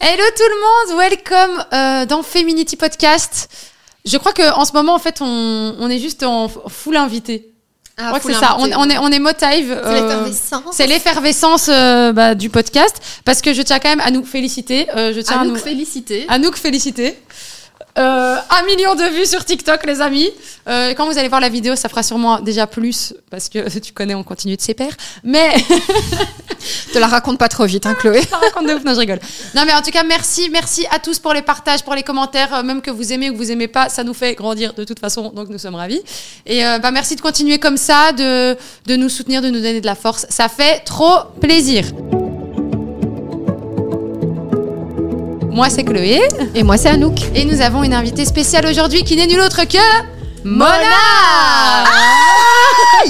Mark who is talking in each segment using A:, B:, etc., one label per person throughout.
A: Hello tout le monde, welcome euh, dans Femininity Podcast. Je crois que en ce moment en fait on, on est juste en f- full invité.
B: Ah,
A: Je crois que c'est ça. On, on est on est motive. euh,
B: hein.
A: c'est l'effervescence euh, bah, du podcast parce que je tiens quand même à nous féliciter. euh, je tiens à
B: Anouk,
A: nous
B: félicité.
A: à nous féliciter. Euh, un million de vues sur TikTok, les amis. Euh, et quand vous allez voir la vidéo, ça fera sûrement déjà plus parce que tu connais, on continue de ses pairs. Mais
B: Te la raconte pas trop vite, hein, Chloé.
A: Ça raconte de ouf. Non, je rigole. Non, mais en tout cas, merci, merci à tous pour les partages, pour les commentaires, euh, même que vous aimez ou que vous aimez pas, ça nous fait grandir de toute façon, donc nous sommes ravis. Et euh, bah merci de continuer comme ça, de de nous soutenir, de nous donner de la force, ça fait trop plaisir. Moi, c'est Chloé
B: Et moi, c'est Anouk.
A: et nous avons une invitée spéciale aujourd'hui qui n'est nulle autre que Mona.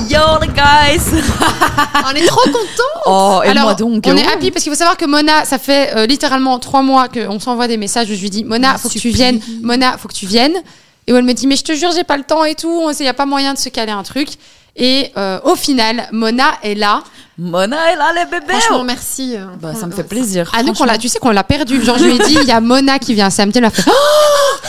C: Yo les guys
A: On est trop contents.
C: Oh, et
A: Alors,
C: moi donc
B: hein.
A: on est happy parce qu'il faut savoir que Mona, ça fait euh, littéralement trois mois qu'on s'envoie des messages où je lui dis Mona,
B: Ah,
A: faut que tu
B: supplie.
A: viennes, Mona, faut que tu viennes. Et où elle me dit mais je te jure j'ai pas le temps et tout, il y a pas moyen de se caler un truc. Et euh, au final, Mona est là.
C: Mona est là les bébés
B: Franchement, merci. euh,
C: Bah, ça
B: on-
C: me fait plaisir.
A: Ah nous qu'on l'a, tu sais qu'on l'a perdue. Genre je lui ai dit il y a Mona qui vient samedi, elle m'a fait. oh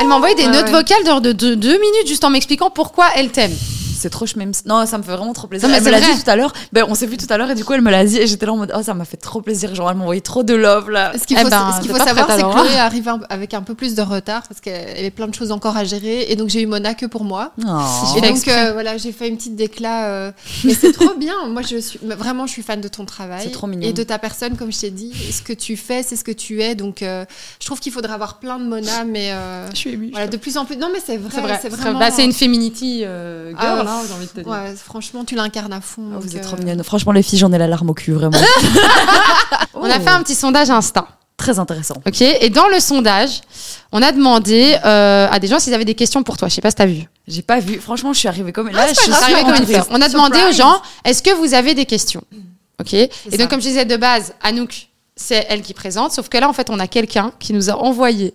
A: elle m'a envoyé des
B: Oh Ouais,
A: notes
B: ouais.
A: vocales de, de- de deux minutes juste en m'expliquant pourquoi elle t'aime.
C: C'est trop chmem. Non, ça me fait vraiment trop plaisir.
A: Non, mais
C: elle
A: c'est
C: me l'a
A: vrai.
C: dit tout à l'heure. Ben, on s'est vu tout à l'heure et du coup, elle me l'a dit et j'étais là en mode Oh, ça m'a fait trop plaisir. Genre, elle m'a envoyé trop de love là.
B: Ce qu'il
A: Eh
B: faut,
A: ben,
B: ce qu'il
A: t'es
B: faut
A: pas
B: savoir,
A: prête,
B: c'est que
A: alors,
B: Chloé arrive un- avec un peu plus de retard parce qu'elle avait plein de choses encore à gérer. Et donc, j'ai eu Mona que pour moi.
C: Oh.
A: J'ai
B: Et
A: fait
B: donc,
A: exprès.
B: euh, voilà, j'ai fait une petite déclat. euh, mais c'est trop bien. Moi, je suis mais vraiment, je suis fan de ton travail.
C: C'est trop mignon.
B: Et de ta personne, comme je t'ai dit. Ce que tu fais, c'est ce que tu es. Donc, euh, je trouve qu'il faudrait avoir plein de Mona, mais euh,
A: Je suis émue.
B: voilà, de plus en plus. Non, mais c'est vrai.
A: C'est vrai,
B: C'est
A: c'est
B: vraiment.
A: bah, c'est une femininity euh, girl,
B: Ah ouais.
A: hein, j'ai envie de te dire. Ah,
B: Ouais, franchement, tu l'incarnes à fond.
C: Oh,
B: donc,
C: Vous êtes
B: euh,
C: trop mignonnes. Franchement, les filles, j'en ai la larme au cul, vraiment. Oh,
A: On
B: Oh.
A: a fait un petit sondage Insta.
C: Très intéressant.
A: Ok, et dans le sondage, on a demandé euh, à des gens s'ils avaient des questions pour toi. Je sais pas si t'as vu.
C: J'ai pas vu. Franchement, je suis arrivée comme. Là, je
A: Je
C: suis
A: suis arrivée comme une fleur. On a demandé aux
C: Surprise.
A: gens est-ce que vous avez des questions Ok. Et
B: ça.
A: donc comme je disais de base, Anouk, c'est elle qui présente. Sauf que là, en fait, on a quelqu'un qui nous a envoyé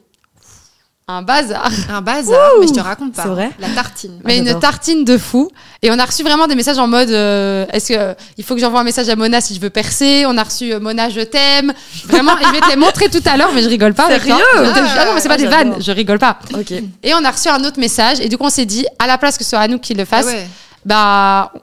A: un bazar,
B: Un bazar, mais je te raconte pas. hein,
C: C'est vrai
B: La tartine.
A: mais une
C: Ah, j'adore.
A: tartine de fou. Et on a reçu vraiment des messages en mode euh, est-ce que euh, il faut que j'envoie un message à Mona si je veux percer On a reçu euh, Mona, je t'aime. Vraiment, et je vais te les montrer tout à l'heure, mais je rigole pas. avec toi.
C: Sérieux
A: Ah non, mais c'est pas
C: Ah,
A: des
C: j'adore.
A: vannes. Je rigole pas.
C: Ok.
A: Et on a reçu un autre message, et du coup on s'est dit, à la place que ce soit à nous qui le
B: Ah
A: fasse,
B: ouais.
A: bah.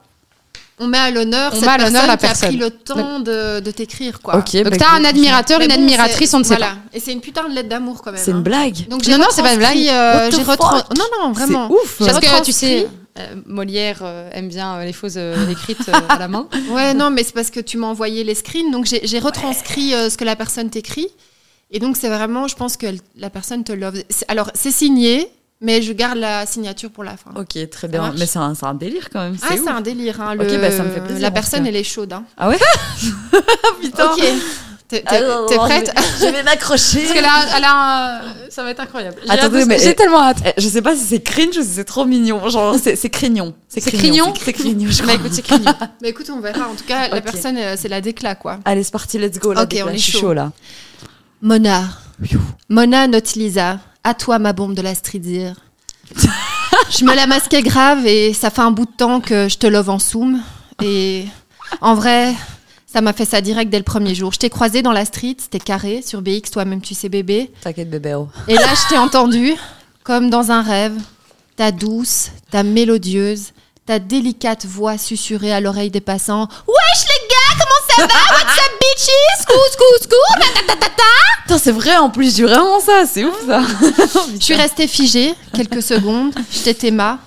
B: On met à l'honneur
A: On
B: cette
A: met à
B: personne
A: l'honneur la
B: qui a
A: personne.
B: pris le temps de, de t'écrire, quoi.
C: Ok.
A: Donc
C: bah,
A: t'as un
C: écoute,
A: admirateur,
B: Mais
A: une
B: bon,
A: admiratrice,
B: c'est-
A: on ne sait
B: voilà. Et c'est une putain de lettre d'amour, quand même.
C: C'est une
B: hein.
C: blague.
B: Donc, j'ai
A: Non, non, c'est pas une
B: retranscrit, euh,
C: What the
B: j'ai retran-
C: fuck
B: Non, non, vraiment.
C: C'est
A: pas.
C: ouf.
A: Parce que tu
B: retranscrit.
A: sais, euh, Molière euh, aime bien euh, les choses euh, écrites euh, à la main.
B: Ouais, non, mais c'est parce que tu m'as envoyé les screens, donc j'ai j'ai retranscrit euh, ce que la personne t'écrit. Et donc, c'est vraiment, je pense que elle- la personne te love. C'est- Alors, c'est signé, mais je garde la signature pour la fin.
C: Ok, très
B: Ça
C: bien.
B: marche.
C: Mais c'est un, c'est un délire quand même.
B: Ah,
C: C'est
B: c'est
C: ouf.
B: un délire. Hein,
C: Ok,
B: le-
C: bah, ça me fait plaisir,
B: La
C: en tout
B: personne,
C: cas.
B: elle est chaude. Hein.
C: Ah ouais Putain.
B: Ok. T'es t'es- t'es prête
C: Ah, oh, Je vais m'accrocher.
A: Parce que là, elle a un- ça va être incroyable. J'ai
C: Attendez,
A: hâte de-
C: mais-
A: j'ai tellement hâte.
C: Eh, Je sais pas si c'est cringe ou si c'est trop mignon. Genre, c'est c'est crignon.
A: C'est crignon
C: C'est crignon, je
A: Bah
C: crois.
A: écoute, c'est crignon.
B: Mais écoute, on verra. En tout cas, la
C: Ok.
B: personne, euh, c'est la décla, quoi.
C: Allez, c'est parti, let's go. Là,
B: Ok,
C: dès que
B: on
C: là,
B: est
C: je suis
B: chaud.
C: là.
B: Mona. Mona note Lisa. À toi, ma bombe de la street dire. je me la masquais grave et ça fait un bout de temps que je te love en soum. Et en vrai, ça m'a fait ça direct dès le premier jour. Je t'ai croisé dans la street, c'était carré, sur BX, toi-même tu sais bébé.
C: T'inquiète, bébé. oh.
B: Et là, je t'ai entendu, comme dans un rêve, ta douce, ta mélodieuse, ta délicate voix susurrée à l'oreille des passants. Wesh les gars, comment ça va What's up bitches Cous, cous, cous
C: Putain, c'est vrai en plus, j'ai vraiment ça. C'est ouf ça.
B: Je suis restée figée quelques secondes, j'étais ma,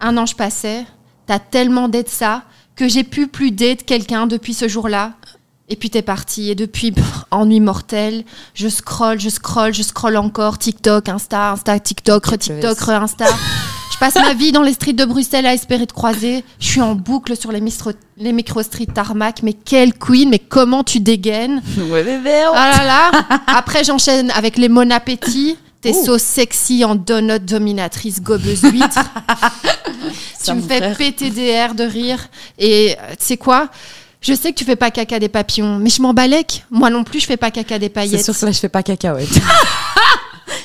B: un ange passait, t'as tellement d'être ça que j'ai pu plus d'être quelqu'un depuis ce jour-là. Et puis t'es parti, et depuis, pff, ennui mortel, je scroll, je scroll, je scroll encore, TikTok, Insta, Insta, TikTok, re-TikTok, re-Insta. Je passe ma vie dans les streets de Bruxelles à espérer te croiser. Je suis en boucle sur les, mistro- les micro-streets tarmac. Mais quelle queen, mais comment tu dégaines
C: Ouais, bébé. oh.
B: ah là là. Après, j'enchaîne avec les Mon Appétit. Tes
C: Oh.
B: sauces sexy en donut dominatrice gobeuse huître. tu
C: Ça,
B: me
C: mon
B: fais
C: frère.
B: PTDR de rire. Et euh, tu sais quoi Je sais que tu fais pas caca des papillons, mais je m'en balèque. Moi non plus, je fais pas caca des
C: C'est
B: paillettes.
C: sûr que là, je fais pas cacahuète.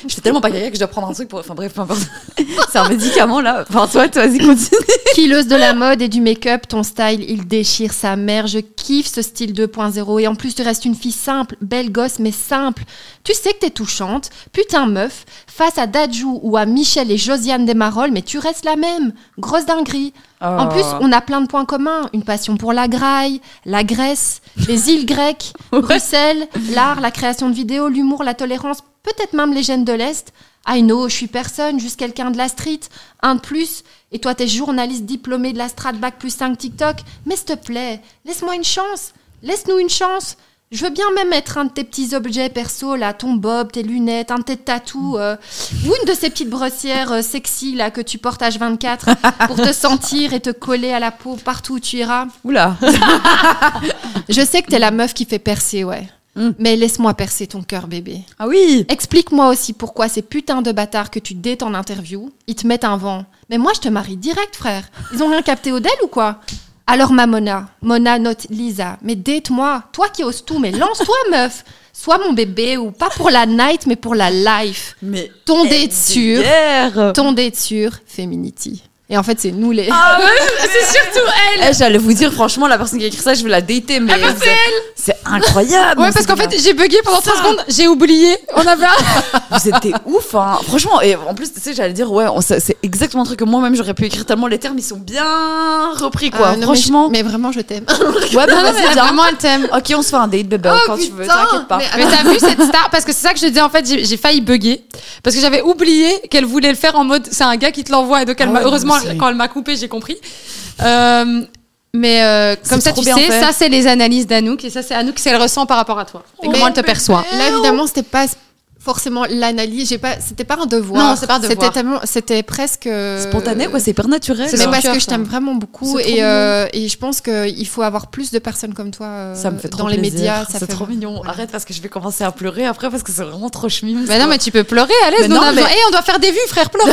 C: Je fais tellement pas gaga que je dois prendre un truc pour. Enfin bref, peu importe. C'est un médicament là. Enfin, toi, toi vas-y, continue.
B: Killeuse de la mode et du make-up, ton style, il déchire sa mère. Je kiffe ce style 2.0. Et en plus, tu restes une fille simple, belle gosse, mais simple. Tu sais que t'es touchante, putain meuf, face à Dajou ou à Michel et Josiane Desmarolles, mais tu restes la même. Grosse dinguerie. Oh.
C: Euh.
B: En plus, on a plein de points communs. Une passion pour la graille, la Grèce, les îles grecques, ouais. Bruxelles, l'art, la création de vidéos, l'humour, la tolérance, peut-être même les gènes de l'Est. I know, je suis personne, juste quelqu'un de la street, un de plus. Et toi, t'es journaliste diplômé de la strat bac plus 5 TikTok. Mais s'il te plaît, laisse-moi une chance. Laisse-nous une chance. Je veux bien même être un de tes petits objets perso, là, ton bob, tes lunettes, un de tes tatous, euh, ou une de ces petites brossières euh, sexy, là, que tu portes H24 pour te sentir et te coller à la peau partout où tu iras.
C: Oula
B: Je sais que t'es la meuf qui fait percer, ouais. Mm. Mais laisse-moi percer ton cœur, bébé.
C: Ah oui
B: Explique-moi aussi pourquoi ces putains de bâtards que tu détes en interview, ils te mettent un vent. Mais moi, je te marie direct, frère. Ils ont rien capté au DEL ou quoi alors ma Mona, Mona note Lisa, mais date-moi, toi qui oses tout, mais lance-toi meuf, sois mon bébé ou pas pour la night mais pour la life.
C: Mais
B: ton date sûr, ton date sûr, féminity. Et en fait, c'est nous les.
A: Ah ouais, c'est surtout elle.
C: Hey, Eh, J'allais vous dire, franchement, la personne qui a écrit ça, je vais la dater, mais.
A: Ah, c'est elle.
C: C'est incroyable.
A: ouais, parce qu'en fait, j'ai bugué pendant 30 secondes, j'ai oublié. On avait.
C: vous étiez ouf, hein. Franchement, et en plus, tu sais, j'allais dire, ouais, c'est exactement un truc que moi-même j'aurais pu écrire tellement les termes, ils sont bien repris,
A: Ah,
C: quoi. Euh, non,
B: franchement. Ah, Mais, je... mais, vraiment, je t'aime.
C: ouais, bah, non, non,
A: vraiment, elle t'aime.
C: Ok, on se fait un date, bébé, oh, quand putain. tu veux, t'inquiète pas.
A: Mais, t'as vu cette star Parce que c'est ça que je disais, en fait, j'ai failli bugger. Parce que j'avais oublié qu'elle voulait le faire en mode, c'est un gars qui te l'envoie, et donc elle, heureusement, quand elle m'a coupé, j'ai compris. Euh, mais euh, comme ça, tu sais, fait. ça, c'est les analyses d'Anouk. Et ça, c'est Anouk, c'est elle ressent par rapport à toi. Et oh comment elle te perçoit.
B: Là, évidemment, c'était pas forcément l'analyse. J'ai pas, c'était pas un devoir.
A: Non, c'est pas un devoir.
B: C'était c'était presque
A: euh,
B: euh,
C: spontané, quoi. C'est hyper naturel.
B: C'est parce que je t'aime vraiment beaucoup et, euh, et, je pense qu'il faut avoir plus de personnes comme toi euh,
C: ça me fait
B: dans
C: trop
B: les
C: plaisir.
B: médias.
C: C'est trop mignon. Voilà. Arrête parce que je vais commencer à pleurer après parce que c'est vraiment trop chemime.
A: Mais non, mais tu peux pleurer, à l'aise. Mais... Besoin...
B: eh,
A: Hey, on doit faire des vues, frère, pleure.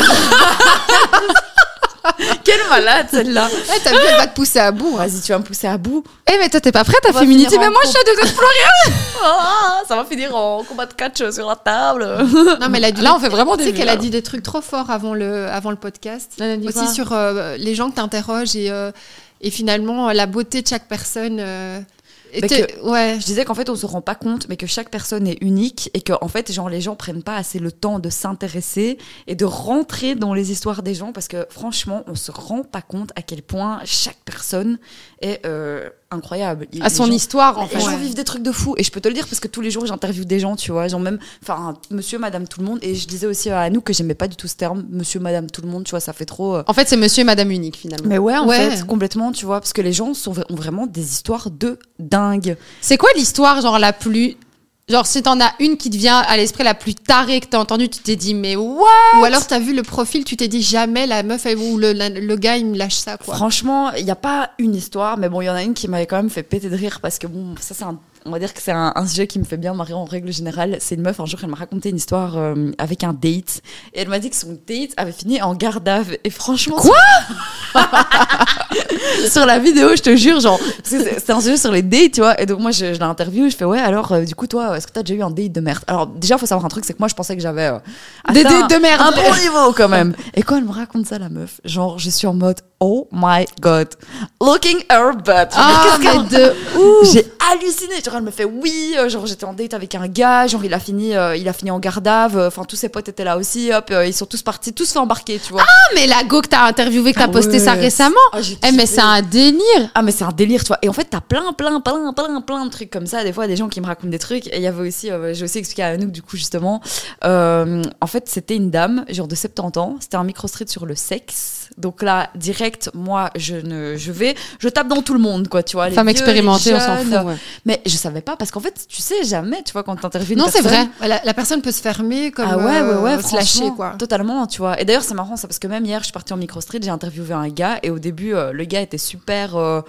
C: Quelle malade celle-là
B: hey, Eh, T'as vu, elle va te pousser à bout.
C: Vas-y, tu vas me pousser à bout.
A: Eh, hey, mais toi, t'es pas prête à féminité. Mais moi, je suis à deux de pleurer.
C: oh, ça va finir en combat de catch sur la table.
B: Non, mais elle a dit,
A: là, on fait vraiment des.
B: Tu sais qu'elle a dit des trucs trop forts avant le, avant le podcast.
A: Elle a dit
B: Aussi sur euh, les gens que t'interroges et, euh, et finalement la beauté de chaque personne. Euh...
C: Bah que, ouais. Je disais qu'en fait, on se rend pas compte, mais que chaque personne est unique et que, en fait, genre, les gens prennent pas assez le temps de s'intéresser et de rentrer dans les histoires des gens parce que, franchement, on se rend pas compte à quel point chaque personne est euh, incroyable.
A: à son
C: gens,
A: histoire, en fait.
C: Les gens vivent des trucs de fou. Et je peux te le dire parce que tous les jours, j'interviewe des gens, tu vois. Genre, même, enfin, monsieur, madame, tout le monde. Et je disais aussi à nous que j'aimais pas du tout ce terme, monsieur, madame, tout le monde, tu vois, ça fait trop. Euh...
A: En fait, c'est monsieur et madame unique, finalement.
C: Mais ouais, en ouais. fait, complètement, tu vois, parce que les gens sont, ont vraiment des histoires de dingue.
A: C'est quoi l'histoire, genre, la plus. Genre, si t'en as une qui te vient à l'esprit la plus tarée que t'as entendue, tu t'es dit, mais what
B: Ou alors t'as vu le profil, tu t'es dit, jamais la meuf ou le, la, le, gars, il me lâche ça, quoi.
C: Franchement, il n'y a pas une histoire, mais bon, il y en a une qui m'avait quand même fait péter de rire parce que bon, ça, c'est un on va dire que c'est un, un, sujet qui me fait bien marrer en règle générale. C'est une meuf, un jour, elle m'a raconté une histoire euh, avec un date. Et elle m'a dit que son date avait fini en gardave. Et franchement.
A: Quoi
C: sur... sur la vidéo, je te jure, genre. C'est un sujet sur les dates, tu vois. Et donc, moi, je, je l'interview, je fais, ouais, alors, euh, du coup, toi, est-ce que t'as déjà eu un date de merde Alors, déjà, faut savoir un truc, c'est que moi, je pensais que j'avais. Euh,
A: Des dates de merde
C: Un bon niveau, quand même. Et quand elle me raconte ça, la meuf, genre, je suis en mode, oh my god, looking her butt.
A: Ah, mais de
C: J'ai halluciné. Genre, elle me fait oui, euh, genre, j'étais en date avec un gars, genre, il a fini, euh, il a fini en gardave, enfin, tous ses potes étaient là aussi, hop, euh, ils sont tous partis, tous fait embarquer, tu vois.
A: Ah, mais la go que t'as interviewé, que t'as ah, posté ouais. ça récemment. Ah, eh, mais c'est un délire.
C: Ah, mais c'est un délire, toi. Et en fait, t'as plein, plein, plein, plein, plein de trucs comme ça. Des fois, des gens qui me racontent des trucs. Et il y avait aussi, euh, j'ai aussi expliqué à Anouk, du coup, justement, Euh, en fait, c'était une dame, genre, de 70 ans. C'était un micro-street sur le sexe. Donc là, direct, moi, je ne, je vais, je tape dans tout le monde, quoi, tu vois.
A: Femme expérimentée, on s'en fout. Ouais.
C: Mais je savais pas parce qu'en fait, tu sais jamais, tu vois, quand t'interviews.
B: Non,
C: c'est
B: vrai. La, la, personne peut se fermer, comme ah ouais, ouais, ouais, euh, se lâcher, quoi.
C: Totalement, tu vois. Et d'ailleurs, c'est marrant, ça parce que même hier, je suis partie en micro street, j'ai interviewé un gars et au début, euh, le gars était super. Euh,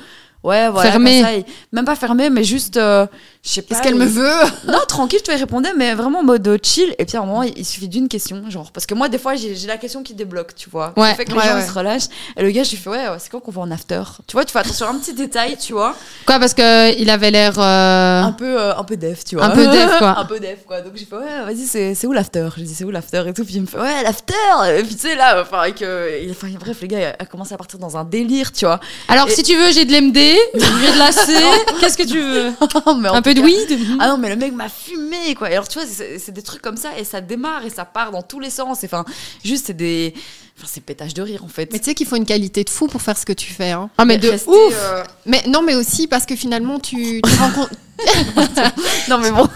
C: Ouais, voilà.
A: Fermé.
C: comme ça, et- même pas fermé, mais juste, euh, je sais pas.
A: Qu'est-ce qu'elle me
C: il-
A: veut
C: Non, tranquille, je te répondais, mais vraiment en mode euh, chill. Et puis à un moment, il il suffit d'une question, genre. Parce que moi, des fois, j'ai j'ai la question qui débloque, tu vois.
A: Ouais,
C: Ça fait que les
A: ouais,
C: gens,
A: ouais.
C: ils se relâchent. Et le gars, je lui fais, ouais, ouais, c'est quand qu'on va en after Tu vois, tu fais attention à un petit détail, tu vois.
A: Quoi, parce que il avait l'air. euh,
C: Un peu, euh, un peu def, tu vois.
A: Un peu def, quoi.
C: un peu def, quoi. Donc j'ai fait, ouais, vas-y, c'est c'est où l'after Je dis, c'est où l'after et tout. Puis il me fait, ouais, l'after Et puis tu sais, là, enfin, avec, euh, il- enfin, bref, le gars a commencé à partir dans un délire, tu vois.
A: Alors,
C: Et-
A: si tu veux, j'ai de l'MD, j'ai de la C. Qu'est-ce que tu veux
C: Mais en
A: Euh, Un peu
C: tout
A: de
C: cas,
A: weed
C: Ah non, mais le mec m'a fumé, quoi. Et alors, tu vois, c'est c'est des trucs comme ça, et ça démarre, et ça part dans tous les sens. Et Enfin, juste, c'est des. Enfin, c'est pétage de rire, en fait.
B: Mais tu sais qu'il faut une qualité de fou pour faire ce que tu fais. hein.
A: Ah, mais de
C: Rester,
A: ouf
C: euh,
B: Mais non, mais aussi parce que finalement, tu, tu rencontres,
C: Non, mais bon.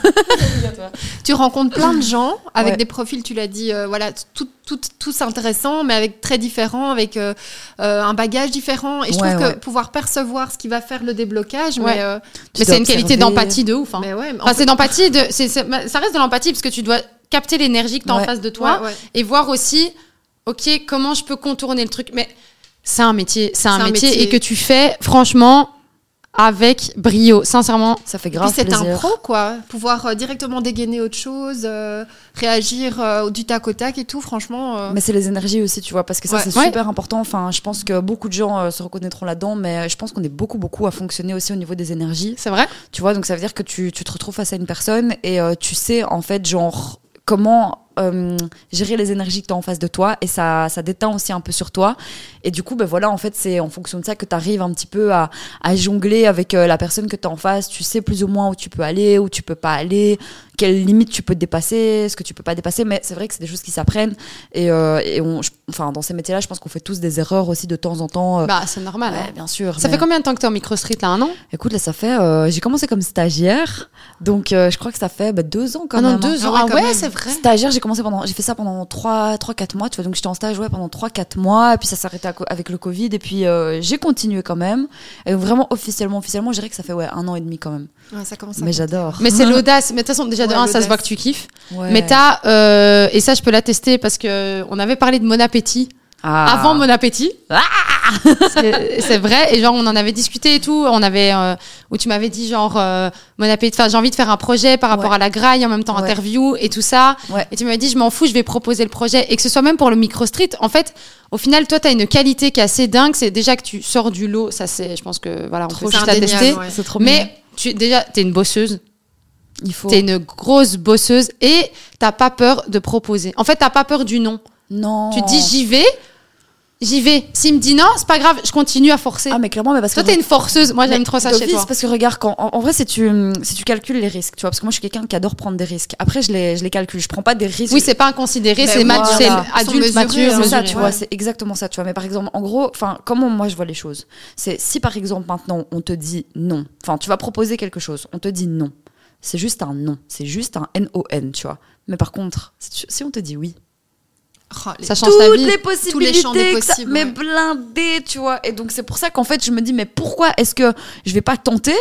B: tu rencontres plein de gens avec
C: Ouais.
B: des profils, tu l'as dit, euh, voilà, tout, tout- tous intéressants, mais avec très différents, avec euh, euh, un bagage différent. Et je
C: Ouais,
B: trouve
C: ouais.
B: que pouvoir percevoir ce qui va faire le déblocage,
A: Ouais.
B: mais, euh,
A: Mais c'est une qualité d'empathie de ouf. hein.
B: mais ouais, mais en
A: Enfin, c'est d'empathie, de, c'est- c'est- ça reste de l'empathie parce que tu dois capter l'énergie que tu as en
C: Ouais.
A: face de
B: fait,
A: toi
B: ouais, ouais.
A: et voir aussi, ok, comment je peux contourner le truc. Mais c'est un métier, c'est un,
B: C'est un
A: métier,
B: métier.
A: et que tu fais franchement avec brio, sincèrement.
C: Ça fait
B: Et puis
C: grave
B: c'est un
C: plaisir.
B: pro, quoi. Pouvoir euh, directement dégainer autre chose, euh, réagir euh, du tac au tac et tout, franchement. euh,
C: Mais c'est les énergies aussi, tu vois, parce que ça,
B: Ouais.
C: c'est
A: Ouais.
C: super important. Enfin, je pense que beaucoup de gens euh, se reconnaîtront là-dedans, mais je pense qu'on est beaucoup, beaucoup à fonctionner aussi au niveau des énergies.
A: C'est vrai
C: Tu vois, donc ça veut dire que tu, tu te retrouves face à une personne et euh, tu sais, en fait, genre, comment euh, gérer les énergies que tu as en face de toi et ça, ça déteint aussi un peu sur toi. Et du coup, ben voilà, en fait, c'est en fonction de ça que tu arrives un petit peu à, à jongler avec euh, la personne que tu as en face. Tu sais plus ou moins où tu peux aller, où tu peux pas aller, quelles limites tu peux te dépasser, ce que tu peux pas dépasser. Mais c'est vrai que c'est des choses qui s'apprennent. Et, euh, et on, je- enfin, dans ces métiers-là, je pense qu'on fait tous des erreurs aussi de temps en temps. euh,
A: Bah, c'est normal.
C: ouais,
A: hein.
C: bien sûr.
A: Ça
C: mais-
A: fait combien de temps que t'es en micro street là Un an
C: Écoute, là, ça fait. euh, j'ai commencé comme stagiaire, donc euh, je crois que ça fait bah, deux ans quand
A: Ah non,
C: même. hein.
A: deux ans.
B: Ah ouais,
A: Ah
B: quand
A: ouais,
B: même.
A: c'est vrai.
C: Stagiaire, j'ai commencé pendant, j'ai fait ça pendant 3-4 mois, tu vois, donc j'étais en stage ouais, pendant 3-4 mois, et puis ça s'arrêtait à co- avec le Covid, et puis euh, j'ai continué quand même. Et vraiment, officiellement, officiellement, je dirais que ça fait ouais, un an et demi quand même.
B: ouais, ça commence à
C: Mais j'adore.
A: Mais c'est l'audace. Mais de toute façon, déjà de
B: Ouais,
A: un, ça se
B: l'audace.
A: voit que tu kiffes.
C: Ouais.
A: Mais t'as, euh, et ça je peux l'attester parce que on avait parlé de Mon Appétit
C: Ah.
A: avant Mon Appétit. Parce que c'est vrai, et genre on en avait discuté et tout. On avait, euh, où tu m'avais dit genre euh, Mon Appétit, enfin j'ai envie de faire un projet par rapport
C: Ouais.
A: à la graille, en même temps
C: Ouais.
A: interview et tout ça.
C: Ouais.
A: Et tu m'avais dit je m'en fous, je vais proposer le projet. Et que ce soit même pour le micro street, en fait, au final toi t'as une qualité qui est assez dingue. C'est déjà que tu sors du lot, ça c'est, je pense que voilà, on
B: Trop
A: peut juste
B: indéniable,
A: attester.
B: ouais.
C: C'est trop mignon.
A: Mais tu déjà t'es une bosseuse.
C: il faut.
A: T'es une grosse bosseuse et t'as pas peur de proposer. En fait, t'as pas peur du non.
C: Non.
A: Tu te dis j'y vais, j'y vais. S'il me dit non, c'est pas grave, je continue à forcer.
C: Ah, mais clairement, mais parce
A: toi,
C: que.
A: t'es une forceuse. Moi, j'aime
C: Mais
A: trop ça
C: d'office,
A: chez toi.
C: Parce que regarde, quand, en, en vrai, si tu, si tu calcules les risques, tu vois, parce que moi, je suis quelqu'un qui adore prendre des risques. Après, je les, je les calcule. Je prends pas des risques.
A: Oui, c'est pas inconsidéré,
B: Mais
A: c'est
B: voilà.
A: mat- c'est
B: Ils sont
A: adulte,
B: mesurés,
A: mature,
B: hein,
C: C'est ça,
A: mesuré.
C: tu
B: ouais.
C: vois, c'est exactement ça, tu vois. Mais par exemple, en gros, enfin, comment moi je vois les choses C'est si par exemple maintenant on te dit non, enfin, tu vas proposer quelque chose, on te dit non. C'est juste un non, c'est juste un N-O-N, tu vois. Mais par contre, si, tu- si on te dit oui,
B: Oh, les-
A: Ça change ta
C: toutes
A: vie.
C: les
B: Tous les
C: possibilités,
B: champs des
C: que ça-
B: possibles,
C: mais
B: ouais.
C: blindé, tu vois. Et donc c'est pour ça qu'en fait je me dis, mais pourquoi est-ce que je vais pas tenter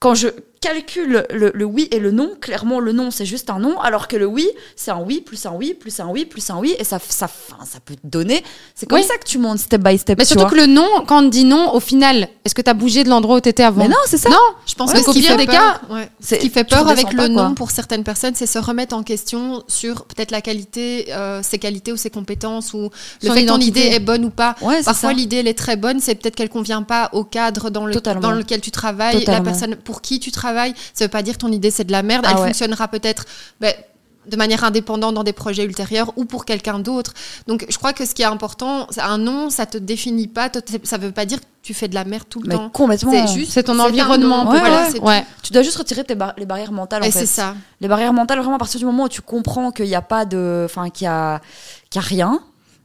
C: quand je calcule le, le oui et le non Clairement, le non c'est juste un non, alors que le oui c'est un oui plus un oui plus un oui plus un oui, et ça, ça, enfin, ça peut te donner. C'est comme
A: Oui.
C: ça que tu montes step by step.
A: Mais
C: tu
A: surtout
C: vois.
A: que le non, quand on te dit non, au final, est-ce que t'as bougé de l'endroit où t'étais avant
C: Mais non, c'est ça.
A: Non,
B: Je pense
A: Ouais,
B: que
A: au
B: ce qui
A: pire des
B: fait peur- ouais.
C: C'est-
B: Ce qui fait
C: tu
B: peur avec
C: redescends
B: le
C: pas, quoi.
B: nom pour certaines personnes, c'est se remettre en question sur peut-être la qualité, euh, ses qualités ou ses compétences, ou le
A: Son
B: fait que ton
A: identité.
B: idée est bonne ou pas.
C: Ouais, c'est
B: Parfois,
C: ça.
B: l'idée, elle est très bonne, c'est peut-être qu'elle convient pas au cadre dans, le,
C: Totalement.
B: dans lequel tu travailles,
C: Totalement.
B: la personne pour qui tu travailles. Ça veut pas dire que ton idée, c'est de la merde.
C: Ah
B: elle
C: ouais.
B: fonctionnera peut-être ben, de manière indépendante dans des projets ultérieurs ou pour quelqu'un d'autre. Donc, je crois que ce qui est important, c'est un nom, ça te définit pas, te- ça veut pas dire que tu fais de la merde tout le
C: Mais
B: temps.
C: complètement.
B: C'est juste-
A: c'est ton
B: C'est un
A: environnement.
B: non.
A: pour-
C: Ouais,
A: voilà,
C: ouais.
A: c'est- ouais.
C: Tu dois juste retirer tes bar- les barrières mentales. en
B: Et
C: fait.
B: c'est ça.
C: Les barrières mentales, vraiment, à partir du moment où tu comprends qu'il n'y a pas de. Enfin, qu'il y a, qu'il y a rien,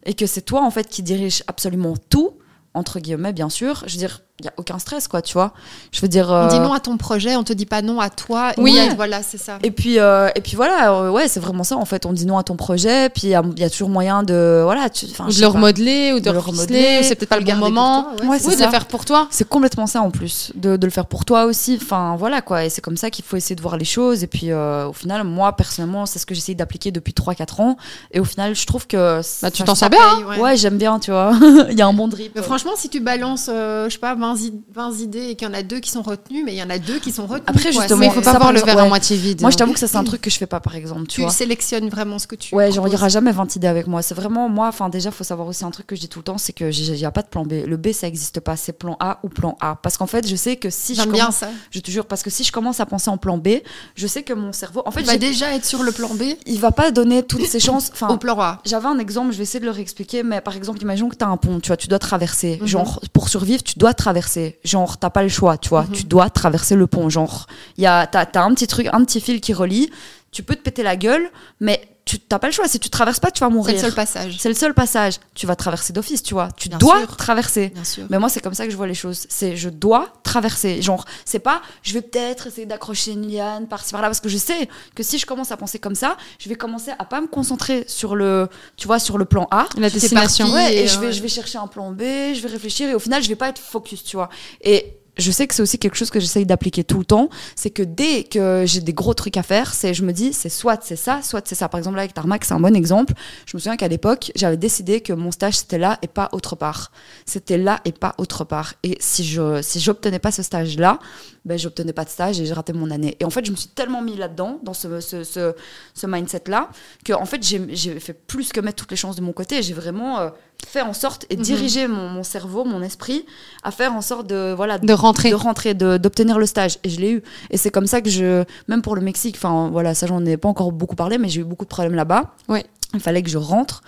C: et que c'est toi, en fait, qui dirige absolument tout, entre guillemets, bien sûr, je veux dire, il n'y a aucun stress, quoi, tu vois. Je veux dire.
B: On
C: euh,
B: dit non à ton projet, on te dit pas non à toi.
A: Oui.
B: Oui, voilà, c'est ça.
C: Et puis, euh, et puis voilà, euh, ouais, c'est vraiment ça, en fait. On dit non à ton projet, puis il y, a- il y a toujours moyen de. Voilà, tu. enfin,
A: Ou
C: je
A: de
C: sais
A: le
C: pas.
A: remodeler, ou de
C: De
A: le
C: le
A: reficeler,
C: remodeler,
A: ou c'est peut-être pas le bon
B: garder pour
A: moment.
B: toi,
C: Ouais,
A: Ou
C: c'est
A: de
C: ça.
A: le faire pour toi.
C: C'est complètement ça en plus, de, de le faire pour toi aussi. Enfin voilà quoi, et c'est comme ça qu'il faut essayer de voir les choses. Et puis euh, au final, moi personnellement, c'est ce que j'essaye d'appliquer depuis 3-4 ans. Et au final, je trouve que.
A: Bah, tu
C: ça-
A: t'en
C: ça
A: sers bien. hein.
B: Paye, ouais.
C: Ouais, j'aime bien, tu vois. Il y a un bon drip.
B: Mais franchement, si tu balances, euh, je sais pas, 20 20, id- 20 idées et qu'il y en a deux qui sont retenues, mais il y en a deux qui sont retenues.
C: Après,
B: quoi.
C: justement,
A: Mais il faut pas
C: ça, par
A: voir le
C: exemple,
A: verre
C: ouais.
A: à moitié vide. hein.
C: Moi, je t'avoue que ça, c'est un truc que je fais pas, par exemple. Tu,
B: tu
C: vois.
B: sélectionnes vraiment ce que tu
C: Ouais, genre, il n'y
B: proposes.
C: aura jamais 20 idées avec moi. C'est vraiment, moi, enfin, déjà, faut savoir aussi un truc que je dis tout le temps, c'est que j'ai- il n'y a pas de plan B. Le B, ça n'existe pas. C'est plan A ou plan A. Parce qu'en fait, je sais que si je
B: J'aime bien
C: commence,
B: ça.
C: je te jure, parce que si je commence à penser en plan B, je sais que mon cerveau, en fait,
B: Tu vas
C: j'ai- Ah.
B: déjà être sur le plan B
C: il va pas donner toutes ses chances. Enfin,
B: au plan A.
C: J'avais un exemple, je vais essayer de le réexpliquer, mais par exemple, imaginons que tu as un pont, tu vois, tu dois traverser.
B: Mhm.
C: Genre, pour survivre, tu dois traverser. Genre, t'as pas le choix, tu
B: Mhm.
C: vois, tu dois traverser le pont. Genre, il y a, t'as, t'as un petit truc, un petit fil qui relie, tu peux te péter la gueule, mais tu t'as pas le choix. Si tu traverses pas, tu vas
B: C'est
C: mourir.
B: le seul passage.
C: C'est le seul passage. Tu vas traverser d'office, tu vois. Tu
B: Bien
C: dois
B: sûr.
C: traverser.
B: Bien sûr.
C: Mais moi, c'est comme ça que je vois les choses. C'est je dois traverser. Genre, c'est pas je vais peut-être essayer d'accrocher une liane par-ci par-là parce que je sais que si je commence à penser comme ça, je vais commencer à pas me concentrer sur le, tu vois, sur le plan A.
A: La destination.
B: parti.
C: Ouais, et
B: euh,
C: je vais,
B: ouais.
C: je vais chercher un plan B, je vais réfléchir et au final, je vais pas être focus, tu vois. Et je sais que c'est aussi quelque chose que j'essaye d'appliquer tout le temps. C'est que dès que j'ai des gros trucs à faire, c'est, je me dis, c'est soit c'est ça, soit c'est ça. Par exemple, là, avec Tarmac, c'est un bon exemple. Je me souviens qu'à l'époque, j'avais décidé que mon stage, c'était là et pas autre part. C'était là et pas autre part. Et si je, si j'obtenais pas ce stage-là, ben, j'obtenais pas de stage et j'ai raté mon année. Et en fait, je me suis tellement mis là-dedans, dans ce, ce, ce, ce mindset-là, que en fait, j'ai j'ai fait plus que mettre toutes les chances de mon côté. J'ai vraiment euh, fait en sorte et
A: Mhm.
C: dirigé mon, mon cerveau, mon esprit, à faire en sorte de, voilà,
A: De rentrer.
C: de rentrer, de- d'obtenir le stage. Et je l'ai eu. Et c'est comme ça que je, même pour le Mexique, enfin voilà, ça j'en ai pas encore beaucoup parlé, mais j'ai eu beaucoup de problèmes là-bas.
A: Ouais.
C: Il fallait que je rentre.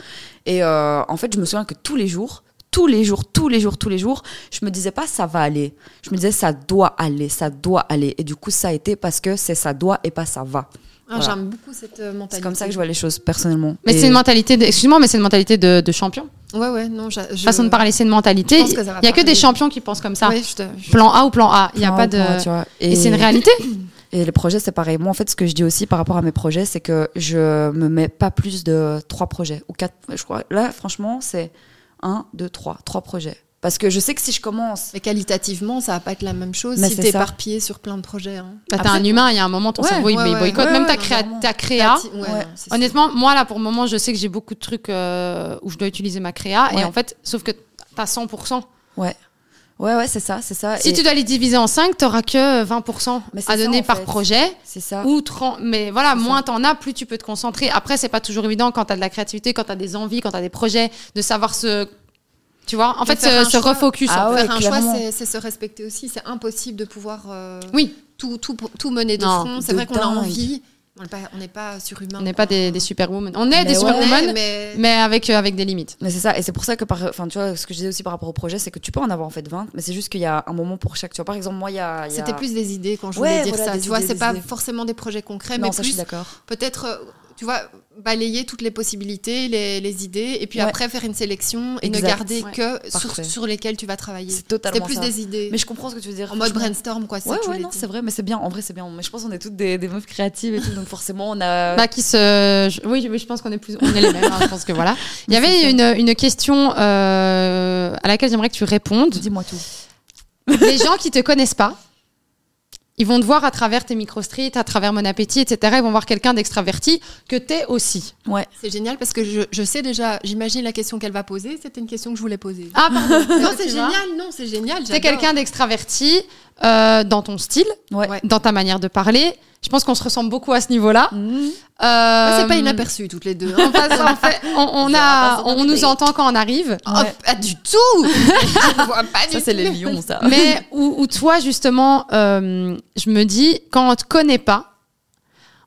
C: Et euh, en fait, je me souviens que tous les jours, tous les jours, tous les jours, tous les jours, je me disais pas ça va aller. Je me disais ça doit aller, ça doit aller. Et du coup, ça a été parce que c'est ça doit et pas ça va.
B: Ah,
C: Voilà.
B: J'aime beaucoup cette euh, mentalité.
C: C'est comme ça que je vois les choses personnellement.
A: Mais
C: Et-
A: c'est une mentalité, de- excuse-moi, mais c'est une mentalité de, de champion.
B: Ouais, ouais, non, j'a- je...
A: Façon de parler, c'est une
B: Je
A: mentalité.
B: pense
A: Il
B: que ça va
A: y a que
B: parler.
A: des champions qui pensent comme ça.
B: Ouais, je te- je-
A: Plan A ou plan A. Il y a
C: Plan
A: pas
C: ou
A: de.
C: plan, tu vois.
A: Et c'est une réalité.
C: Et les projets, c'est pareil. Moi, en fait, ce que je dis aussi par rapport à mes projets, c'est que je me mets pas plus de trois projets ou quatre. Je crois. Là, franchement, c'est un, deux, trois, trois projets. Parce que je sais que si je commence,
B: Mais qualitativement, ça va pas être la même chose
C: Mais
B: si
C: Bah,
B: t'es
C: c'est ça.
B: éparpillé sur plein de projets. hein.
A: Bah, t'es
C: Après-
A: un humain, il y a un moment, ton
C: Ouais,
A: cerveau, il
B: ouais,
A: il
B: ouais.
A: boycotte.
C: Ouais,
A: même
C: ouais, Bah,
A: ta,
C: non,
A: créa,
C: vraiment.
A: ta créa.
B: Créati- ouais,
C: Ah Ouais.
B: non, c'est sûr.
A: Honnêtement, moi, là, pour le moment, je sais que j'ai beaucoup de trucs euh, où je dois utiliser ma créa.
C: Ouais.
A: Et en fait, sauf que t'as 100%.
C: ouais, ouais, c'est ça, c'est ça.
A: Si
C: Et
A: tu dois les diviser en 5, t'auras que euh, 20%
C: Mais c'est
A: à
C: ça,
A: donner
C: en
A: par
C: fait.
A: projet.
C: c'est ça.
A: Ou 30, mais voilà,
C: C'est
A: moins
C: ça.
A: t'en as, plus tu peux te concentrer. Après, c'est pas toujours évident quand t'as de la créativité, quand t'as des envies, quand t'as des projets, de savoir se. Tu vois, en
B: De
A: fait,
B: faire
A: se,
B: un
A: se
B: choix.
A: refocus.
C: Ah
A: en fait.
C: ouais,
B: Faire un
C: clairement.
B: choix, c'est- c'est se respecter aussi. C'est impossible de pouvoir euh,
A: Oui,
B: tout, tout, tout mener de
A: Non,
B: front. C'est
C: de
B: vrai qu'on a
C: dingue.
B: envie. On n'est pas, on n'est pas surhumain.
A: on n'est pas des, des superwomen. On est
C: Mais
A: des
C: ouais.
A: superwomen, mais,
B: mais...
A: avec, euh, avec des limites.
C: Mais c'est ça, et c'est pour ça que, par- enfin, tu vois, ce que je disais aussi par rapport au projet, c'est que tu peux en avoir en fait 20, mais c'est juste qu'il y a un moment pour chaque. Tu vois, par exemple, moi, il y a. il y a-
B: C'était plus des idées quand je
C: Ouais,
B: voulais dire
C: voilà,
B: ça.
C: des
B: Tu vois,
C: idées,
B: c'est
C: des
B: pas
C: idées.
B: forcément des projets concrets,
C: Non,
B: mais
C: ça, je suis
B: plus
C: d'accord.
B: peut-être, euh, tu vois, balayer toutes les possibilités, les, les idées, et puis
C: Ouais.
B: après faire une sélection et ne
C: Exact.
B: garder
A: Ouais.
B: que sur,
C: Parfait.
B: sur lesquelles tu vas travailler.
C: C'est totalement.
B: C'était plus
C: ça.
B: des idées.
C: Mais je comprends ce que tu veux dire.
B: En mode
C: franchement.
B: brainstorm, quoi. c'est ça
C: Ouais,
B: que je
C: ouais,
B: voulais
C: non,
B: dire.
C: c'est vrai, mais c'est bien. En vrai, c'est bien. Mais je pense qu'on est toutes des, des meufs créatives et tout, donc forcément, on a.
A: Bah, qui se... je- Oui, je- oui, je pense qu'on est plus... On est les mêmes, hein, je pense que voilà. Il y
C: Mais c'est
A: avait une, une question euh, à laquelle j'aimerais que tu répondes.
C: Dis-moi tout.
A: les gens qui te connaissent pas, ils vont te voir à travers tes micro-streets, à travers Mon Appétit, etc. Ils vont voir quelqu'un d'extraverti que t'es aussi.
B: C'est génial parce que je, je sais déjà, j'imagine la question qu'elle va poser. C'était une question que je voulais poser.
A: Ah, pardon.
B: non, c'est
A: Tu vois
B: génial, non, c'est génial.
A: T'es
B: j'adore.
A: quelqu'un d'extraverti euh, dans ton style,
C: Ouais.
B: Ouais.
A: dans ta manière de parler. Je pense qu'on se ressemble beaucoup à ce niveau-là.
C: Mmh.
A: Euh,
B: Ouais, Ah, c'est pas inaperçu toutes les deux. hein.
A: parce qu'en fait, on, on a, on nous entend quand on arrive,
C: Ah.
B: Oh, pas du tout. je ne vois pas du
C: Ça, c'est
B: tout.
C: les lions, ça.
A: mais où, où toi justement, euh, je me dis quand on te connaît pas,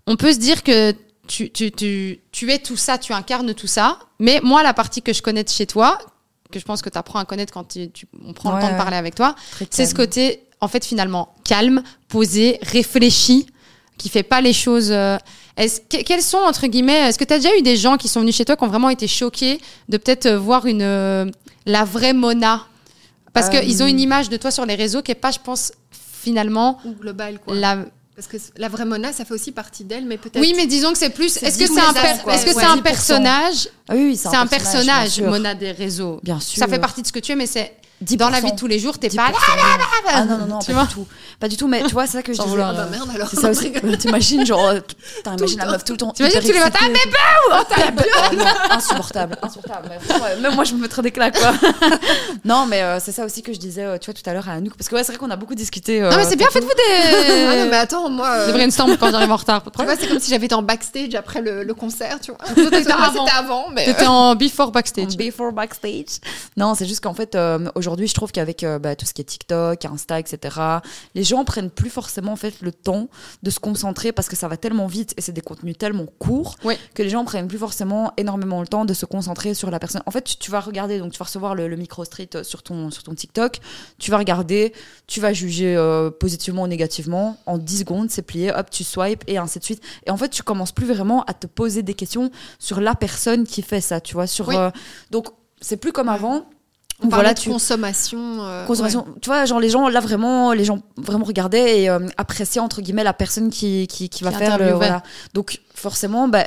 A: on peut se dire que tu, tu, tu, tu es tout ça, tu incarnes tout ça. Mais moi, la partie que je connais de chez toi, que je pense que tu apprends à connaître quand tu, tu- on prend
C: Ouais,
A: le temps
C: ouais.
A: de parler avec toi,
C: Très
A: C'est ce
C: calme.
A: côté, en fait, finalement, calme, posé, réfléchi, qui fait pas les choses. euh, est-ce que- quels sont, entre guillemets, est-ce que tu as déjà eu des gens qui sont venus chez toi qui ont vraiment été choqués de peut-être euh, voir une, euh, la vraie Mona Parce
C: Euh,
A: qu'ils ont une image de toi sur les réseaux qui est pas, je pense, finalement,
B: Ou global, quoi.
A: la.
B: Parce que la vraie Mona, ça fait aussi partie d'elle, mais peut-être.
A: Oui, mais disons que c'est plus.
B: C'est
A: Est-ce que
B: 10%
A: c'est un,
B: des
A: per-
B: âges, quoi.
A: est-ce que
B: Ouais,
A: c'est un
C: 10%.
A: personnage
C: Ah oui, oui,
A: C'est un personnage,
C: bien sûr.
A: Mona des réseaux.
C: Bien sûr.
A: Ça fait partie de ce que tu es, mais c'est Dans la vie de tous les jours, t'es pas.
C: Ah non, non, non,
A: Tu
C: pas
A: vois oh,
C: du tout. Pas du tout, mais tu vois, c'est ça que je
B: Sans
C: disais.
B: vouloir, Ah bah merde alors.
C: C'est ça aussi. T'imagines, genre, euh, t'imagines la
B: temps.
C: meuf tout le temps.
A: T'imagines
C: hyper
A: tous les matins,
C: excitée.
A: mais oh,
C: Ah non, insupportable, insupportable. Mais franchement, ouais, même moi, je me mettrais des claques, quoi. non, mais euh, c'est ça aussi que je disais, euh, tu vois, tout à l'heure à Anouk. Parce que ouais, c'est vrai qu'on a beaucoup discuté. euh,
A: Non, mais c'est bien, faites-vous des.
B: Ah non, mais attends, moi. euh,
A: Des brainstorms quand j'arrive en retard. pas de
B: Tu
A: problème.
B: vois, c'est comme si j'avais été en backstage après le, le concert, tu vois.
A: t'étais
B: Moi,
A: avant.
B: C'était Ah, avant, mais.
A: T'étais en before
C: en
A: backstage.
C: Before backstage. Non, c'est juste qu'en fait, euh, aujourd'hui, je trouve qu'avec euh, bah, tout ce qui est TikTok, Insta, etc., les gens prennent plus forcément en fait le temps de se concentrer parce que ça va tellement vite et c'est des contenus tellement courts
A: Oui.
C: que les gens prennent plus forcément énormément le temps de se concentrer sur la personne. En fait, tu, tu vas regarder, donc tu vas recevoir le, le micro street euh, sur ton sur ton TikTok, tu vas regarder, tu vas juger euh, positivement ou négativement en 10 secondes, c'est plié, hop, tu swipes et ainsi de suite. Et en fait, tu commences plus vraiment à te poser des questions sur la personne qui fait ça, tu vois, sur
B: Oui.
C: euh, donc, c'est plus comme avant.
B: euh, On parlait
C: voilà,
B: de
C: tu
B: consommation. euh,
C: consommation. Tu vois, genre les gens là vraiment, les gens vraiment regardaient et euh, appréciaient entre guillemets la personne qui qui, qui va
A: Qui
C: faire le
A: interviewait.
C: voilà. Donc forcément, bah,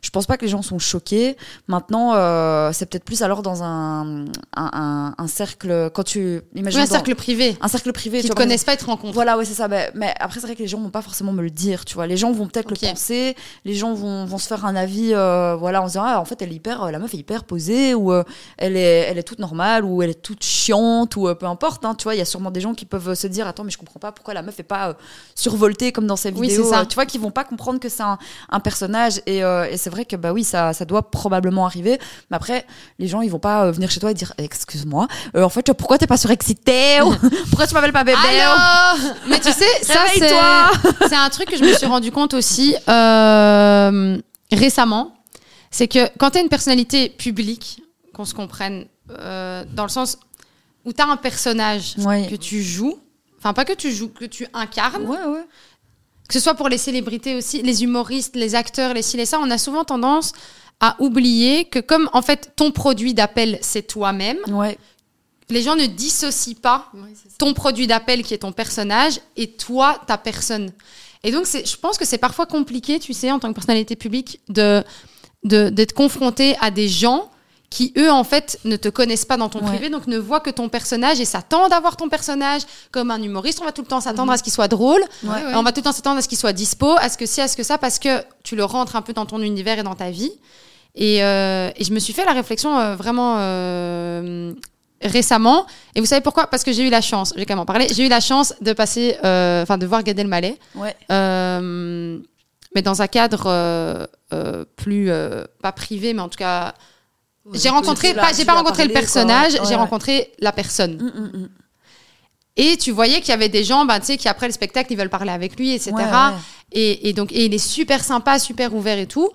C: je pense pas que les gens sont choqués. Maintenant, euh, c'est peut-être plus alors dans un un, un- un cercle quand tu imagines
A: Oui, un
C: dans-
A: cercle privé.
C: un cercle privé.
A: Qui
C: tu
A: te
C: vois, par
A: connaissent pas et te rencontrent.
C: voilà, ouais, c'est ça. Ben, mais après, c'est vrai que les gens vont pas forcément me le dire, tu vois. Les gens vont peut-être
A: Ok.
C: le penser, les gens vont, vont se faire un avis, euh, voilà, en se disant, ah, en fait, elle est hyper, euh, la meuf est hyper posée, ou euh, elle, est, elle est toute normale, ou elle est toute chiante, ou euh, peu importe, hein, tu vois. Il y a sûrement des gens qui peuvent euh, se dire, attends, mais je comprends pas pourquoi la meuf est pas euh, survoltée comme dans ses
A: Oui,
C: vidéos,
A: c'est ça.
C: euh, tu vois, qui vont pas comprendre que c'est un, un personnage. Et, euh, et c'est vrai que, bah oui, ça, ça doit probablement arriver. Mais après, les gens, ils vont pas euh, venir chez toi et dire, excuse-moi, euh, en fait, tu vois, pourquoi t'es pas surexcitée, ou pourquoi tu m'appelles pas bébé,
A: Ah
C: Ou-
A: Allô Mais tu sais, ça c'est
C: ben, oh. Réveille-toi
A: c'est un truc que je me suis rendu compte aussi euh, récemment, c'est que quand tu as une personnalité publique, qu'on se comprenne, euh, dans le sens où tu as un personnage
C: Ouais.
A: que tu joues, enfin pas que tu joues, que tu incarnes,
C: Ouais, ouais.
A: que ce soit pour les célébrités aussi, les humoristes, les acteurs, les ci, les ça, on a souvent tendance à oublier que comme en fait ton produit d'appel c'est toi-même,
C: Ouais.
A: les gens ne dissocient pas
B: Ouais, c'est ça.
A: ton produit d'appel qui est ton personnage et toi ta personne. Et donc c'est- je pense que c'est parfois compliqué, tu sais, en tant que personnalité publique, de de- d'être confronté à des gens qui eux en fait ne te connaissent pas dans ton
C: Ouais.
A: privé, donc ne voient que ton personnage et s'attendent à voir ton personnage comme un humoriste. On va tout le temps s'attendre à ce qu'il soit drôle,
B: Ouais, ouais.
A: on va tout le temps s'attendre à ce qu'il soit dispo, à ce que si, à ce que ça, parce que tu le rentres un peu dans ton univers et dans ta vie. Et, euh, et je me suis fait la réflexion euh, vraiment euh, récemment. Et vous savez pourquoi Parce que j'ai eu la chance, j'ai quand même en parlé, j'ai eu la chance de passer, euh, enfin de voir Gad Elmaleh,
C: Ouais.
A: euh, mais dans un cadre euh, euh, plus, euh, pas privé, mais en tout cas, j'ai rencontré,
C: tu l'as-
A: pas,
C: tu
A: j'ai pas
C: l'as
A: rencontré le
C: parlé, quoi.
A: personnage,
C: Ouais,
A: j'ai
C: ouais.
A: rencontré la personne.
C: Mm,
A: Et tu voyais qu'il y avait des gens, ben, tu sais, qui après le spectacle, ils veulent parler avec lui, etc.
C: Ouais, ouais.
A: Et, et donc, et il est super sympa, super ouvert et tout.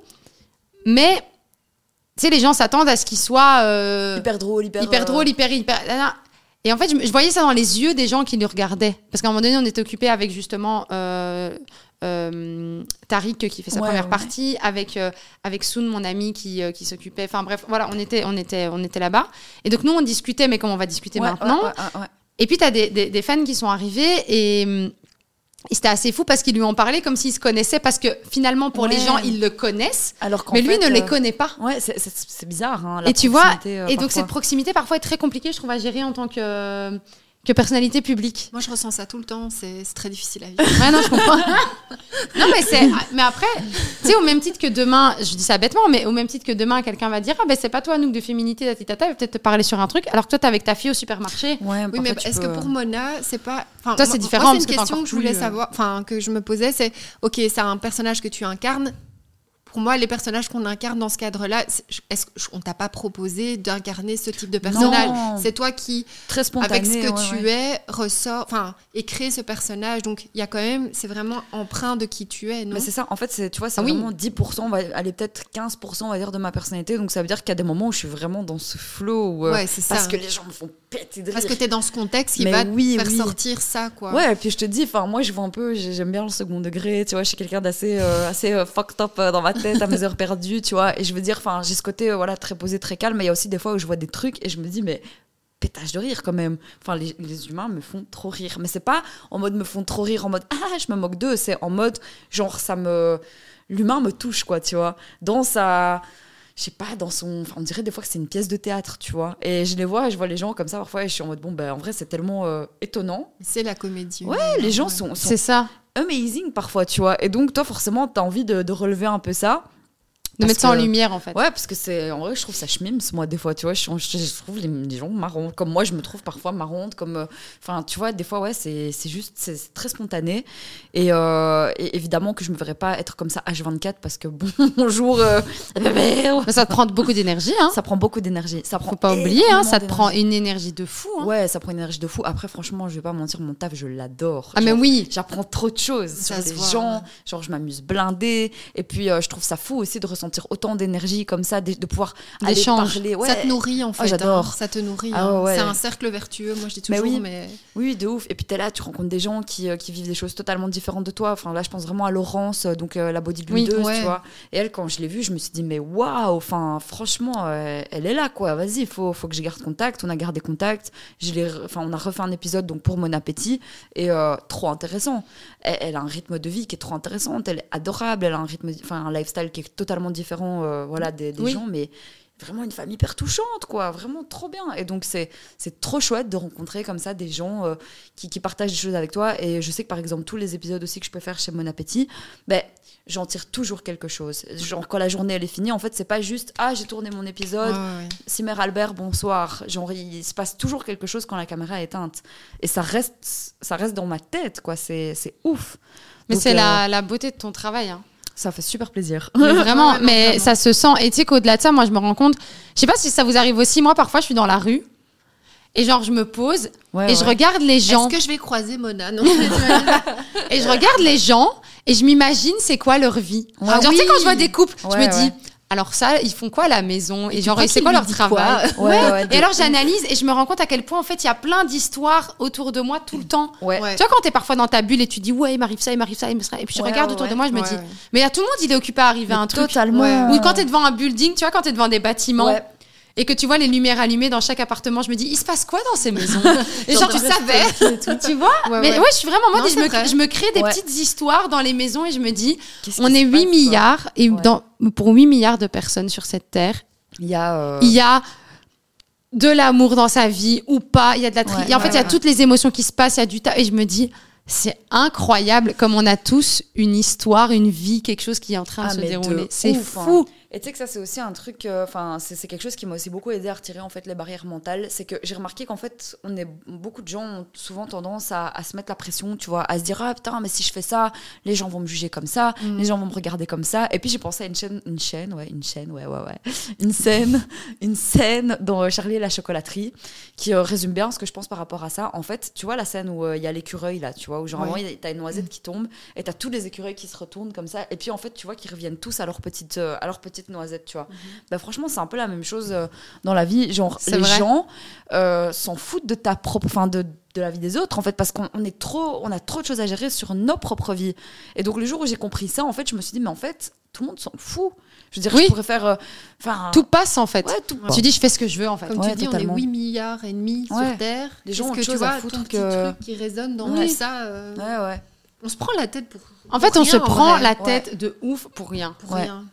A: Mais, tu sais, les gens s'attendent à ce qu'il soit euh, hyper,
C: Hyper drôle, hyper.
A: drôle, hyper, hyper. nanana. Et en fait, je, me- je voyais ça dans les yeux des gens qui le regardaient. Parce qu'à un moment donné, on était occupé avec justement euh, euh, Tariq qui fait sa
C: Ouais,
A: première
C: ouais.
A: partie, avec, euh, avec Soun, mon ami, qui, euh, qui s'occupait. Enfin bref, voilà, on était, on était, on était là-bas. Et donc, nous, on discutait, mais comme on va discuter
C: Ouais, ouais,
A: maintenant.
C: ouais, ouais, ouais.
A: Et puis, tu as des, des- des fans qui sont arrivés et, hum, et c'était assez fou parce qu'ils lui ont parlé comme s'ils se connaissaient parce que finalement, pour les
C: Ouais.
A: gens, ils le connaissent,
C: Alors qu'en
A: mais lui
C: fait,
A: ne les
C: euh,
A: connaît pas.
C: Ouais, c'est- c'est c'est bizarre. hein, la
A: Et tu vois,
C: proximité, euh,
A: et donc
C: parfois.
A: cette proximité parfois est très compliquée, je trouve, à gérer en tant que, que personnalité publique.
B: Moi, je ressens ça tout le temps. C'est c'est très difficile à vivre.
A: Ouais, non, je comprends. non, mais, c'est, mais après, tu sais, au même titre que demain, je dis ça bêtement, mais au même titre que demain, quelqu'un va dire Ah, ben c'est pas toi, Nook, de féminité, tatitata, elle va peut-être te parler sur un truc, alors que toi, t'es avec ta fille au supermarché.
C: Ouais,
B: Oui,
C: parfois,
B: mais
C: tu
B: est-ce
C: peux- euh,
B: que pour Mona, c'est pas.
A: Toi,
B: enfin, moi-
A: c'est
B: moi,
A: différent, parce
B: C'est
A: que t'es
B: une question
A: encore
B: que je voulais
A: plus, euh,
B: savoir, enfin, que je me posais, c'est ok, c'est un personnage que tu incarnes. Pour moi, les personnages qu'on incarne dans ce cadre-là, c'est- est-ce qu'on t'a pas proposé d'incarner ce type de personnage
C: Non.
B: C'est toi qui,
C: très spontané.
B: avec ce que
C: ouais,
B: tu
C: ouais.
B: es, ressort, enfin, et crée ce personnage. Donc, il y a quand même, c'est vraiment empreint de qui tu es, non
C: Mais c'est ça, en fait, c'est- tu vois, c'est
A: Ah oui.
C: vraiment 10%, on va aller peut-être 15%, on va dire, de ma personnalité. Donc ça veut dire qu'il y a des moments où je suis vraiment dans ce flow. Où, euh,
B: Ouais, c'est ça.
C: parce que les gens me font péter de rire.
B: Parce que tu es dans ce contexte qui
C: Mais
B: va
C: oui,
B: te faire
C: oui.
B: sortir ça, quoi.
C: Ouais, et puis je te dis, enfin moi je vois un peu, j'ai- j'aime bien le second degré, tu vois, je suis quelqu'un d'assez euh, assez euh, fucked up euh, dans ma tête à mes heures perdues, tu vois, et je veux dire, enfin j'ai ce côté euh, voilà très posé, très calme, mais il y a aussi des fois où je vois des trucs et je me dis mais pétage de rire quand même. Enfin les, les humains me font trop rire, mais c'est pas en mode me font trop rire en mode ah je me moque d'eux, c'est en mode genre ça me l'humain me touche quoi, tu vois, dans sa je sais pas, dans son. Enfin, on dirait des fois que c'est une pièce de théâtre, tu vois. Et je les vois, je vois les gens comme ça parfois et je suis en mode, bon, ben en vrai, c'est tellement euh, étonnant.
B: C'est la comédie.
C: Ouais, les gens sont. sont
A: C'est ça.
C: amazing parfois, tu vois. Et donc, toi, forcément, t'as envie de, de relever un peu ça.
A: De
C: Parce
A: mettre ça en
C: que-
A: lumière, en fait.
C: Ouais, parce que c'est. En vrai, je trouve ça chmime, moi, des fois, tu vois. Je, je- je trouve les, les gens marrons. Comme moi, je me trouve parfois marrante. Comme. euh, Enfin, tu vois, des fois, ouais, c'est c'est juste. C'est c'est très spontané. Et, euh, et évidemment que je me verrais pas être comme ça H24 parce que, bon, bonjour. euh,
A: Mais ça te prend beaucoup d'énergie, hein.
C: ça prend beaucoup d'énergie. Ça prend
A: Faut pas oublier, hein, ça te prend
C: énormément
A: une énergie de fou. hein.
C: Ouais, ça prend une énergie de fou. Après, franchement, je vais pas mentir, mon taf, je l'adore.
A: Ah, mais
C: Genre,
A: oui.
C: J'apprends trop de choses
B: Ça
C: sur
B: se
C: les
B: voit,
C: gens. Genre, je m'amuse blindée. Et puis, euh, je trouve ça fou aussi de ressentir autant d'énergie comme ça, de, de pouvoir aller
A: D'échange.
C: parler. Ouais.
B: Ça te nourrit en fait. hein.
C: j'adore.
B: Ça te nourrit.
C: Ah
B: hein.
C: ouais.
B: C'est un cercle vertueux. Moi, je dis
C: Mais
B: toujours, mais,
C: oui. Oui, de ouf. Et puis, t'es là, tu rencontres des gens qui, euh, qui vivent des choses totalement différentes de toi. Enfin, là, je pense vraiment à Laurence, euh, donc euh, la bodybuildeuse,
B: Oui, ouais.
C: tu vois. Et elle, quand je l'ai vue, je me suis dit, mais waouh, enfin, franchement, euh, elle est là, quoi. Vas-y, il faut, faut que je garde contact. On a gardé contact. Je l'ai re- enfin, on a refait un épisode donc pour Mon Appétit. Et euh, trop intéressant. Elle, elle a un rythme de vie qui est trop intéressant. Elle est adorable. Elle a un rythme, enfin, un lifestyle qui est totalement différent euh, voilà, des, des
A: Oui.
C: gens, mais vraiment une famille hyper touchante, quoi. Vraiment trop bien. Et donc, c'est c'est trop chouette de rencontrer comme ça des gens euh, qui, qui partagent des choses avec toi. Et je sais que par exemple, tous les épisodes aussi que je peux faire chez Mon Appétit, ben, j'en tire toujours quelque chose. Genre, quand la journée elle est finie, en fait, c'est pas juste Ah, j'ai tourné mon épisode, Simer Albert, bonsoir. Genre, il se passe toujours quelque chose quand la caméra est éteinte. Et ça reste, ça reste dans ma tête, quoi. C'est c'est ouf.
A: Mais
C: Donc,
A: c'est
C: euh,
A: la, la beauté de ton travail. Hein.
C: Ça fait super plaisir.
A: Mais vraiment,
B: Ouais, non,
A: mais
B: vraiment.
A: ça se sent. Et tu sais qu'au-delà de ça, moi, je me rends compte. Je sais pas si ça vous arrive aussi. Moi, parfois, je suis dans la rue et genre, je me pose
C: Ouais,
A: et je
C: ouais.
A: regarde les gens
B: Est-ce que je vais croiser Mona Non.
A: et je regarde les gens et je m'imagine c'est quoi leur vie.
C: Ouais.
A: genre,
C: Ah
A: tu sais
C: oui.
A: quand je vois des couples, je
C: Ouais,
A: me dis.
C: ouais.
A: Alors ça, ils font quoi à la maison Et, genre,
B: crois
A: et c'est
B: qu'il
A: quoi
B: lui
A: leur
B: dit
A: travail
C: quoi Ouais, ouais, de
A: Et alors
C: ouf.
A: j'analyse et je me rends compte à quel point en fait il y a plein d'histoires autour de moi tout le temps.
C: Ouais.
B: Ouais.
A: Tu vois quand t'es parfois dans ta bulle et tu dis ouais il m'arrive ça, il m'arrive ça, il me ça, et puis je
C: Ouais,
A: regarde
C: ouais,
A: autour de
C: ouais.
A: moi, je me
B: Ouais,
A: dis
B: ouais.
A: mais à tout le monde il est occupé à arriver à un truc.
C: Totalement.
B: Ouais.
A: Ou quand t'es devant un building, tu vois quand t'es devant des bâtiments.
C: Ouais.
A: Et que tu vois les lumières allumées dans chaque appartement, je me dis, il se passe quoi dans ces maisons Et genre, tu savais, tu vois Mais ouais, je suis vraiment en mode,
B: Non,
A: et je,
B: c'est
A: me,
B: vrai.
A: je me crée des
C: Ouais.
A: petites histoires dans les maisons et je me dis,
C: Qu'est-ce
A: on
C: qui
A: est
C: se
A: 8
C: passe, quoi
A: milliards, et
C: Ouais.
A: dans, pour 8 milliards de personnes sur cette terre,
C: Il y a. euh,
A: il y a de l'amour dans sa vie ou pas, il y a de la tri-
C: Ouais,
A: et en fait,
B: ouais,
A: il y a
B: ouais.
A: toutes les émotions qui se passent, il y a du tas et je me dis c'est incroyable comme on a tous une histoire, une vie, quelque chose qui est en train
C: Ah,
A: de se
C: mais de
A: dérouler. C'est
C: ouf, hein.
A: fou.
C: Et tu sais que ça, c'est aussi un truc, euh, enfin, c'est c'est quelque chose qui m'a aussi beaucoup aidé à retirer en fait les barrières mentales. C'est que j'ai remarqué qu'en fait, on est beaucoup de gens ont souvent tendance à, à se mettre la pression, tu vois, à se dire ah putain, mais si je fais ça, les gens vont me juger comme ça, les gens vont me regarder comme ça. Et puis j'ai pensé à une chaîne, une chaîne, ouais, une chaîne, ouais, ouais, ouais, une scène, une scène dans euh, Charlie et la chocolaterie qui euh, résume bien ce que je pense par rapport à ça. En fait, tu vois la scène où euh, il y a l'écureuil là, tu vois, où genre
B: Ouais.
C: vraiment, il y a- t'as une noisette qui tombe et t'as tous les écureuils qui se retournent comme ça. Et puis en fait, tu vois qu'ils reviennent tous à leur petite, euh, à leur petite noisette, tu vois. Bah, franchement, c'est un peu la même chose euh, dans la vie. Genre,
A: Mhm. C'est
C: les
A: vrai.
C: gens euh, s'en foutent de ta propre, enfin de, de la vie des autres en fait, parce qu'on on est trop, on a trop de choses à gérer sur nos propres vies. Et donc le jour où j'ai compris ça, en fait, je me suis dit mais en fait, tout le monde s'en fout. Je veux dire,
A: Oui.
C: je pourrais faire, euh, enfin,
A: Tout passe en fait.
C: ouais, tout.
A: Tu dis je fais ce que je veux en fait.
B: Comme
C: Ouais,
B: tu dis,
C: totalement.
B: on est 8 milliards et demi
C: Ouais.
B: sur Terre.
C: Les
B: Qu'est-ce
C: gens ont
B: que
C: autre
B: tu
C: chose à
B: vois,
C: foutre
B: ton petit
C: que-
B: truc qui résonne dans
C: Oui.
B: tout ça. euh,
C: Ouais, ouais.
B: On se prend la tête pour.
A: En fait,
B: pour
A: on
B: rien,
A: se
B: en
A: prend
B: vrai.
A: la
B: Ouais.
A: tête de ouf pour rien.
B: Pour
C: Ouais.
B: rien.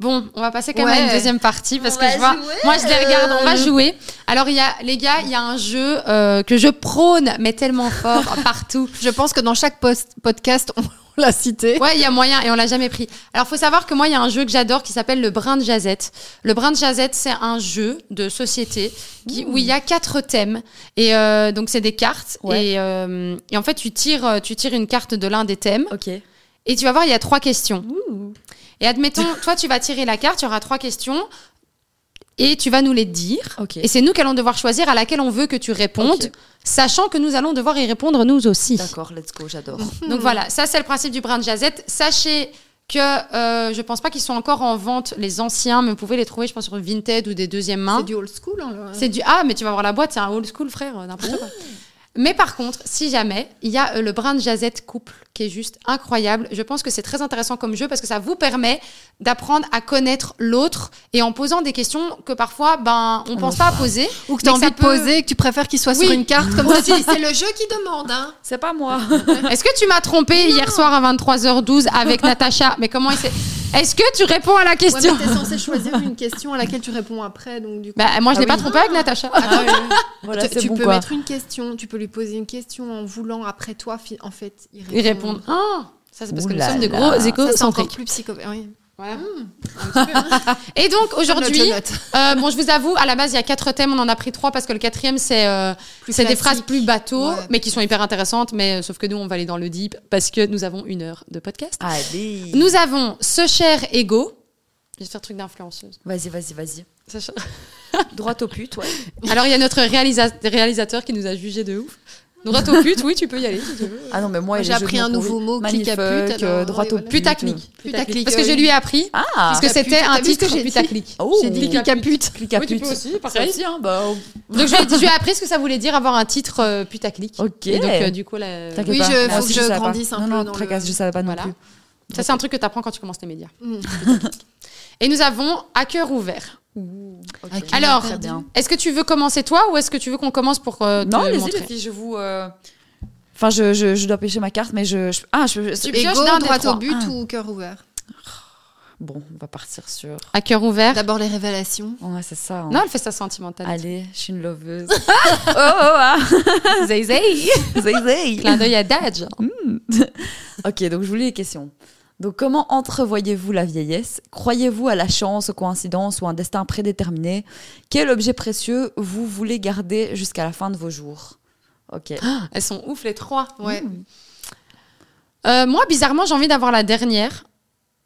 A: Bon, on va passer quand
B: Ouais.
A: même à une deuxième partie parce
B: On
A: que
B: va
A: je vois.
B: jouer. Euh.
A: Moi, je les regarde, on va jouer. Alors, il y a, les gars, il y a un jeu euh, que je prône, mais tellement fort partout.
B: Je pense que dans chaque post- podcast, on l'a cité.
A: Ouais, il y a moyen et on l'a jamais pris. Alors, faut savoir que moi, il y a un jeu que j'adore qui s'appelle le brin de jazette. Le brin de jazette, c'est un jeu de société qui- où il y a quatre thèmes et euh, donc c'est des cartes
C: Ouais.
A: et, euh, et en fait tu tires euh, tu tires une carte de l'un des thèmes
C: Ok.
A: et tu vas voir il y a trois questions. Et admettons, toi tu vas tirer la carte, il y aura trois questions et tu vas nous les dire.
C: Ok.
A: Et c'est nous qui allons devoir choisir à laquelle on veut que tu répondes,
C: Ok.
A: sachant que nous allons devoir y répondre nous aussi.
C: D'accord, Hmm. let's go, j'adore.
A: Donc voilà, ça c'est le principe du brin de jazette. Sachez que euh, je pense pas qu'ils sont encore en vente les anciens, mais vous pouvez les trouver, je pense, sur Vinted ou des deuxièmes
B: C'est
A: mains.
B: du old school. hein, le-
A: C'est du ah, mais tu vas voir la boîte, c'est un old school frère, euh, n'importe quoi. Mais par contre, si jamais il y a euh, le brin de jazette couple qui est juste incroyable. Je pense que c'est très intéressant comme jeu parce que ça vous permet d'apprendre à connaître l'autre et en posant des questions que parfois ben on pense pas à poser
D: ou que tu as envie de poser et que tu préfères qu'il soit
A: Oui.
D: sur une carte comme ça.
B: Comme tu dis, c'est le jeu qui demande. Hein.
C: C'est pas moi.
A: Est-ce que tu m'as trompé hier soir à 23h12 avec Natacha Mais comment il s'est Est-ce que tu réponds à la
B: Ouais,
A: question
B: mais t'es censé choisir une question à laquelle tu réponds après, donc du coup.
A: Bah, moi je
C: Ah
A: l'ai pas
C: oui.
A: trompé avec Natacha.
B: Ah ouais.
C: Voilà,
B: tu
C: c'est
B: tu
C: bon
B: peux
C: quoi.
B: mettre une question, tu peux lui poser une question en voulant après toi, fi- en fait, il répond.
A: Ils répondent Ah Ça c'est parce que nous
C: Ouh là
A: sommes des
C: là.
A: gros
C: Ça,
B: Ça,
C: c'est
B: c'est encore
A: égocentriques.
B: plus psycho. Oui.
A: Voilà.
B: hein.
A: Et donc aujourd'hui,
B: Je note, je note.
A: euh, bon je vous avoue, à la base il y a quatre thèmes, on en a pris trois parce que le quatrième c'est euh,
B: Plus
A: c'est des
B: classique.
A: phrases plus bateaux,
B: Ouais.
A: mais qui sont hyper intéressantes. Mais euh, sauf que nous on va aller dans le deep parce que nous avons une heure de podcast.
C: Allez.
A: Nous avons ce cher ego. Je vais faire truc d'influenceuse.
C: Vas-y, vas-y, vas-y.
A: Ce cher-
C: Droite au pute, ouais.
A: Alors, il y a notre réalisa- réalisateur qui nous a jugé de ouf. Droite au pute, oui, tu peux y aller. si tu veux.
C: Ah non, mais moi,
B: J'ai appris un nouveau mot, clic à pute,
C: Magnifique, euh,
B: alors,
C: droite
B: oui,
C: au
B: voilà.
C: pute.
A: Putaclic.
B: Putaclic,
A: Parce que
B: oui.
A: je lui ai appris.
C: Ah
A: Parce que c'était
B: pute,
A: un
B: t'as vu ce
A: titre
B: que j'ai dit
A: putaclic.
C: Oh.
A: J'ai dit clic à pute.
C: clic à
A: Oui, tu
C: pute.
A: peux aussi, pareil.
C: Ça tient, bah, oh.
A: Donc, je lui, ai, dit- je lui ai appris ce que ça voulait dire avoir un titre euh, putaclic.
C: Ok.
A: Et donc, euh, du coup, là,
C: T'inquiète
B: Oui,
C: pas.
B: je-
C: Moi
B: faut
C: aussi,
B: que je
C: savais pas.
B: grandisse un
C: non,
B: peu
C: Non,
B: dans
C: non,
B: le-
C: tracasse, je savais pas non
A: Voilà.
C: plus.
A: ça, c'est un truc que t'apprends quand tu commences tes médias.
B: Mm.
A: Et nous avons à cœur ouvert.
B: Ok.
A: Alors,
B: Très
C: bien.
A: est-ce que tu veux commencer toi ou est-ce que tu veux qu'on commence pour euh, te
C: Non, les
A: montrer
C: filles, je vous. euh, Enfin, je, je, je dois pêcher ma carte, mais je. je- Ah, je. je-
A: Tu pioches
B: Ego,
A: d'un des
B: droit
A: trois.
B: au but
C: Ah.
B: ou cœur ouvert
C: Bon, on va partir sur.
A: À cœur ouvert.
B: D'abord les révélations.
C: Ouais, c'est ça. hein.
A: Non, elle fait ça sentimentale.
C: Allez, je suis une loveuse. oh, oh, ah
A: Zay, zay.
C: Zay, zay.
A: Clin d'œil à Daj.
C: Ok, donc je vous lis les questions. Donc, comment entrevoyez-vous la vieillesse Croyez-vous à la chance, aux coïncidences ou à un destin prédéterminé Quel objet précieux vous voulez garder jusqu'à la fin de vos jours Ok.
A: Elles sont ouf les trois.
B: Ouais.
A: Hmm. Euh, moi, bizarrement, j'ai envie d'avoir la dernière.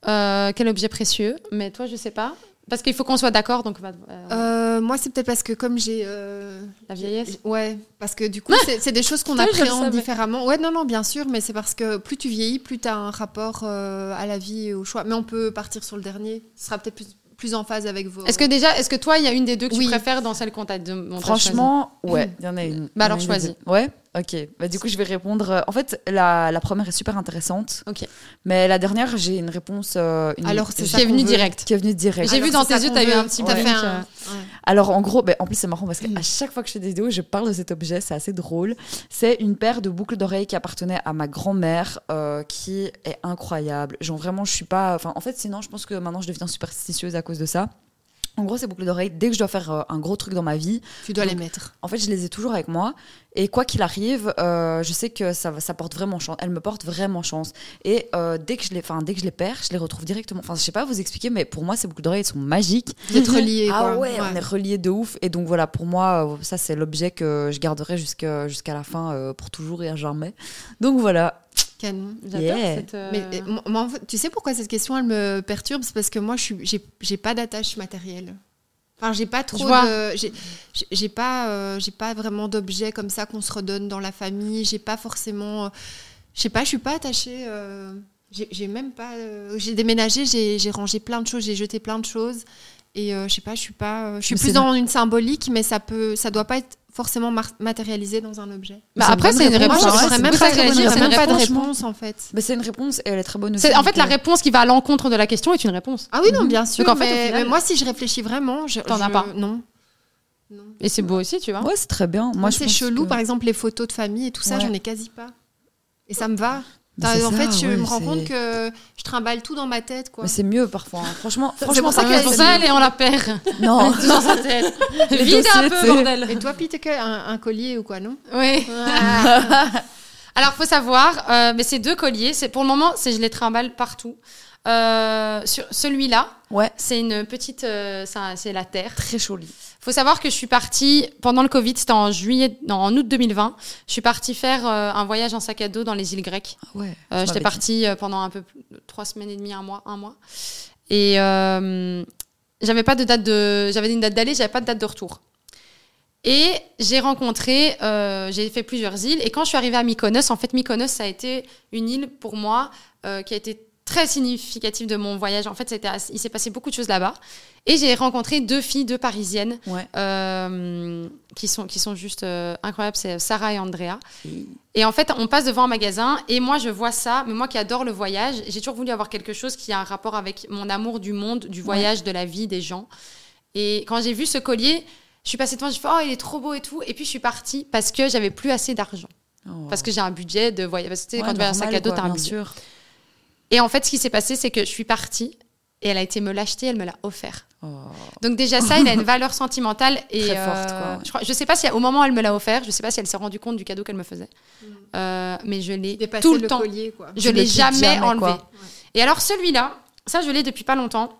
A: Euh, quel objet précieux Mais toi, je sais pas. Parce qu'il faut qu'on soit d'accord, donc bah, euh,
B: Euh, moi, c'est peut-être parce que comme j'ai. euh,
A: la vieillesse.
B: Ouais, parce que du coup, c'est- c'est des choses qu'on
A: Ouais, je le
B: appréhende
A: savais.
B: différemment. Ouais, non, non, bien sûr, mais c'est parce que plus tu vieillis, plus tu as un rapport euh, à la vie et au choix. Mais on peut partir sur le dernier. Ce sera peut-être plus, plus en phase avec vos.
A: Est-ce que déjà, est-ce que toi, il y a une des deux que
B: Oui.
A: tu préfères dans celle qu'on t'a de- on t'a
C: Franchement, ouais, il y en a
A: Bah
C: une. Il y en a
A: alors,
C: une
A: choisis.
C: des deux. Ouais, ok. Bah, du coup, je vais répondre. euh, En fait, la, la première est super intéressante.
A: Ok.
C: Mais la dernière, j'ai une réponse. euh, une-
B: Alors, c'est
A: choisie
B: ça
A: qui est
B: qu'on
A: venue
B: veut.
A: direct.
C: Qui est venue direct.
A: J'ai
B: Alors,
A: vu dans
B: c'est ça
A: tes yeux,
B: qu'on
A: t'as eu
B: veut.
A: un petit
B: T'as
A: blink,
B: fait un-
A: euh.
B: ouais.
C: Alors en gros, ben, en plus c'est marrant parce qu'à chaque fois que je fais des vidéos, je parle de cet objet, c'est assez drôle. C'est une paire de boucles d'oreilles qui appartenait à ma grand-mère, euh, qui est incroyable. Genre vraiment, je suis pas. Enfin, en fait, sinon, je pense que maintenant je deviens superstitieuse à cause de ça. En gros, ces boucles d'oreilles, dès que je dois faire euh, un gros truc dans ma vie,
B: Tu dois
C: Donc,
B: les mettre.
C: en fait, je les ai toujours avec moi. Et quoi qu'il arrive, euh, je sais que ça, va- ça porte vraiment chance. Elles me portent vraiment chance. Et euh, dès, que je les, enfin, dès que je les perds, je les retrouve directement. Enfin, je sais pas vous expliquer, mais pour moi, ces boucles d'oreilles, elles sont magiques.
B: D'être lié.
C: Ah
B: quoi.
C: ouais, on est reliés de ouf. Et donc voilà, pour moi, euh, ça c'est l'objet que je garderai jusqu'à jusqu'à la fin, euh, pour toujours et à jamais. Donc voilà.
B: Canon.
A: J'adore
C: Yeah.
A: cette. euh,
B: Mais euh, moi, moi, en fait, tu sais pourquoi cette question elle me perturbe C'est parce que moi je suis- j'ai j'ai pas d'attache matérielle. Enfin, j'ai pas trop
A: vois.
B: de- j'ai- j'ai- J'ai pas, euh, j'ai pas vraiment d'objets comme ça qu'on se redonne dans la famille. J'ai pas forcément. euh, je sais pas, je suis pas attachée. euh, j'ai j'ai même pas. euh, j'ai déménagé, j'ai j'ai rangé plein de choses, j'ai jeté plein de choses. Et euh, je sais pas, je suis pas. euh, je suis
C: Mais
B: plus
C: c'est
B: dans une symbolique, mais ça peut, ça doit pas être forcément mar- matérialisé dans un objet.
A: Bah,
C: c'est
A: après,
C: une
A: c'est une
C: bonne
A: réponse.
C: réponse.
A: hein.
C: Moi,
B: je
C: je
A: C'est
B: saurais même
A: pour
B: pas,
A: ça que j'ai dit,
B: répondre,
A: c'est
B: j'aurais
A: une
B: même pas de
A: réponse.
B: réponse en fait.
C: Mais c'est une réponse et elle est très bonne aussi.
A: C'est- En fait,
C: donc,
A: la
C: euh,
A: réponse qui va à l'encontre de la question est une réponse.
B: Ah oui, non, bien sûr.
A: Donc, en fait,
B: mais,
A: au final-
B: mais moi, si je réfléchis vraiment, je.
A: T'en
B: je-
A: as pas.
B: Non. Non.
A: Et c'est beau aussi, tu vois.
C: Ouais, c'est très bien. Moi,
B: Moi,
C: je
B: c'est
C: pense
B: chelou,
C: que-
B: par exemple, les photos de famille et tout ça,
C: Ouais.
B: j'en ai quasi pas. Et ça me va.
C: Mais
B: T'as-
C: c'est
B: en
C: ça,
B: fait, je
C: ouais,
B: me rends
C: c'est-
B: compte que je trimballe tout dans ma tête, quoi.
C: Mais c'est mieux parfois. hein. Franchement,
A: C'est
C: franchement,
A: pour ça
C: c'est
A: qu'elles ont
C: mieux.
A: ça, elle et on la perd.
C: Non.
A: Tout dans sa tête.
C: Les
A: Vide un
C: dossiers,
A: peu,
C: t'sais.
A: bordel.
B: Et toi, Pete, que- un, un collier ou quoi, non
A: Oui. Alors, faut savoir, euh, mais ces deux colliers, c'est pour le moment, c'est je les trimballe partout. Euh, sur celui-là,
C: Ouais.
A: c'est une petite, euh, c'est un- c'est la terre.
C: Très joli.
A: Faut savoir que je suis partie pendant le Covid, c'était en juillet, non, en août 2020. Je suis partie faire euh, un voyage en sac à dos dans les îles grecques.
C: Ouais.
A: Euh, J'étais partie euh, pendant un peu plus- trois semaines et demie, un mois, un mois. Et euh, j'avais pas de date de, j'avais une date d'aller, j'avais pas de date de retour. Et j'ai rencontré, euh, j'ai fait plusieurs îles. Et quand je suis arrivée à Mykonos, en fait, Mykonos ça a été une île pour moi euh, qui a été très significatif de mon voyage. En fait, il s'est passé beaucoup de choses là-bas. Et j'ai rencontré deux filles, deux parisiennes,
C: Ouais.
A: euh, qui, sont, qui sont juste euh, incroyables. C'est Sarah et Andrea. Et en fait, on passe devant un magasin et moi, je vois ça. Mais moi qui adore le voyage, j'ai toujours voulu avoir quelque chose qui a un rapport avec mon amour du monde, du voyage, de la vie, des gens. Et quand j'ai vu ce collier, je suis passée devant, j'ai fait Oh, il est trop beau et tout. Et puis, je suis partie parce que j'avais plus assez d'argent.
C: Oh.
A: Parce que j'ai un budget de voyage. Parce que tu sais,
C: Ouais,
A: quand tu vas à un sac
C: normal,
A: à dos,
C: quoi,
A: t'as un
C: bien
A: budget.
C: sûr.
A: Et en fait, ce qui s'est passé, c'est que je suis partie et elle a été me l'acheter, elle me l'a offert.
C: Oh.
A: Donc déjà ça, il a une valeur sentimentale et euh,
C: Très forte, quoi, ouais.
A: je, crois- je sais pas si au moment où elle me l'a offert, je sais pas si elle s'est rendue compte du cadeau qu'elle me faisait,
C: Mm.
A: Euh, mais je l'ai
B: Dépasser
A: tout le,
B: le
A: temps,
B: collier, quoi.
A: je
C: Tu le
A: l'ai
C: quittes
A: jamais,
C: jamais,
A: enlevé.
C: quoi.
A: Et alors celui-là, ça je l'ai depuis pas longtemps.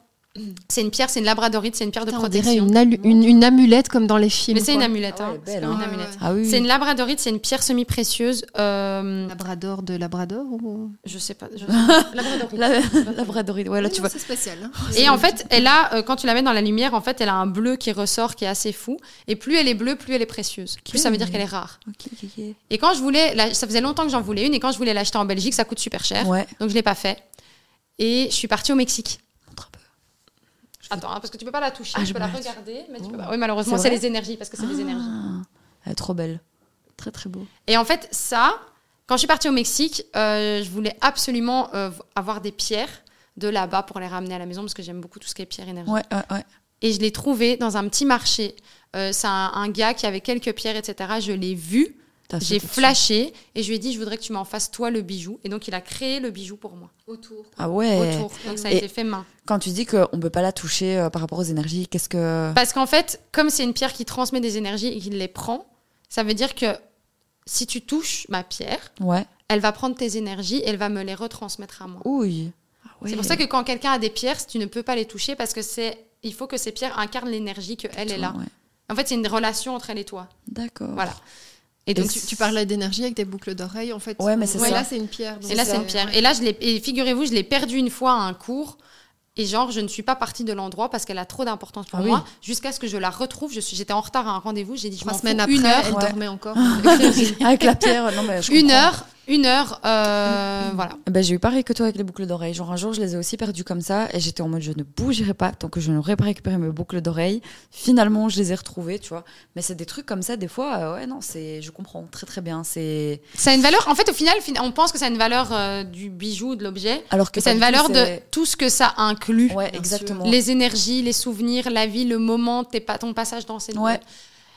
A: C'est une pierre, c'est une labradorite, c'est une pierre de
D: Putain, on dirait
A: protection.
D: une, alu- une- une amulette comme dans les films.
A: Mais c'est une
D: quoi.
A: amulette,
C: Ah ouais,
A: hein.
C: belle,
A: C'est
C: hein.
A: une
B: Ouais,
A: amulette.
B: ouais.
C: Ah oui.
A: C'est une labradorite, c'est une pierre semi-précieuse. euh,
C: Ah.
D: Labrador de Labrador ou...
A: je sais pas. je-
C: La, la Bradorite. Ouais, là,
B: Oui,
C: tu
B: non,
C: vois.
B: C'est spécial. hein.
A: Et en fait, elle a, euh, quand tu la mets dans la lumière, en fait, elle a un bleu qui ressort, qui est assez fou. Et plus elle est bleue, plus elle est précieuse. Plus ça veut dire qu'elle est rare.
C: Ok, ok, ok.
A: Et quand je voulais, la- ça faisait longtemps que j'en voulais une, et quand je voulais l'acheter en Belgique, ça coûte super cher.
C: Ouais.
A: Donc je l'ai pas fait. Et je suis partie au Mexique. Attends, hein, parce que tu peux pas la toucher,
C: Ah,
A: tu
C: je
A: peux
C: me
A: la
C: la-
A: regarder, mais tu
C: Oh.
A: peux pas. Oui, malheureusement,
C: C'est
A: c'est
C: vrai
A: les énergies, parce que c'est des énergies.
C: Ah, elle est trop belle. Très, très beau.
A: Et en fait, ça, quand je suis partie au Mexique, euh, je voulais absolument euh, avoir des pierres de là-bas pour les ramener à la maison, parce que j'aime beaucoup tout ce qui est pierre énergie.
C: Ouais, ouais, ouais.
A: et je l'ai trouvé dans un petit marché. Euh, c'est un, un gars qui avait quelques pierres, etc. Je l'ai vu,
C: T'as
A: j'ai
C: sauté dessus.
A: flashé et je lui ai dit je voudrais que tu m'en fasses toi le bijou. Et donc il a créé le bijou pour moi
B: Autour.
C: Ah ouais.
A: autour. Donc ça a
C: Et-
A: été fait main.
C: Quand tu dis qu'on ne peut pas la toucher euh, par rapport aux énergies, qu'est-ce que.
A: Parce qu'en fait, comme c'est une pierre qui transmet des énergies et qu'il les prend, ça veut dire que si tu touches ma pierre,
C: Ouais.
A: elle va prendre tes énergies et elle va me les retransmettre à moi.
C: Ouille. Ah ouais.
A: C'est pour ça que quand quelqu'un a des pierres, tu ne peux pas les toucher parce que c'est il faut que ces pierres incarnent l'énergie que elle est là.
C: Ouais.
A: En fait, c'est une relation entre elle et toi.
C: D'accord.
A: Voilà. Et
B: Donc
A: donc
B: tu, tu parlais d'énergie avec des boucles d'oreilles, en fait.
C: Ouais, mais c'est
A: ça.
B: là, c'est une pierre. donc
A: Et là, c'est une pierre. Et là, je l'ai. Et figurez-vous, je l'ai perdue une fois à un cours. Et genre, je ne suis pas partie de l'endroit parce qu'elle a trop d'importance pour
C: Ah oui.
A: moi. Jusqu'à ce que je la retrouve. Je suis. J'étais en retard à un rendez-vous. J'ai dit je
B: Trois
A: m'en fous.
B: semaines après,
A: une heure,
B: elle
C: Ouais. Ah,
B: dormait encore.
C: Avec la pierre, non mais je
A: une
C: comprends.
A: heure, une heure. euh, voilà.
C: Ben, j'ai eu pareil que toi avec les boucles d'oreilles. Genre un jour, je les ai aussi perdues comme ça et j'étais en mode je ne bougerai pas tant que je n'aurai pas récupéré mes boucles d'oreilles. Finalement, je les ai retrouvées, tu vois. Mais c'est des trucs comme ça, des fois, euh, ouais, non, c'est, je comprends très très bien. C'est
A: Ça a une valeur. En fait, au final, fin- on pense que ça a une valeur euh, du bijou, de l'objet.
C: alors que
A: Mais ça a
C: pas
A: une
C: du
A: valeur
C: tout,
A: de
C: c'est-
A: tout ce que ça inclut.
C: Ouais,
B: sûr.
C: exactement.
A: Les énergies, les souvenirs, la vie, le moment, tes pa- ton passage dans cette
C: Ouais.
A: vie.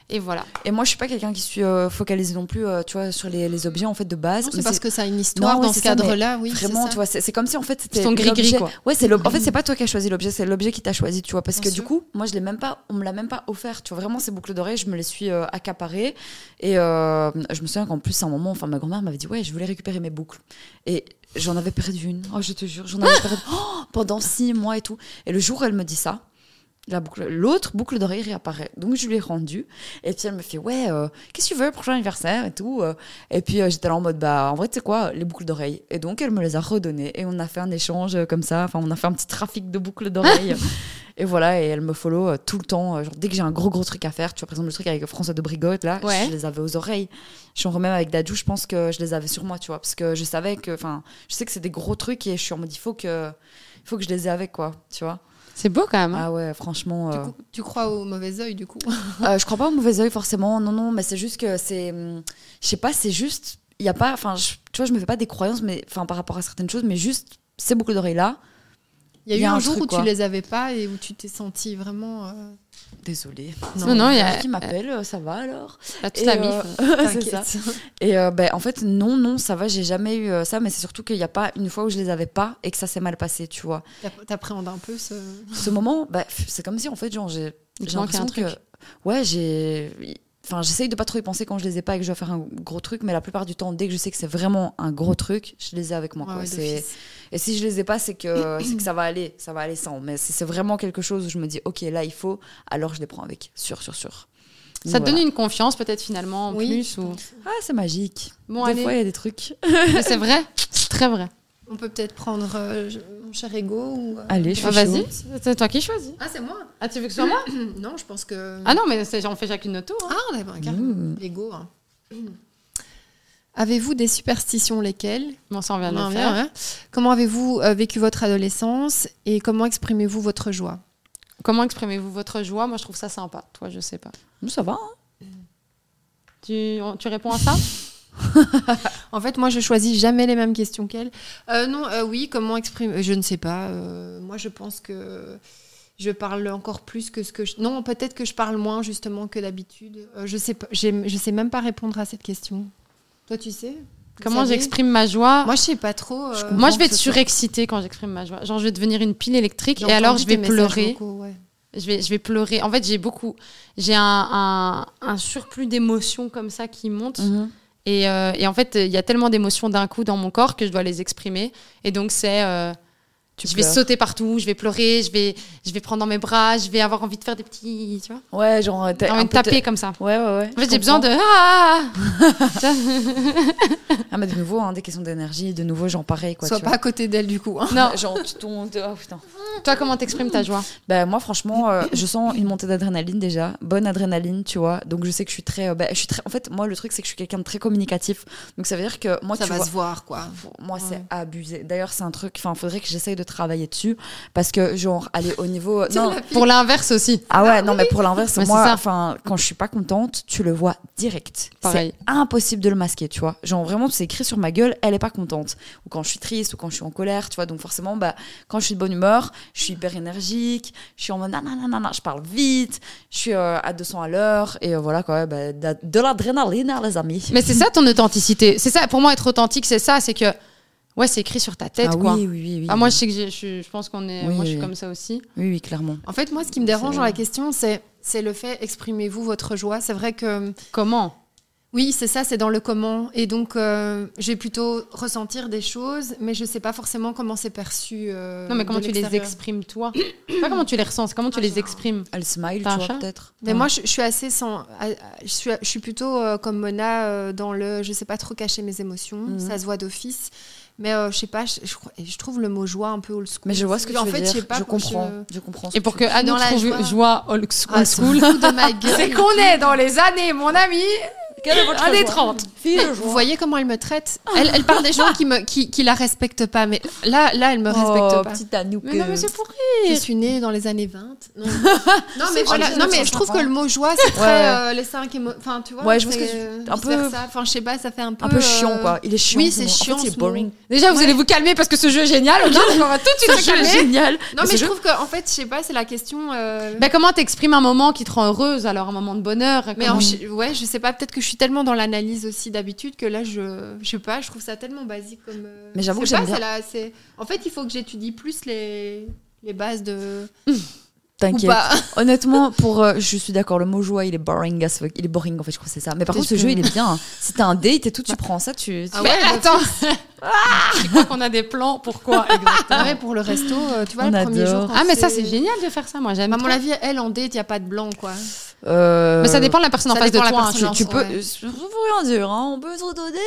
A: Et voilà.
C: Et moi, je suis pas quelqu'un qui suis euh, focalisé non plus, euh, tu vois, sur les, les objets en fait de base.
B: Non,
C: Mais
B: C'est parce que ça a une histoire
C: Non, oui,
B: dans
C: c'est
B: ce
C: ça, mais
B: cadre-là, oui. c'est
C: Vraiment,
B: ça.
C: tu vois, c'est c'est comme si en fait c'était.
A: Ils sont gris-gris,
C: l'objet-
A: quoi.
C: Ouais, c'est le. En fait, c'est pas toi qui as choisi l'objet, c'est l'objet qui t'a choisi, tu vois. Parce
A: Bien
C: que
A: sûr.
C: du coup, moi, je l'ai même pas, on me l'a même pas offert, tu vois. Vraiment, ces boucles d'oreilles, je me les suis euh, accaparées. Et euh, je me souviens qu'en plus, à un moment, enfin, ma grand-mère m'avait dit, ouais, je voulais récupérer mes boucles. Et j'en avais perdu une. Oh, je te jure, j'en avais perdu oh, pendant six mois et tout. Et le jour où elle me dit ça, la boucle, l'autre boucle d'oreille réapparaît. Donc je lui ai rendu. Et puis elle me fait ouais, euh, qu'est-ce que tu veux pour ton anniversaire et tout. euh. Et puis euh, j'étais là en mode bah en vrai tu sais quoi, les boucles d'oreilles. Et donc elle me les a redonnées et on a fait un échange euh, comme ça. Enfin on a fait un petit trafic de boucles d'oreilles. et voilà et elle me follow euh, tout le temps. Euh, Genre dès que j'ai un gros gros truc à faire, tu vois par exemple le truc avec François de Brigotte là,
A: Ouais.
C: je les avais aux oreilles. J'en remets avec Dadju, je pense que je les avais sur moi tu vois parce que je savais que enfin je sais que c'est des gros trucs et je suis en mode il faut que il faut que je les ai avec quoi tu vois.
A: C'est beau quand même. hein.
C: Ah ouais franchement.
B: Du
C: euh,
B: coup, tu crois au mauvais œil, du coup.
C: euh, je crois pas au mauvais oeil forcément, non, non, mais c'est juste que c'est. hum, Je sais pas, c'est juste. Il y a pas. Enfin, je- tu vois, je me fais pas des croyances mais, enfin, par rapport à certaines choses, mais juste ces boucles d'oreilles-là.
B: Il y a eu un, jour
C: truc,
B: où
C: quoi.
B: tu les avais pas et où tu t'es senti vraiment. euh,
C: Désolée.
A: Non, non, il y a-
C: Qui m'appelle, euh, ça va alors
A: T'as toute
C: Et,
A: la
C: euh,
A: mif.
C: c'est ça.
B: t'inquiète.
C: Et euh, ben, en fait, non, non, ça va, j'ai jamais eu euh, ça, mais c'est surtout qu'il n'y a pas une fois où je les avais pas et que ça s'est mal passé, tu vois.
B: T'app- T'appréhendes un peu ce.
C: ce moment, bah, pff, c'est comme si en fait, genre, j'ai
A: Il te
C: j'ai
A: manquait
C: l'impression
A: un
C: que. Ouais, j'ai. Enfin, j'essaye de pas trop y penser quand je les ai pas et que je dois faire un gros truc, mais la plupart du temps, dès que je sais que c'est vraiment un gros truc, je les ai avec moi.
B: Ouais,
C: quoi.
B: ouais,
C: C'est-
B: d'office.
C: et si je les ai pas, c'est que, c'est que ça va aller, ça va aller sans. Mais si c'est vraiment quelque chose où je me dis, ok, là, il faut, alors je les prends avec. Sûr, sûr, sûr.
A: Ça te
C: Donc,
A: donne
C: voilà.
A: une confiance peut-être finalement en
B: Oui,
A: plus
B: je
A: ou...
B: pense.
C: Ah, c'est magique.
A: Bon,
C: Des
A: allez.
C: fois, il y a des trucs.
A: Mais c'est vrai, c'est très vrai.
B: On peut peut-être prendre euh, je- mon cher ego ou. euh,
C: Allez, je suis
A: Ah, Vas-y,
C: chaud.
A: c'est toi qui choisis.
B: Ah, c'est moi Ah.
A: Ah, tu veux que ce soit moi
B: Non, je pense que.
A: Ah non, mais c'est- on fait chacune notre tour. hein.
B: Ah, on avait un carrément.
C: Mmh.
B: L'ego. hein. Avez-vous des superstitions lesquelles
A: bon, ça, on vient de faire.
B: hein. Comment avez-vous euh, vécu votre adolescence et comment exprimez-vous votre joie
A: Comment exprimez-vous votre joie Moi, je trouve ça sympa. Toi, je sais pas.
C: Nous, ça va. hein.
A: Tu, on- tu réponds à ça
B: En fait, moi, je choisis jamais les mêmes questions qu'elle. Euh, non, euh, oui, comment exprimer Je ne sais pas. euh, moi, je pense que je parle encore plus que ce que je... Non, peut-être que je parle moins, justement, que d'habitude. Euh, je sais pas, j'ai- je sais même pas répondre à cette question. Toi, tu sais Vous
A: Comment
B: savez
A: j'exprime ma joie
B: Moi, je sais pas trop. euh,
A: Moi, je vais être
B: que ce soit-
A: surexcitée quand j'exprime ma joie. Genre, je vais devenir une pile électrique
B: J'ai
A: et alors
B: entendu
A: je vais
B: tes messages
A: pleurer.
B: vocaux, ouais.
A: Je vais, je vais pleurer. En fait, j'ai beaucoup. J'ai un, un- un surplus d'émotions comme ça qui montent. Et, euh, et en fait, il y a tellement d'émotions d'un coup dans mon corps que je dois les exprimer. Et donc, c'est. euh,
C: Tu
A: je vais
C: pleures.
A: sauter partout, je vais pleurer, je vais, je vais prendre dans mes bras, je vais avoir envie de faire des petits. Tu vois
C: Ouais, genre. t'as
A: J'ai
C: un
A: envie de
C: peu te-
A: taper comme ça.
C: Ouais, ouais, ouais.
A: En fait, j'ai besoin de. Ah Tu vois
C: Ah, mais de nouveau, hein, des questions d'énergie, de nouveau, genre pareil, quoi.
B: Sois
C: tu
B: pas
C: vois.
B: à côté d'elle, du coup. hein.
A: Non,
C: Genre, tu tombes. de- Oh putain.
A: toi, comment t'exprimes ta joie
C: Bah, moi, franchement, euh, je sens une montée d'adrénaline déjà. Bonne adrénaline, tu vois. Donc, je sais que je suis très. euh, bah, je suis très... En fait, moi, le truc, c'est que je suis quelqu'un de très communicatif. Donc, ça veut dire que moi,
B: Ça
C: tu
B: va
C: vois-
B: se voir, quoi.
C: Pour moi,
B: Ouais.
C: c'est abusé. D'ailleurs, c'est un truc. Enfin, faudrait que j'essaye de travailler dessus parce que, genre, aller au niveau. Non.
A: Pour l'inverse aussi.
C: Ah ouais, non, mais pour l'inverse,
A: Mais c'est
C: moi,
A: ça.
C: enfin, quand je suis pas contente, tu le vois direct.
A: Pareil.
C: C'est impossible de le masquer, tu vois. Genre vraiment, c'est écrit sur ma gueule, elle est pas contente. Ou quand je suis triste, ou quand je suis en colère, tu vois. Donc forcément, bah, quand je suis de bonne humeur, je suis hyper énergique, je suis en mode nanana, je parle vite, je suis euh, à 200 à l'heure, et euh, voilà quoi, bah, de, de l'adrénaline, hein, les amis.
A: Mais c'est ça ton authenticité. C'est ça, pour moi, être authentique, c'est ça. C'est que. Ouais, c'est écrit sur ta tête,
C: ah,
A: quoi.
C: oui, oui, oui, oui.
A: Ah, moi, je sais que j'ai- je, suis- je pense qu'on est.
C: Oui,
A: moi, je suis
C: oui.
A: comme ça aussi.
C: oui, oui, clairement.
B: En fait, moi, ce qui me dérange dans la question, c'est c'est le fait exprimez-vous votre joie. C'est vrai que
A: Comment
B: oui, c'est ça, c'est dans le comment. Et donc, euh, je vais plutôt ressentir des choses, mais je sais pas forcément comment c'est perçu. euh,
A: Non, mais comment
B: de
A: tu les
B: l'extérieur. Ah,
A: exprimes, toi C'est Pas comment tu les ressens, c'est comment tu les exprimes.
C: Elle smile, tu
A: T'as un
C: vois,
A: chat
C: peut-être.
B: Mais moi, je, je suis assez sans. à- à- Je suis, je suis plutôt euh, comme Mona euh, dans le. Je sais pas trop cacher mes émotions.
C: Mhm.
B: Ça se voit d'office. Mais euh, je sais pas, je, je crois- je trouve le mot joie un peu old school.
C: Mais je vois ce que tu
B: en
C: veux
B: fait,
C: dire.
B: Je, sais pas, quand
C: comprends. Je comprends. ce
A: Et pour
C: tu
A: que
B: suis
A: Anne
B: dans la
A: trouve
B: joie.
A: joie, old school,
B: Ah,
A: school,
B: de ma gueule.
A: c'est qu'on est dans les années, mon ami. Années 30.
B: Mais vous voyez comment elle me traite elle, elle parle des gens qui, me, qui, qui la respectent pas, mais là, là elle me
C: Oh,
B: respecte pas.
C: petite Anouk.
A: Mais non, mais c'est pour
B: Je suis née dans les années 20. Non, Non, mais
C: C'est
B: voilà.
C: gentil,
B: Non, mais
C: Alexandre
B: je trouve que
C: Papa.
B: le mot joie, c'est très
C: Ouais.
B: euh, les cinq émo- Enfin, tu vois.
C: Ouais, je vois ce
B: c'est,
C: que tu-
B: euh,
C: un peu-
B: vice-versa. Enfin, je sais pas, ça fait un peu.
C: un peu
B: euh,
C: chiant, quoi. Il est chiant.
B: oui,
C: ce
B: c'est
C: mot. En fait,
B: chiant,
C: il
B: ce
C: est
B: mot.
C: boring.
A: Déjà, vous allez vous calmer parce que ce jeu est génial. Ok, on va tout de suite se
C: C'est
A: calmer.
C: génial.
B: Non, mais je
C: c'est juste- Bah,
B: trouve que, en fait, je sais pas, c'est la question. euh,
A: Ben, comment t'exprimes un moment qui te rend heureuse, alors un moment de bonheur
B: Mais
A: comment-
B: en- je- ouais, je sais pas, peut-être que je suis tellement dans l'analyse aussi d'habitude que là, je, je sais pas, je trouve ça tellement basique comme. euh,
C: Mais j'avoue
B: je
C: que
B: sais
C: j'aime
B: pas,
C: bien.
B: c'est la- c'est- En fait, il faut que j'étudie plus les, les bases de. Bah, Ou
C: T'inquiète.
B: pas.
C: Honnêtement, pour, euh, je suis d'accord, le mot joie, il est boring as fuck. Il est boring, en fait, je crois que c'est ça. Mais par
A: T'es
C: contre, ce
A: sûr.
C: jeu, il est bien. Si t'as un date et tout, tu prends ça, tu. tu-
B: Ah
A: Mais
B: ouais, bah,
A: attends, je crois qu'on a des plans. Pourquoi exactement
B: Ah Ouais, pour le resto, euh, tu vois,
C: On
B: le premier
C: adore.
B: jour. quand
A: Ah, mais ça, c'est génial de faire ça. Moi, j'aime.
B: À Bah, mon
A: trop.
B: avis, elle, en date, il n'y a pas de blanc, quoi.
C: Euh,
A: Mais ça dépend de la personne en
B: ça
A: face de
B: dépend de la
A: toi. hein,
B: personne
A: tu-
B: en
C: Tu
B: Ouais.
C: peux. Je rien dire, hein. On peut se redonner.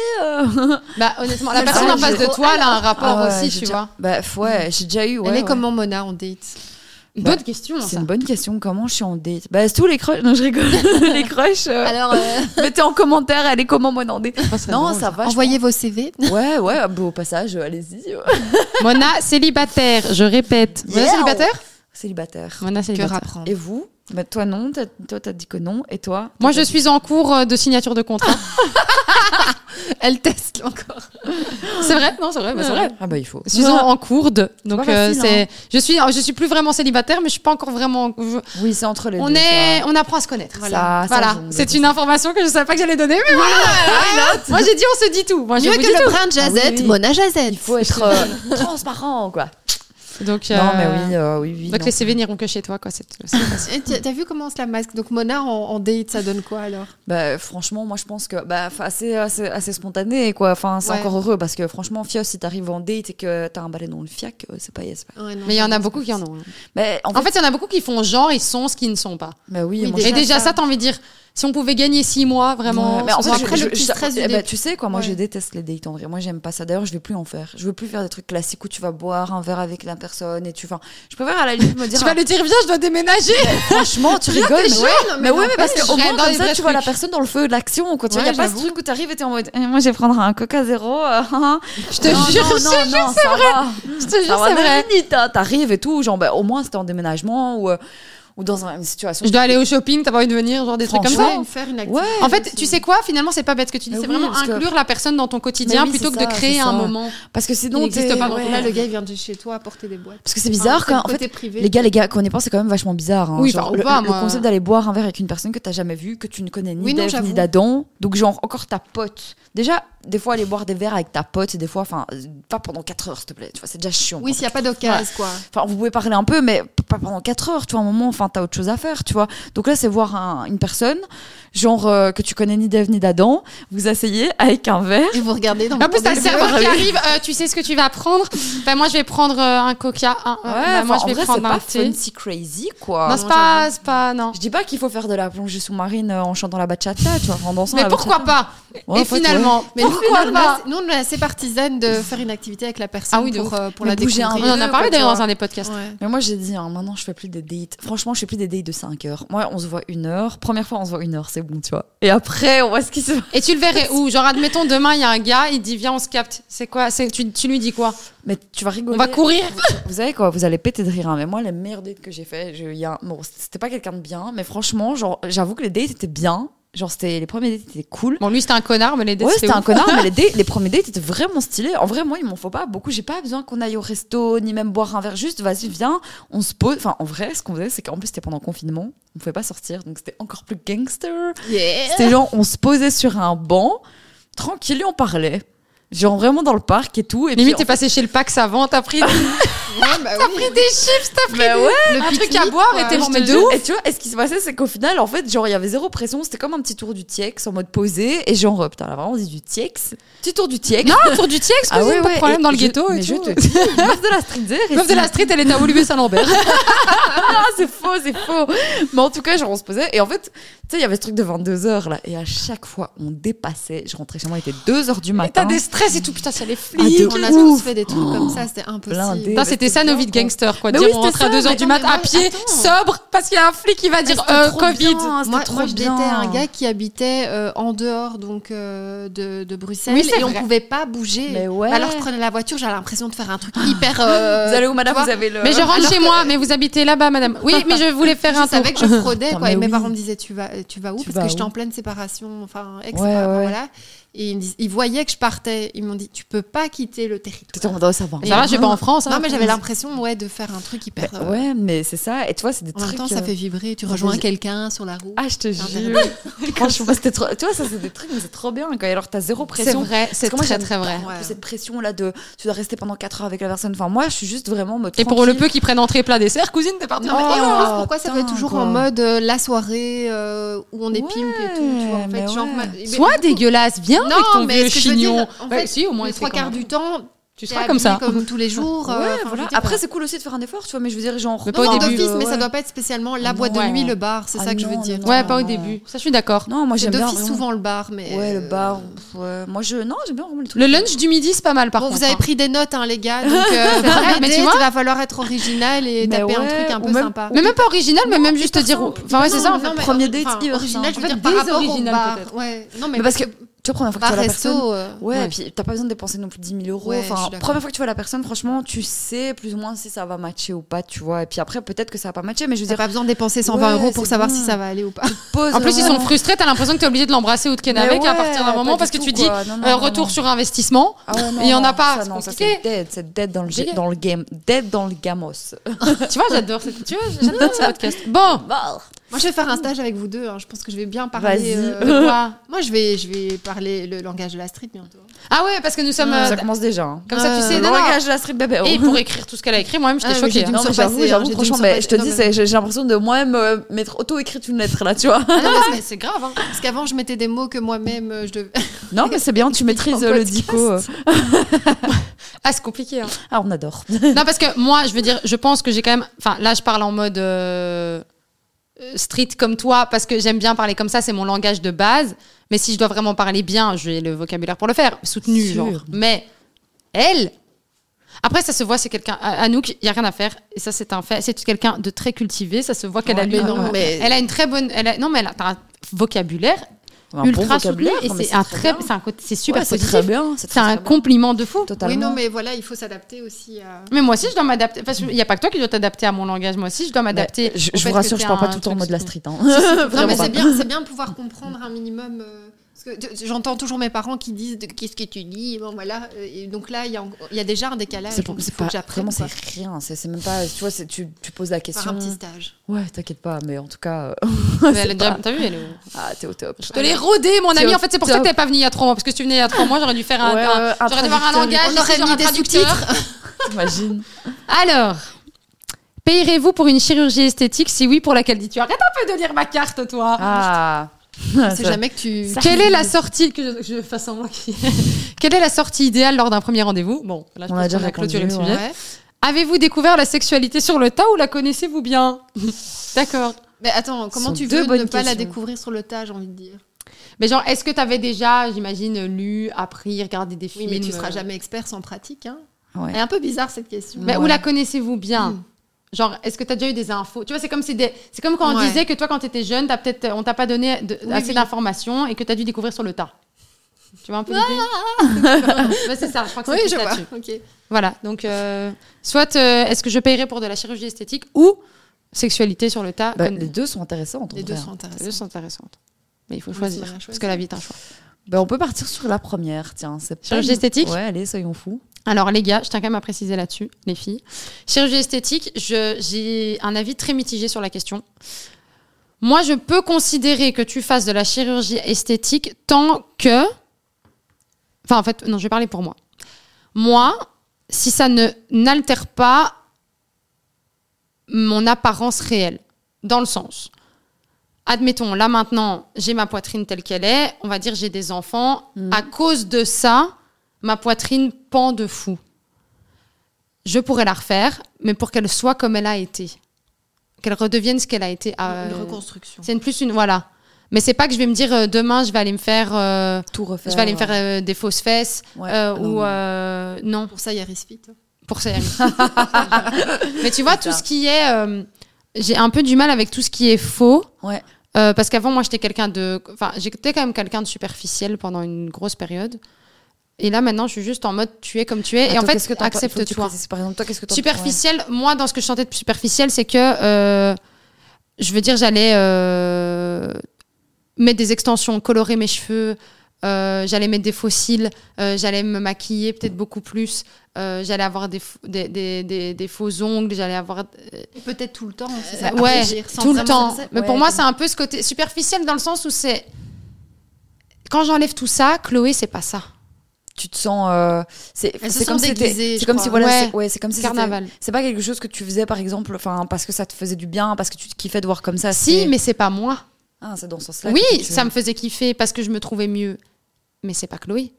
C: euh.
A: Bah honnêtement, la
C: Mais
A: personne
C: ça,
A: en face
C: j'ai-
A: de toi, elle a un rapport
C: Ah ouais,
A: aussi,
C: j'ai
A: tu
C: déjà-
A: vois.
C: Bah, f- ouais, j'ai déjà eu. Ouais,
B: elle est
C: ouais.
B: comment Mona en date
A: Bonne question,
C: C'est
A: ça.
C: une bonne question. Comment je suis en date Bah, c'est tous les crushs. Non, je rigole. les crushs. euh,
B: Alors, euh,
C: Mettez en commentaire, elle est comment, moi, en date Non, Ah, ça va. je
B: envoyez vos CV.
C: pense. Ouais, ouais, bah, au passage, euh, allez-y. euh.
A: Mona célibataire, je répète. Mona
C: Yeah.
A: célibataire
C: Célibataire.
A: Mona
B: Que
A: célibataire.
B: rapprendre
C: Et vous bah, Toi, non. T'as- Toi, t'as dit que non. Et toi
A: Moi, je suis en cours euh, de signature de contrat.
B: Elle teste encore.
A: c'est vrai Non, c'est vrai, bah, c'est vrai.
C: Ah, bah, il faut.
A: Je suis en, en cours de. Donc
C: pas
A: euh,
C: facile,
A: c'est je suis je suis plus vraiment célibataire mais je suis pas encore vraiment je-
C: Oui, c'est entre les
A: on
C: deux.
A: est
C: ça.
A: on apprend à se connaître.
C: Ça,
A: Voilà.
C: ça,
A: Voilà.
C: j'aime
A: c'est
C: bien
A: une information que je savais pas que j'allais donner mais voilà. Moi, j'ai dit on se dit tout. Moi, je
B: Mieux
A: vous
B: que
A: dis
B: le
A: tout.
B: brin de Jazette,
C: Ah oui, oui.
B: Mona Jazette.
C: Il faut être euh, transparent, quoi.
A: Donc
C: Non,
A: euh,
C: mais oui, euh, oui, oui.
A: Donc
C: non.
A: les CV n'iront que chez toi quoi, c'est c'est facile.
B: Et t'as- T'as vu comment on se la masque Donc, Mona en, en date, ça donne quoi alors
C: Bah, franchement, moi, je pense que bah, enfin, c'est assez, assez spontané, quoi. Enfin, c'est
B: Ouais.
C: encore heureux parce que franchement, Fios, si t'arrives en date et que t'as un balai dans le fiac, euh, c'est pas yes. pas-
A: Mais il y en a beaucoup qui en ont. hein.
C: Mais en,
A: En
C: fait,
A: fait, il y en a beaucoup qui font genre, ils sont ce qu'ils ne sont pas.
C: bah oui,
B: Oui,
C: moi,
B: des-
C: je-
A: et
B: Déjà
A: déjà ça,
B: ça,
A: t'as envie de dire, si on pouvait gagner six mois, vraiment.
C: Ouais, mais en fait,
A: Bon,
C: je-
A: après,
C: je-
A: le petit
C: je-
A: stress du
C: eh ben,
A: début.
C: tu sais quoi, moi
A: Ouais.
C: je déteste les dates en vrai. Moi j'aime pas ça. D'ailleurs, je vais plus en faire. Je veux plus faire des trucs classiques où tu vas boire un verre avec la personne et tu vas. Je préfère à la limite me dire.
A: Tu vas
C: ah,
A: lui dire, viens, je dois déménager.
C: Franchement, tu rigoles, mais ouais. Mais ouais, mais parce
A: mais
C: que au
A: je
C: moins
A: rêve dans
C: comme
A: les
C: ça,
A: vrais
C: tu vois la
A: trucs.
C: personne dans le feu de l'action. Quoi. Tu vois,
A: Ouais,
C: y a pas ce
A: j'avoue.
C: truc où t'arrives et t'es en mode. eh, moi, je vais prendre un Coca zéro. euh, hein.
A: Je te
C: Non,
A: jure,
C: non,
A: je
C: non, non, ça va.
A: je te
C: Ça
A: jure,
C: va
A: c'est vrai.
C: deux minutes, hein. T'arrives et tout. Genre, ben, au moins c'était en déménagement ou euh, ou dans un- une situation.
A: Je dois aller au shopping, t'as pas envie de venir, genre des trucs comme ça.
C: Franchement,
B: Ouais, faire une activité.
C: Ouais.
A: En fait, tu sais quoi, finalement, c'est pas bête ce que tu dis.
C: Mais
A: C'est
C: oui,
A: vraiment
C: parce que-
A: inclure la personne dans ton quotidien
C: Mais oui,
A: plutôt
C: c'est
A: que de
C: ça,
A: créer
C: c'est
A: un
C: ça.
A: moment.
C: Parce que
A: Il
C: sinon,
A: n'existe
C: t'es-
A: pas, donc
C: ouais.
B: Là, le gars, il vient de chez toi apporter des boîtes.
C: Parce que c'est bizarre
B: Enfin,
C: quand,
B: c'est
C: en
B: le côté
C: fait,
B: privé.
C: les gars, les gars, qu'on y pense, c'est quand même vachement bizarre. hein.
A: Oui,
C: Genre,
A: enfin, ou
C: le,
A: pas,
C: le
A: moi.
C: concept d'aller boire un verre avec une personne que t'as jamais vue, que tu ne connais ni
B: Oui, non,
C: d'Ève
B: j'avoue.
C: ni d'Adam. Donc, genre, encore ta pote. Déjà, des fois, aller boire des verres avec ta pote, des fois, enfin, euh, pas pendant 4 heures, s'il te plaît. Tu vois, c'est déjà chiant.
B: Oui, s'il n'y a pas d'occasion, quoi.
C: Enfin, vous pouvez parler un peu, mais p- pas pendant 4 heures, tu vois, à un moment, enfin, t'as autre chose à faire, tu vois. Donc là, c'est voir un- une personne, genre, euh, que tu connais ni d'Ève ni d'Adam, vous asseyez avec un verre.
B: Et vous regardez dans
A: En plus, t'as le serveur
C: bureau.
A: qui arrive, euh, tu sais ce que tu vas prendre. Ben, moi, je vais prendre euh, un coca. un- un- ben, moi,
C: enfin,
A: je
C: en
A: vais
C: vrai, c'est
A: prendre un
C: pas
A: thé.
C: fancy crazy, quoi.
A: Non, c'est pas, c'est pas, non.
C: Je dis pas qu'il faut faire de la plongée sous-marine euh, en chantant la bachata, tu vois, en dansant
A: Mais
C: la
A: pourquoi pas
C: bachata. Ouais, en
A: Et
C: fait, ouais.
A: finalement,
B: Mais nous,
A: pourquoi
B: nous, on est
A: pas
B: assez- nous, on est assez partisane de faire une activité avec la personne
A: Ah oui, de
B: pour,
A: ouf.
B: euh, pour
C: Mais
B: la
C: bouger un
B: découvrir.
A: On en a
C: deux,
A: parlé
C: quoi,
A: d'ailleurs
C: tu
A: dans un des podcasts.
B: Ouais.
C: Mais moi, j'ai dit, hein, maintenant, je fais plus des dates. Franchement, je fais plus des dates de 5 heures. Moi, on se voit une heure. Première fois, on se voit une heure, c'est bon, tu vois. Et après, on voit ce qui se passe.
A: Et tu le verrais où Genre, admettons, demain, il y a un gars, il dit, viens, on se capte. C'est quoi C'est- tu, tu lui dis quoi
C: Mais tu vas rigoler.
A: On va courir
C: Vous savez quoi, vous allez péter de rire. hein, Mais moi, les meilleures dates que j'ai fait, je- il y a... bon, c'était pas quelqu'un de bien, mais franchement, genre, j'avoue que les dates étaient bien. Genre, c'était les premiers dates étaient cool.
A: Bon, lui, c'était un connard, mais les deux,
C: Ouais,
A: c'était
C: c'était un
A: ouf.
C: connard, mais les, dé- les premiers dates étaient vraiment stylés. En vrai, moi, il m'en faut pas beaucoup. J'ai pas besoin qu'on aille au resto, ni même boire un verre. Juste, vas-y, viens, on se pose. Enfin, en vrai, ce qu'on faisait, c'est qu'en plus, c'était pendant le confinement. On pouvait pas sortir, donc c'était encore plus gangster. C'était genre, on se posait sur un banc, tranquille, et on parlait. Genre vraiment dans le parc et tout. Et puis,
A: Limite, t'es passé chez le Pax avant, t'as pris, t'as
B: Ouais, bah oui.
A: pris des chips, t'as pris
C: Mais Bah ouais,
A: le un truc à boire et t'es
C: je
A: genre,
C: te
A: mais de
C: jure.
A: ouf.
C: Et tu vois, et ce qui se passait, c'est qu'au final, en fait, genre, il y avait zéro pression. C'était comme un petit tour du TIEX en mode posé. Et genre, euh, putain, là, vraiment, on dit du TIEX. Petit tour du TIEX.
A: Non, tour du TIEX,
C: Ah
A: cousine,
C: ouais,
A: pas de
C: ouais,
A: problème
C: et
A: dans le
C: je-
A: ghetto et
C: mais je
A: tout.
C: te dis, meuf de la street zère,
A: Meuf de la street, elle est à Olivier Saint-Lambert.
C: Ah, c'est faux, c'est faux. Mais en tout cas, genre, on se posait. Et en fait, tu sais, il y avait ce truc de 22h, là. Et à chaque fois, on dépassait. Je rentrais chez moi, il était 2h du
A: T'as
C: matin.
A: des stress et tout, putain, ça les
C: Ah, de
A: flics.
B: On a tous fait des trucs comme ça, c'était
C: Oh, Blindé.
B: impossible.
A: Putain, c'était ça nos vies de
C: C'était
A: gangsters, quoi.
C: Mais
A: Dire,
C: oui,
A: on
C: c'était
A: rentre à
C: ça,
A: 2h
B: mais
A: du
B: non, mais
A: mat à
B: moi,
A: pied,
B: attends.
A: sobre, parce qu'il y a un flic qui va dire
C: c'était
A: euh,
C: trop
A: Covid.
C: bien, c'était
B: Moi,
C: trop
B: moi, je
C: bien.
B: détais un gars qui habitait euh, en dehors donc euh, de, de Bruxelles
A: Oui, c'est
B: et
A: vrai.
B: on pouvait pas bouger. Bah,
C: Mais ouais.
B: alors je prenais la voiture, j'avais l'impression de faire un truc hyper. euh,
C: Vous allez où, madame
B: tu vois,
C: Vous avez le.
A: Mais je rentre chez moi, mais vous habitez là-bas, madame. Oui, mais je voulais faire un
B: Je
A: tour.
B: savais que je fraudais
C: Putain,
B: quoi.
C: mais
B: Et mes
C: oui.
B: parents me disaient tu vas tu vas où
C: Tu
B: parce
C: vas
B: que
C: où
B: j'étais en pleine séparation enfin ex
C: Ouais,
B: enfin,
C: ouais.
B: voilà et ils, me dis- ils voyaient que je partais ils m'ont dit tu peux pas quitter le
C: T'étais en
B: territoire.
C: mode, oh, ça va.
A: Ça va, je vais pas en France. hein.
B: Non mais j'avais l'impression ouais de faire un truc hyper.
C: Mais
B: euh,
C: Bah, Ouais, mais c'est ça. Et tu vois, c'est des
B: En
C: trucs.
B: même temps ça
C: euh,
B: fait vibrer tu
C: ça
B: rejoins
C: faisait-
B: quelqu'un sur la route.
C: Ah, je te jure.
B: Internet.
C: Franchement, c'était trop. Tu vois, ça, c'est des trucs, mais c'est trop bien. Quoi. Et alors, t'as zéro
A: C'est
C: pression.
A: vrai, c'est
C: Parce que moi,
A: très
C: j'aime
A: très vrai.
C: pas un peu
B: Ouais.
C: Cette pression là de tu dois rester pendant 4 heures avec la personne. Enfin, moi, je suis juste vraiment en mode
A: Et pour le
C: euh, tranquille.
A: peu qu'ils prennent entrée plat dessert, cousine, t'es partie.
B: Non, mais- et en plus,
C: Oh,
B: pourquoi ça peut être
C: putain,
B: toujours
C: quoi.
B: en mode euh, la soirée euh, où on est
C: Ouais,
B: pimp et tout, tu vois, en
C: mais
B: fait, genre,
C: ouais.
B: ma- mais
A: Sois
B: du coup,
A: dégueulasse, viens
B: Non,
A: avec ton
B: mais
A: vieux
B: ce que je veux dire,
A: chignon.
B: en
A: Ouais,
B: fait,
A: si, au moins,
B: les
A: il sait
B: trois
A: comment.
B: quarts du temps,
A: Tu
B: t'es
A: seras comme
B: habillé
A: ça.
B: comme tous les jours.
C: Ouais,
B: euh, enfin, je
C: voilà.
B: veux dire,
C: Après, c'est cool aussi de faire un effort, tu vois, mais je veux dire, genre.
A: Mais pas
B: non,
A: au
B: non,
A: début,
B: d'office, mais
C: euh,
B: ça
C: ouais.
B: doit pas être spécialement la boîte
A: Ouais.
B: de nuit, le bar, c'est
C: Ah
B: ça que je veux
C: non,
B: dire.
C: non,
A: Ouais, pas au
C: Non.
A: début. Ça, je suis d'accord.
C: Non, moi,
B: C'est
C: j'aime bien.
B: d'office
C: vraiment-
B: souvent le bar, mais.
C: Ouais, le
B: euh,
C: bar. pff, ouais. Moi, je. Non, j'aime bien vraiment le truc.
A: Le lunch du midi, c'est pas mal par
B: Bon,
A: contre.
B: vous avez
A: hein.
B: pris des notes, hein, les gars, donc euh, faire
A: vrai,
B: des
A: mais tu
B: dates,
A: vois.
B: il va falloir être original et
C: Mais
B: taper un
C: ouais,
B: truc un
C: ou
B: peu
C: même-
B: sympa.
A: Mais même pas original, mais même juste te dire.
C: simple.
A: Enfin, ouais, c'est ça en fait.
B: Non, mais
C: Premier
B: ori-
C: date,
B: enfin,
C: hyper
B: original,
A: simple.
B: je veux dire
A: En
B: par
A: fait,
B: rapport au
A: désoriginal,
B: bar.
A: peut-être.
B: Ouais. Non,
C: Mais parce que tu vois, première fois que tu vois
B: bar
C: la personne.
B: resto. euh,
C: Ouais,
A: Ouais.
C: et puis t'as pas besoin de dépenser non plus 10 000 euros.
B: Ouais, je
C: enfin,
B: suis d'accord.
C: première fois que tu vois la personne, franchement, tu sais plus ou moins si ça va matcher ou pas, tu vois. Et puis après, peut-être que ça va pas matcher, mais je veux
B: T'as
C: dire,
B: pas besoin de dépenser 120
C: Ouais,
B: euros pour
C: c'est
B: savoir
C: bon.
B: si ça va aller ou pas.
C: pose.
A: En plus, ils
C: vraiment-
A: sont frustrés, t'as l'impression que t'es obligé de l'embrasser ou de ken
C: Mais
A: avec à
C: ouais,
A: partir d'un
C: pas
A: moment
C: du
A: parce que
C: tout,
A: tu dis
C: quoi. Non, non,
A: euh,
C: non,
A: retour
C: non.
A: sur investissement.
C: Ah ouais, non,
A: Il y en a
C: non,
A: pas,
C: ça,
A: c'est
C: non, ça,
A: compliqué.
C: c'est dead, c'est dead dans le,
A: Compliqué.
C: ga- dans le game, dead dans le gamos.
A: Tu vois, j'adore cette- tu vois, j'adore ce podcast. Bon,
B: Moi, je vais faire un stage avec vous deux. hein. Je pense que je vais bien
C: Vas-y.
B: parler. euh, de quoi. Moi, je vais, je vais parler le langage de la street bientôt.
A: ah ouais, parce que nous sommes. euh,
C: ça commence déjà. hein.
A: Comme ça, tu
B: Euh,
A: sais.
C: le
A: non, non.
C: langage de la street bébé. hein.
A: Et pour écrire tout ce qu'elle a écrit, moi-même, j'étais
B: Ah, mais
A: choquée.
B: j'ai dû
A: hein.
B: me
C: Non, mais
B: surpasser,
C: j'avoue,
B: hein,
C: j'avoue,
B: j'ai dû
C: franchement,
B: me
C: mais
B: surpasser.
C: je te
B: Non,
C: dis,
B: mais-
C: c'est- j'ai j'ai l'impression de moi-même euh, m'être auto-écrite une lettre là, tu vois.
B: Ah non, mais
A: C'est grave. hein.
B: c'est- parce qu'avant, je mettais des mots que moi-même, euh, je devais.
C: Non, mais c'est bien, tu maîtrises euh, le
B: podcast.
C: dico. euh.
A: Ah, c'est compliqué. hein.
C: Ah, on adore.
A: Non, parce que moi, je veux dire, je pense que j'ai quand même. Enfin, là, je parle en mode. euh, euh, street comme toi parce que j'aime bien parler comme ça, c'est mon langage de base. Mais si je dois vraiment parler bien, j'ai le vocabulaire pour le faire, soutenu.
C: Sûr.
A: genre. Mais elle, après ça se voit, c'est quelqu'un. à- Anouk, il y a rien à faire. Et ça c'est un fait. C'est quelqu'un de très cultivé. Ça se voit qu'elle a
C: Ouais,
A: lu-
C: mais
B: non,
A: euh,
B: mais-
A: elle a une très bonne. Elle a- non mais elle a t'as un vocabulaire
C: Un bon
A: ultra soutenu
C: vocabulaire,
A: et
C: non, mais
A: c'est un
C: très
A: très,
C: bien.
A: c'est un côté, c'est super
C: Ouais, c'est
A: positif.
C: très bien.
A: C'est
C: très,
A: un
C: très bien.
A: compliment de fou.
C: Totalement.
B: Oui, non, mais voilà, il faut s'adapter aussi à.
A: Mais moi aussi, je dois m'adapter. Parce qu'il n'y a pas que toi qui dois t'adapter à mon langage. Moi aussi, je dois m'adapter.
C: Bah,
A: au
C: Je, je
A: fait
C: vous
A: que
C: rassure, je
A: t'es
C: parle pas
A: un
C: tout le temps en
A: truc
C: mode la
A: soutenu.
C: street. hein.
B: Non,
C: Vraiment
B: mais
C: pas.
B: c'est bien, c'est bien de pouvoir comprendre un minimum. euh, parce que t- J'entends toujours mes parents qui disent de- qu'est-ce que tu dis, bon voilà. euh, Et donc là, il y, a en- il y a déjà un décalage.
C: C'est
B: donc
C: pour-
B: il
C: c'est
B: faut
C: pas
B: que j'apprenne
C: vraiment
B: quoi,
C: c'est rien. C'est c'est même pas. Tu vois, c'est- tu, tu poses la
B: par
C: question.
B: un petit stage.
C: Ouais, t'inquiète pas, mais en tout cas, euh,
A: Mais elle a déjà- T'as vu, elle est où
C: ah, t'es au top.
A: Je te l'ai rodé, mon
C: C'est
A: ami.
C: au
A: En fait, c'est pour ça que
C: top.
A: t'es pas venu il y a trois mois. Parce que si tu venais il y a trois mois, j'aurais dû faire un.
C: Ouais,
A: un-
C: ouais, un
A: j'aurais dû avoir un
C: traducteur.
A: langage.
B: On aurait
A: j'aurais
B: mis
A: un
B: des
A: traducteur.
B: sous-titres.
C: T'imagines
A: Alors, payerez-vous pour une chirurgie esthétique Si oui, pour laquelle dis-tu Arrête un peu de lire ma carte, toi.
C: Ah.
B: C'est jamais que tu.
A: Quelle est la sortie que je, je fasse semblant qu'il y ait- Quelle est la sortie idéale lors d'un premier rendez-vous Bon, là, je
C: On
A: pense
C: a déjà
A: qu'on
C: répondu,
A: clôturé le
C: ouais.
A: sujet.
B: Ouais.
A: Avez-vous découvert la sexualité sur le tas ou la connaissez-vous bien D'accord.
B: Mais attends, comment
C: sont
B: tu
C: deux
B: veux ne
C: bonnes
B: pas la
C: questions.
B: découvrir sur le tas, j'ai envie de dire
A: Mais genre, est-ce que tu avais déjà, j'imagine, lu, appris, regardé des
B: Oui,
A: films
B: mais tu seras
A: euh,
B: jamais expert sans pratique. Hein.
C: Ouais.
B: Elle est un peu bizarre cette question.
A: Mais Où
C: Ouais.
A: la connaissez-vous bien
B: Mm.
A: Genre, est-ce que tu as déjà eu des infos Tu vois, c'est comme, si des... c'est comme quand on
B: Ouais.
A: disait que toi, quand tu étais jeune, t'as peut-être, on t'a pas donné de-
B: Oui,
A: assez
B: oui.
A: d'informations et que tu as dû découvrir sur le tas. Tu vois un peu l'idée Ouais, C'est ça, je crois que c'est
B: Ah Oui,
A: plus
B: je vois.
A: là-dessus.
B: Ok.
A: Voilà, donc euh, soit euh, est-ce que je paierais pour de la chirurgie esthétique ou sexualité sur le tas
C: Bah,
A: comme-
C: les deux sont intéressantes. en
B: Les deux
C: vrai.
B: sont
A: Les deux
B: intéressants.
A: sont intéressantes. Mais il faut
B: Oui,
A: choisir,
B: faudra
A: parce
B: choisir.
A: que la vie est un choix.
C: Bah, on peut partir sur la première, tiens. c'est pas
A: Chirurgie
C: une-
A: esthétique
C: Ouais, allez, soyons fous.
A: Alors les gars, je tiens quand même à préciser là-dessus, les filles. Chirurgie esthétique, je- j'ai un avis très mitigé sur la question. Moi, je peux considérer que tu fasses de la chirurgie esthétique tant que... Enfin, en fait, non, je vais parler pour moi. Moi, si ça ne n'altère pas mon apparence réelle, dans le sens... Admettons, là maintenant, j'ai ma poitrine telle qu'elle est, on va dire j'ai des enfants.
B: Mm.
C: Mhm.
A: À cause de ça, ma poitrine pend de fou. Je pourrais la refaire, mais pour qu'elle soit comme elle a été. Qu'elle redevienne ce qu'elle a été. euh,
B: Une reconstruction.
A: c'est une plus une. Voilà. Mais c'est pas que je vais me dire euh, demain, je vais aller me faire, euh,
C: Tout refaire.
A: je vais aller me faire euh, des fausses fesses.
C: Ouais, ah
A: euh,
C: non,
A: ou
C: non.
A: euh, non,
B: Pour ça, il y a Respit.
A: pour ça. y arriver. mais tu vois, tout
C: ça.
A: ce qui est. euh, j'ai un peu du mal avec tout ce qui est faux.
C: Ouais.
A: Euh, parce qu'avant, moi, j'étais quelqu'un de. Enfin, j'étais quand même quelqu'un de superficiel pendant une grosse période. Et là, maintenant, je suis juste en mode tu es comme tu es. et en
C: Attends, qu'est-ce
A: fait,
C: que t'en- faut que tu
A: accepte-toi.
C: précises, Par exemple, toi, qu'est-ce que t'en-
A: Superficiel, moi, dans ce que je sentais de superficiel, c'est que. euh, je veux dire, j'allais euh, mettre des extensions, colorer mes cheveux. euh, j'allais mettre des faux cils, euh, j'allais me maquiller peut-être beaucoup plus, euh, j'allais avoir des, f- des, des, des- des faux ongles, j'allais avoir
B: Peut-être tout le temps. c'est
C: Bah,
A: euh,
B: ça,
A: ouais,
B: réfléchir sans
A: tout le
B: vraiment
A: temps.
B: s'adapter.
A: Mais
C: ouais,
A: pour moi,
C: comme-
A: c'est un peu ce côté superficiel dans le sens où c'est. Quand j'enlève tout ça, Chloé, c'est pas ça.
C: Ouais. Tu te sens. euh, c'est
B: Elles se
C: c'est
B: sont
C: comme si t'étais-
B: déguisées,
C: C'est
B: je
C: comme si
B: crois.
C: voilà.
A: Ouais.
C: c'est- Ouais, c'est comme si c'était-
A: Carnaval.
C: C'est pas quelque chose que tu faisais par exemple, enfin parce que ça te faisait du bien, parce que tu te kiffais de voir comme ça.
A: Si,
C: c'est-
A: mais c'est pas moi.
C: Ah, c'est dans ce sens-là.
A: Oui,
C: que tu-
A: ça me faisait kiffer parce que je me trouvais mieux. Mais c'est pas Chloé.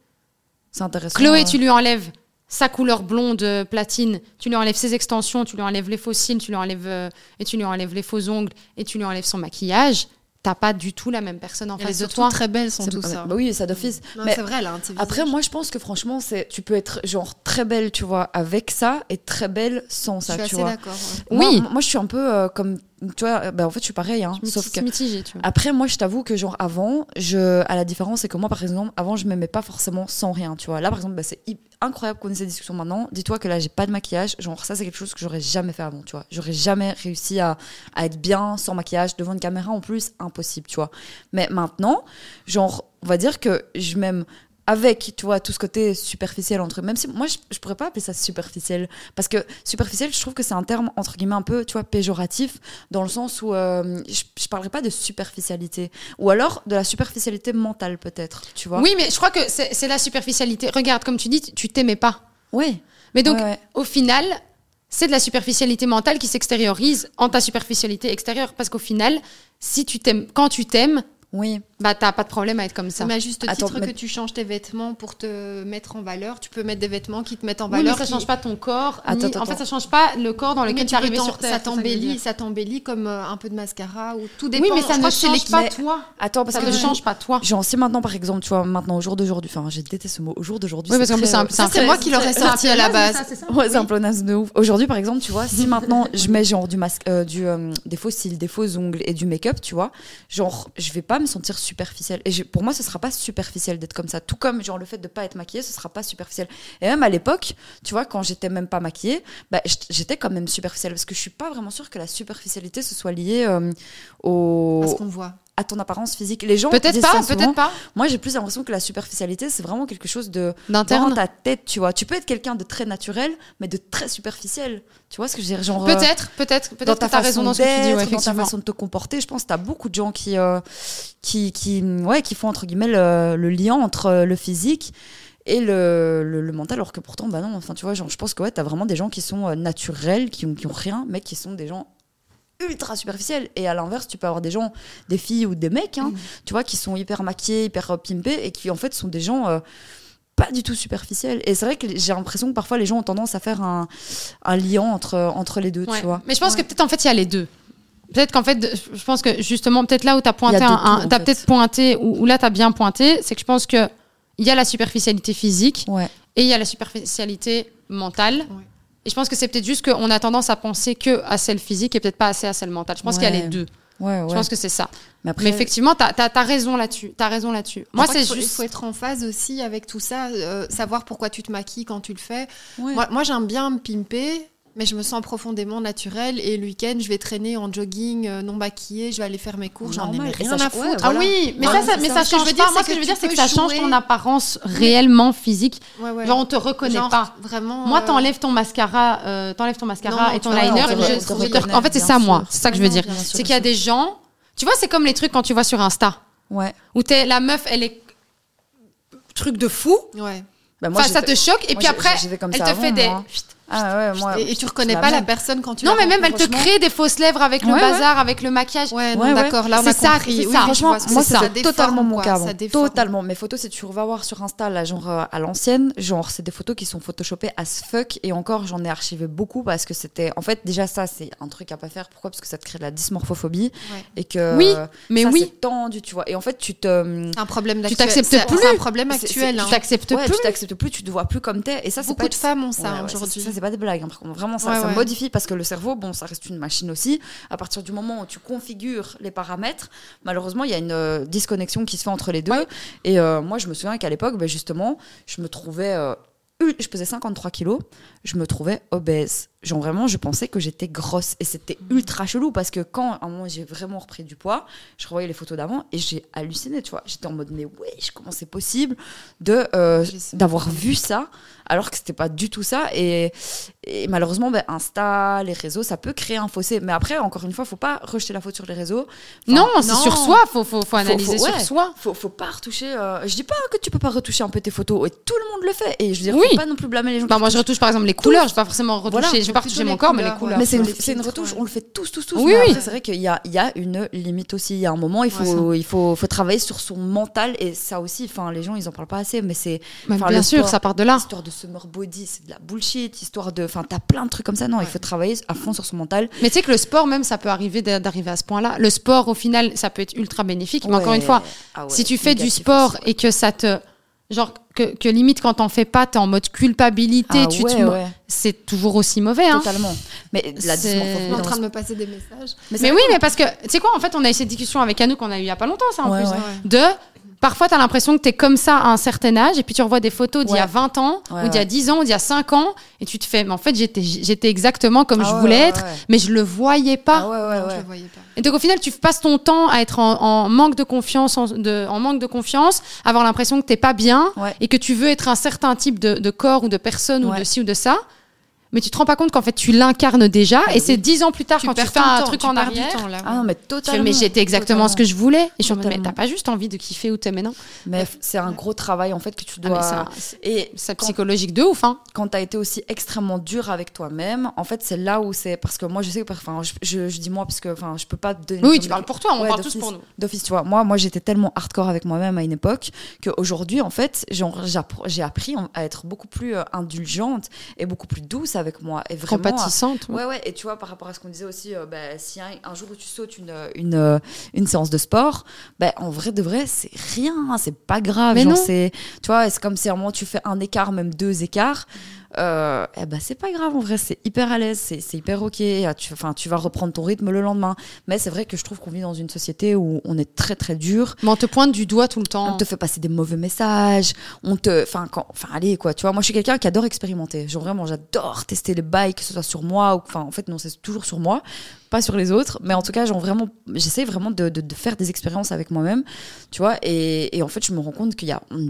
C: C'est intéressant.
A: Chloé,
C: euh.
A: tu lui enlèves sa couleur blonde euh, platine, tu lui enlèves ses extensions, tu lui enlèves les faux cils, tu lui enlèves euh, et tu lui enlèves les faux ongles et tu lui enlèves son maquillage. T'as pas du tout la même personne en
B: Elles
A: face de
B: sont
A: toi.
B: très belles, sont
C: C'est-
B: tout
C: bah
B: ça.
C: oui, ça d'office.
B: Non,
C: Mais
B: c'est vrai, là, un de ces
C: Après,
B: visages.
C: moi, je pense que franchement, c'est tu peux être genre très belle, tu vois, avec ça, et très belle sans ça,
B: je suis
C: tu
B: assez
C: vois.
B: d'accord. ouais.
C: Moi-
A: Oui.
C: Moi, je suis un peu euh, comme, tu vois, euh, ben, en fait, je suis pareil, hein, sauf que.
A: C'est mitigé, tu vois.
C: Après, moi, je t'avoue que genre avant, je, à la différence, c'est que moi, par exemple, avant, je m'aimais pas forcément sans rien, tu vois. Là, par exemple, bah, c'est hy- incroyable qu'on ait cette discussion maintenant. Dis-toi que là, j'ai pas de maquillage. Genre, ça, c'est quelque chose que j'aurais jamais fait avant, tu vois. J'aurais jamais réussi à, à être bien sans maquillage devant une caméra en plus, impossible, tu vois. Mais maintenant, genre, on va dire que je m'aime avec, tu vois, tout ce côté superficiel entre même si moi je, je pourrais pas appeler ça superficiel parce que superficiel, je trouve que c'est un terme entre guillemets un peu, tu vois, péjoratif dans le sens où euh, je, je parlerai pas de superficialité ou alors de la superficialité mentale peut-être, tu vois.
A: Oui, mais je crois que c'est c'est la superficialité. Regarde, comme tu dis, tu- tu t'aimais pas.
C: Ouais.
A: Mais donc,
C: Ouais, ouais.
A: au final, c'est de la superficialité mentale qui s'extériorise en ta superficialité extérieure. Parce qu'au final, si tu t'aimes, quand tu t'aimes,
C: Oui.
A: Bah, t'as pas de problème à être comme ça.
B: Mais à juste titre
C: Attends, mais-
B: que tu changes tes vêtements pour te mettre en valeur, tu peux mettre des vêtements qui te mettent en
A: Oui, mais
B: valeur.
A: ça
B: qui-
A: change pas ton corps.
C: Attends,
A: ni-
C: attends,
A: En fait,
C: attends.
A: ça change pas le corps dans
B: Mais
A: lequel
B: tu
A: t'es
B: peux
A: arrivé
B: t'en-
A: sur Terre.
B: Ça
A: c'est que je veux
B: t'embellit,
A: dire.
B: ça t'embellit comme euh, un peu de mascara ou tout dépend.
A: Oui, mais ça
B: Je
A: ne
B: crois que c'est
A: change pas
B: l'équipe.
A: toi.
C: Attends, parce
A: Ça
C: que
A: ne change pas toi.
C: Genre, si maintenant, par exemple, tu vois, maintenant, au jour d'aujourd'hui, enfin, j'ai détesté ce mot, au jour d'aujourd'hui.
A: Oui, parce qu'en plus,
C: très,
A: c'est un-
C: euh,
A: c'est un
B: c'est moi qui l'aurais
A: c'est un
B: sorti à la
A: pléonasme,
B: base.
A: ça, c'est ça
C: Ouais, c'est un pléonasme de ouf. Aujourd'hui, par exemple, tu vois, si maintenant je mets genre du masque, euh, du, euh, des faux cils, des faux ongles et du make-up, tu vois, genre, je vais pas me sentir superficielle. Et je- pour moi, ce sera pas superficiel d'être comme ça. Tout comme, genre, le fait de pas être maquillée, ce sera pas superficiel. Et même à l'époque, tu vois, quand j'étais même pas maquillée, bah, j't- j'étais quand même superficielle. Parce que je suis pas vraiment sûre que la superficialité se soit liée euh, au,
B: Parce qu'on voit.
C: à ton apparence physique. Les gens
A: Peut-être
C: disent
A: pas,
C: ça souvent.
A: peut-être pas.
C: Moi, j'ai plus l'impression que la superficialité, c'est vraiment quelque chose de dans
A: D'interne.
C: ta tête, tu vois. Tu peux être quelqu'un de très naturel, mais de très superficiel. Tu vois ce que je veux dire genre, euh,
A: Peut-être, peut-être,
C: dans
A: peut-être
C: ta
A: que t'as
C: façon
A: raison dans ce que tu dis, ouais,
C: d'être, dans ta
A: effectivement.
C: façon de te comporter, je pense que t'as beaucoup de gens qui, euh, qui, qui, ouais, qui font entre guillemets le, le lien entre euh, le physique et le, le, le mental, alors que pourtant, bah non, enfin, tu vois, genre, je pense que ouais, t'as vraiment des gens qui sont euh, naturels, qui ont, qui ont rien, mais qui sont des gens ultra superficiels. Et à l'inverse, tu peux avoir des gens, des filles ou des mecs,
A: Mm.
C: hein, tu vois, qui sont hyper maquillés, hyper euh, pimpés, et qui en fait sont des gens. euh, pas du tout superficiels. Et c'est vrai que j'ai l'impression que parfois les gens ont tendance à faire un, un lien entre, entre les deux,
A: Ouais.
C: tu vois.
A: Mais je pense
B: Ouais.
A: que peut-être en fait il y a les deux. Peut-être qu'en fait, je pense que justement, peut-être là où tu as pointé,
C: Il y a de
A: un,
C: tout,
A: un-
C: en
A: t'as
C: fait.
A: peut-être pointé, ou, ou là tu as bien pointé, c'est que je pense que il y a la superficialité physique
C: Ouais.
A: et il y a la superficialité mentale.
B: Ouais.
A: Et je pense que c'est peut-être juste qu'on a tendance à penser que à celle physique et peut-être pas assez à celle mentale. Je pense qu'il y a
C: Ouais.
A: les deux.
C: Ouais, ouais.
A: Je pense que c'est ça.
C: mais
A: Mais effectivement, tu as, raison là-dessus. T'as raison là-dessus. Moi,
B: Je
A: c'est
B: crois qu'il faut- Il
A: juste.
B: faut être en phase aussi avec tout ça, euh, savoir pourquoi tu te maquilles quand tu le fais.
C: Ouais.
B: Moi, moi, j'aime bien me pimper, mais je me sens profondément naturelle. Et le week-end, je vais traîner en jogging, euh, non maquillée, je vais aller faire mes cours, j'en ai
C: Normal.
B: mais
C: Et
B: rien
C: ça
B: à
C: change-
B: foutre.
C: ouais,
A: Ah
C: voilà.
A: oui, mais
C: Ouais,
A: ça, ça,
B: c'est
A: mais
B: ça.
A: ça
B: Ce que je
A: change
B: veux
A: pas.
B: dire,
A: Moi,
B: c'est
A: ce que je
B: que
A: veux dire,
B: tu
A: c'est que
B: peux
A: ça change
B: jouer.
A: ton apparence réellement physique.
B: Ouais, ouais.
A: Genre, on te reconnaît
B: Genre,
A: pas.
B: Vraiment.
A: Moi,
B: euh,
A: t'enlèves ton mascara, euh, t'enlèves ton mascara
B: Non,
A: et ton
B: tu vois,
A: liner.
B: on te
A: et
B: re-
A: je-
B: on te
A: je te-
C: reconnaît,
A: en fait, c'est
C: bien
A: ça,
C: sûr.
A: moi. C'est ça que je veux
B: Non,
A: dire.
B: bien sûr,
A: C'est
C: bien
A: qu'il y a
C: sûr.
A: des gens. Tu vois, c'est comme les trucs quand tu vois sur Insta
C: Ouais.
A: où t'es la meuf, elle est truc de fou.
B: euh, Ouais.
C: Bah, moi,
A: Enfin, ça
C: j'étais-
A: te choque. Et
C: moi,
A: puis
C: j'ai-
A: après,
C: j'ai fait comme
A: elle
C: ça
A: te
C: avant,
A: fait des.
C: moi. Ah ouais, moi.
B: Et, et tu reconnais
C: la
B: pas la
C: même.
B: personne quand tu
A: Non,
B: la
A: mais même, elle
B: rencontres,
A: te crée des fausses lèvres avec le
C: Ouais, ouais.
A: bazar, avec le maquillage.
B: Ouais,
C: Ouais,
B: non,
C: ouais.
B: d'accord, là on
A: C'est
B: a
A: ça,
B: compris.
A: c'est
B: Oui,
A: ça.
B: oui, je
C: Franchement,
B: vois ce que
C: moi,
B: c'est,
A: ça.
C: c'était
B: déforme,
C: totalement mon
B: quoi,
C: cas.
B: ça
C: avant.
B: déforme.
C: Totalement. Mes photos, si tu revois voir sur Insta, là, genre euh, à l'ancienne, genre, c'est des photos qui sont photoshopées as fuck. Et encore, j'en ai archivé beaucoup parce que c'était. En fait, déjà, ça, c'est un truc à pas faire. Pourquoi Parce que ça te crée de la dysmorphophobie.
B: Ouais.
C: Et que.
A: Oui,
C: euh,
A: mais
C: ça,
A: oui.
C: c'est tendu, tu vois. Et en fait, tu te.
B: C'est un problème d'actuel. hein.
A: t'acceptes
B: C'est-
A: plus.
B: C'est un problème
C: C'est- c'est-
B: actuel.
C: tu
B: hein.
A: T'acceptes
C: Ouais,
A: plus.
C: tu t'acceptes plus, tu te vois plus comme t'es. Et ça, c'est
B: Beaucoup
C: pas-
B: de femmes ont
C: Ouais,
B: ça
C: ouais,
B: aujourd'hui.
C: Ça, c'est pas des blagues, hein, par contre. Vraiment, ça,
B: Ouais,
C: ça
B: ouais.
C: modifie parce que le cerveau, bon, ça reste une machine aussi. À partir du moment où tu configures les paramètres, malheureusement, il y a une euh, disconnexion qui se fait entre les deux. Et euh, moi, je me souviens qu'à l'époque, ben, justement, je me trouvais. euh, ul- je pesais 53 kilos, je me trouvais obèse. Genre vraiment, je pensais que j'étais grosse et c'était
B: Mm.
C: ultra chelou parce que quand à un moment j'ai vraiment repris du poids, je revoyais les photos d'avant et j'ai halluciné, tu vois. J'étais en mode mais wesh, comment c'est possible de euh,
B: Je sais.
C: d'avoir vu ça alors que c'était pas du tout ça et, et malheureusement ben, Insta, les réseaux, ça peut créer un fossé. Mais après encore une fois, faut pas rejeter la faute sur les réseaux. Enfin,
A: Non, c'est
B: non.
A: sur soi. Faut, faut, faut analyser
C: faut-
A: sur
C: ouais.
A: soi.
C: faut, faut pas retoucher. euh, je dis pas que tu peux pas retoucher un peu tes photos et tout le monde le fait. Et je veux dire,
A: Oui.
C: faut pas non plus blâmer les gens.
A: Bah,
C: qui
A: moi, je
C: retouchent.
A: retouche par exemple les couleurs. Je vais pas forcément retoucher.
C: Voilà,
A: je vais pas
B: plutôt
A: retoucher
B: les
A: mon corps, mais les
B: couleurs,
A: couleurs.
B: ouais.
C: Mais c'est une,
B: sur les
C: c'est une
B: filtres,
C: retouche,
B: ouais.
C: on le fait tous, tous, tous.
A: Oui,
C: mais
A: oui.
C: après, C'est vrai qu'il y a, il y a une limite aussi. Il y a un moment, il faut, il faut, faut travailler sur son mental et ça aussi. Enfin, les gens, ils en parlent pas assez, mais c'est
A: Mais
C: Enfin,
A: bien
C: le
A: sûr,
C: sport.
A: ça part de là.
C: histoire de summer body, c'est de la bullshit, histoire de, enfin, t'as plein de trucs comme ça. Non, il faut travailler à fond sur son mental.
A: Mais tu sais que le sport, même, ça peut arriver d'a- d'arriver à ce point-là. Le sport, au final, ça peut être ultra bénéfique. Mais encore
C: Ouais.
A: une fois,
C: Ah ouais,
A: si tu fais du
C: négatif
A: sport
C: aussi.
A: et que ça te. Genre, que, que limite, quand t'en fais pas, t'es en mode culpabilité.
C: Ah
A: tu te-
C: ouais, ouais,
A: C'est toujours aussi mauvais. Hein.
C: totalement. Mais la
A: C'est-
B: On est en
C: dysmorphophobie.
B: train de me passer des messages.
A: Mais oui, mais parce que. Tu sais quoi, en fait, on a eu cette discussion avec Anouk qu'on a eu il y a pas longtemps, ça, en
C: Ouais,
A: plus.
C: ouais.
A: De. Parfois, t'as l'impression que t'es comme ça à un certain âge, et puis tu revois des photos d'il y a
C: Ouais.
A: 20 ans,
C: Ouais,
A: ou d'il y a
C: ouais.
A: 10 ans, ou d'il y a 5 ans, et tu te fais, mais en fait, j'étais j'étais exactement comme
C: Ah
A: je
C: ouais,
A: voulais
C: ouais,
A: être,
C: ouais.
A: mais je le voyais pas.
C: Ah ouais, ouais,
B: Non, Je
C: ouais.
B: le voyais pas.
A: Et donc au final, tu passes ton temps à être en, en manque de confiance, en, de- en manque de confiance, avoir l'impression que t'es pas bien
C: Ouais.
A: et que tu veux être un certain type de, de corps ou de personne ou
C: Ouais.
A: de ci ou de ça. mais tu te rends pas compte qu'en fait tu l'incarnes déjà et c'est dix ans plus tard quand tu fais un truc en arrière. hein,
C: Ah non, mais
A: Tu fais,
C: totalement.
A: mais j'étais exactement
C: Totalement.
A: ce que je voulais. Et je suis en mode, mais
C: Totalement.
A: t'as pas juste envie de kiffer où t'es maintenant.
C: Mais f- c'est un gros travail en fait que tu
A: Ah, mais
C: dois.
A: ça-
C: et
A: C'est
C: quand-
A: psychologique de ouf, hein.
C: quand tu as été aussi extrêmement dur avec toi-même, en fait, c'est là où c'est. Parce que moi, je sais que. par- Enfin, je, je, je dis moi, parce que enfin, je peux pas te donner.
A: Oui,
C: comme-
A: tu parles pour toi, on
C: Ouais,
A: parle tous
C: d'office.
A: pour nous.
C: D'office, tu vois. Moi, moi j'étais tellement hardcore avec moi-même à une époque qu'aujourd'hui, en fait, genre, j'appr- j'ai appris en- à être beaucoup plus euh, indulgente et beaucoup plus douce avec moi. Et vraiment. à-
A: Compatissante.
C: Ouais, ouais, et tu vois, par rapport à ce qu'on disait aussi, euh, bah, si un, un jour où tu sautes une, euh, une, euh, une séance de sport, bah, en vrai de vrai, c'est rien, hein, c'est pas grave.
A: Mais
C: genre,
A: non.
C: c'est- Tu vois, c'est comme si à un moment tu fais un écart, même deux écarts, euh, eh ben, c'est pas grave en vrai, c'est hyper à l'aise, c'est c'est hyper ok, ah, tu, enfin, tu vas reprendre ton rythme le lendemain. Mais c'est vrai que je trouve qu'on vit dans une société où on est très très dur,
A: Mais on te pointe du doigt tout le temps.
C: on te fait passer des mauvais messages, on te, enfin, quand, enfin, allez quoi, tu vois. Moi, je suis quelqu'un qui adore expérimenter. Genre vraiment, j'adore tester les bails, que ce soit sur moi ou, enfin, en fait, non, c'est toujours sur moi, pas sur les autres. Mais en tout cas, genre vraiment, j'essaie vraiment de, de- de faire des expériences avec moi-même, tu vois. Et, et en fait, je me rends compte qu'il y a, on,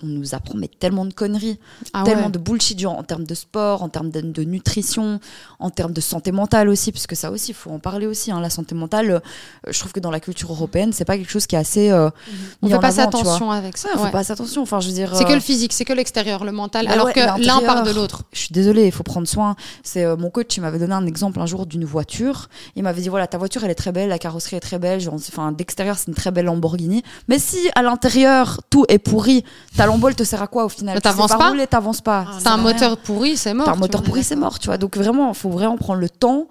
C: on nous apprend mais tellement de conneries,
A: Ah
C: tellement
A: ouais.
C: de bullshit, genre en termes de sport, en termes de, de nutrition, en termes de santé mentale aussi, puisque ça aussi, il faut en parler aussi. hein. La santé mentale, euh, je trouve que dans la culture européenne, c'est pas quelque chose qui est assez. euh,
A: On
C: mis
A: fait
C: en
A: pas
C: avant, tu vois.
A: attention avec ça.
C: Ouais, faut
A: ouais.
C: pas attention. Enfin, je veux dire.
A: C'est que
C: euh,
A: le physique, c'est que l'extérieur, le mental,
C: bah
A: alors
C: ouais,
A: que l'un
C: l'intérieur.
A: part de l'autre.
C: euh, Je suis désolée, il faut prendre soin. C'est euh, mon coach, il m'avait donné un exemple un jour d'une voiture. Il m'avait dit voilà, ta voiture, elle est très belle, la carrosserie est très belle. genre, Enfin, d'extérieur, c'est une très belle Lamborghini. Mais si à l'intérieur tout est pourri, ta Lambo, elle te sert à quoi au final
A: Mais
C: Tu sais
A: t'avances pas
C: rouler, t'avances pas.
B: Ah,
A: C'est un
B: non,
A: moteur pourri, c'est mort.
C: T'as un
A: tu
C: moteur
A: vois.
C: pourri, c'est mort, tu vois. Donc vraiment, faut vraiment prendre le temps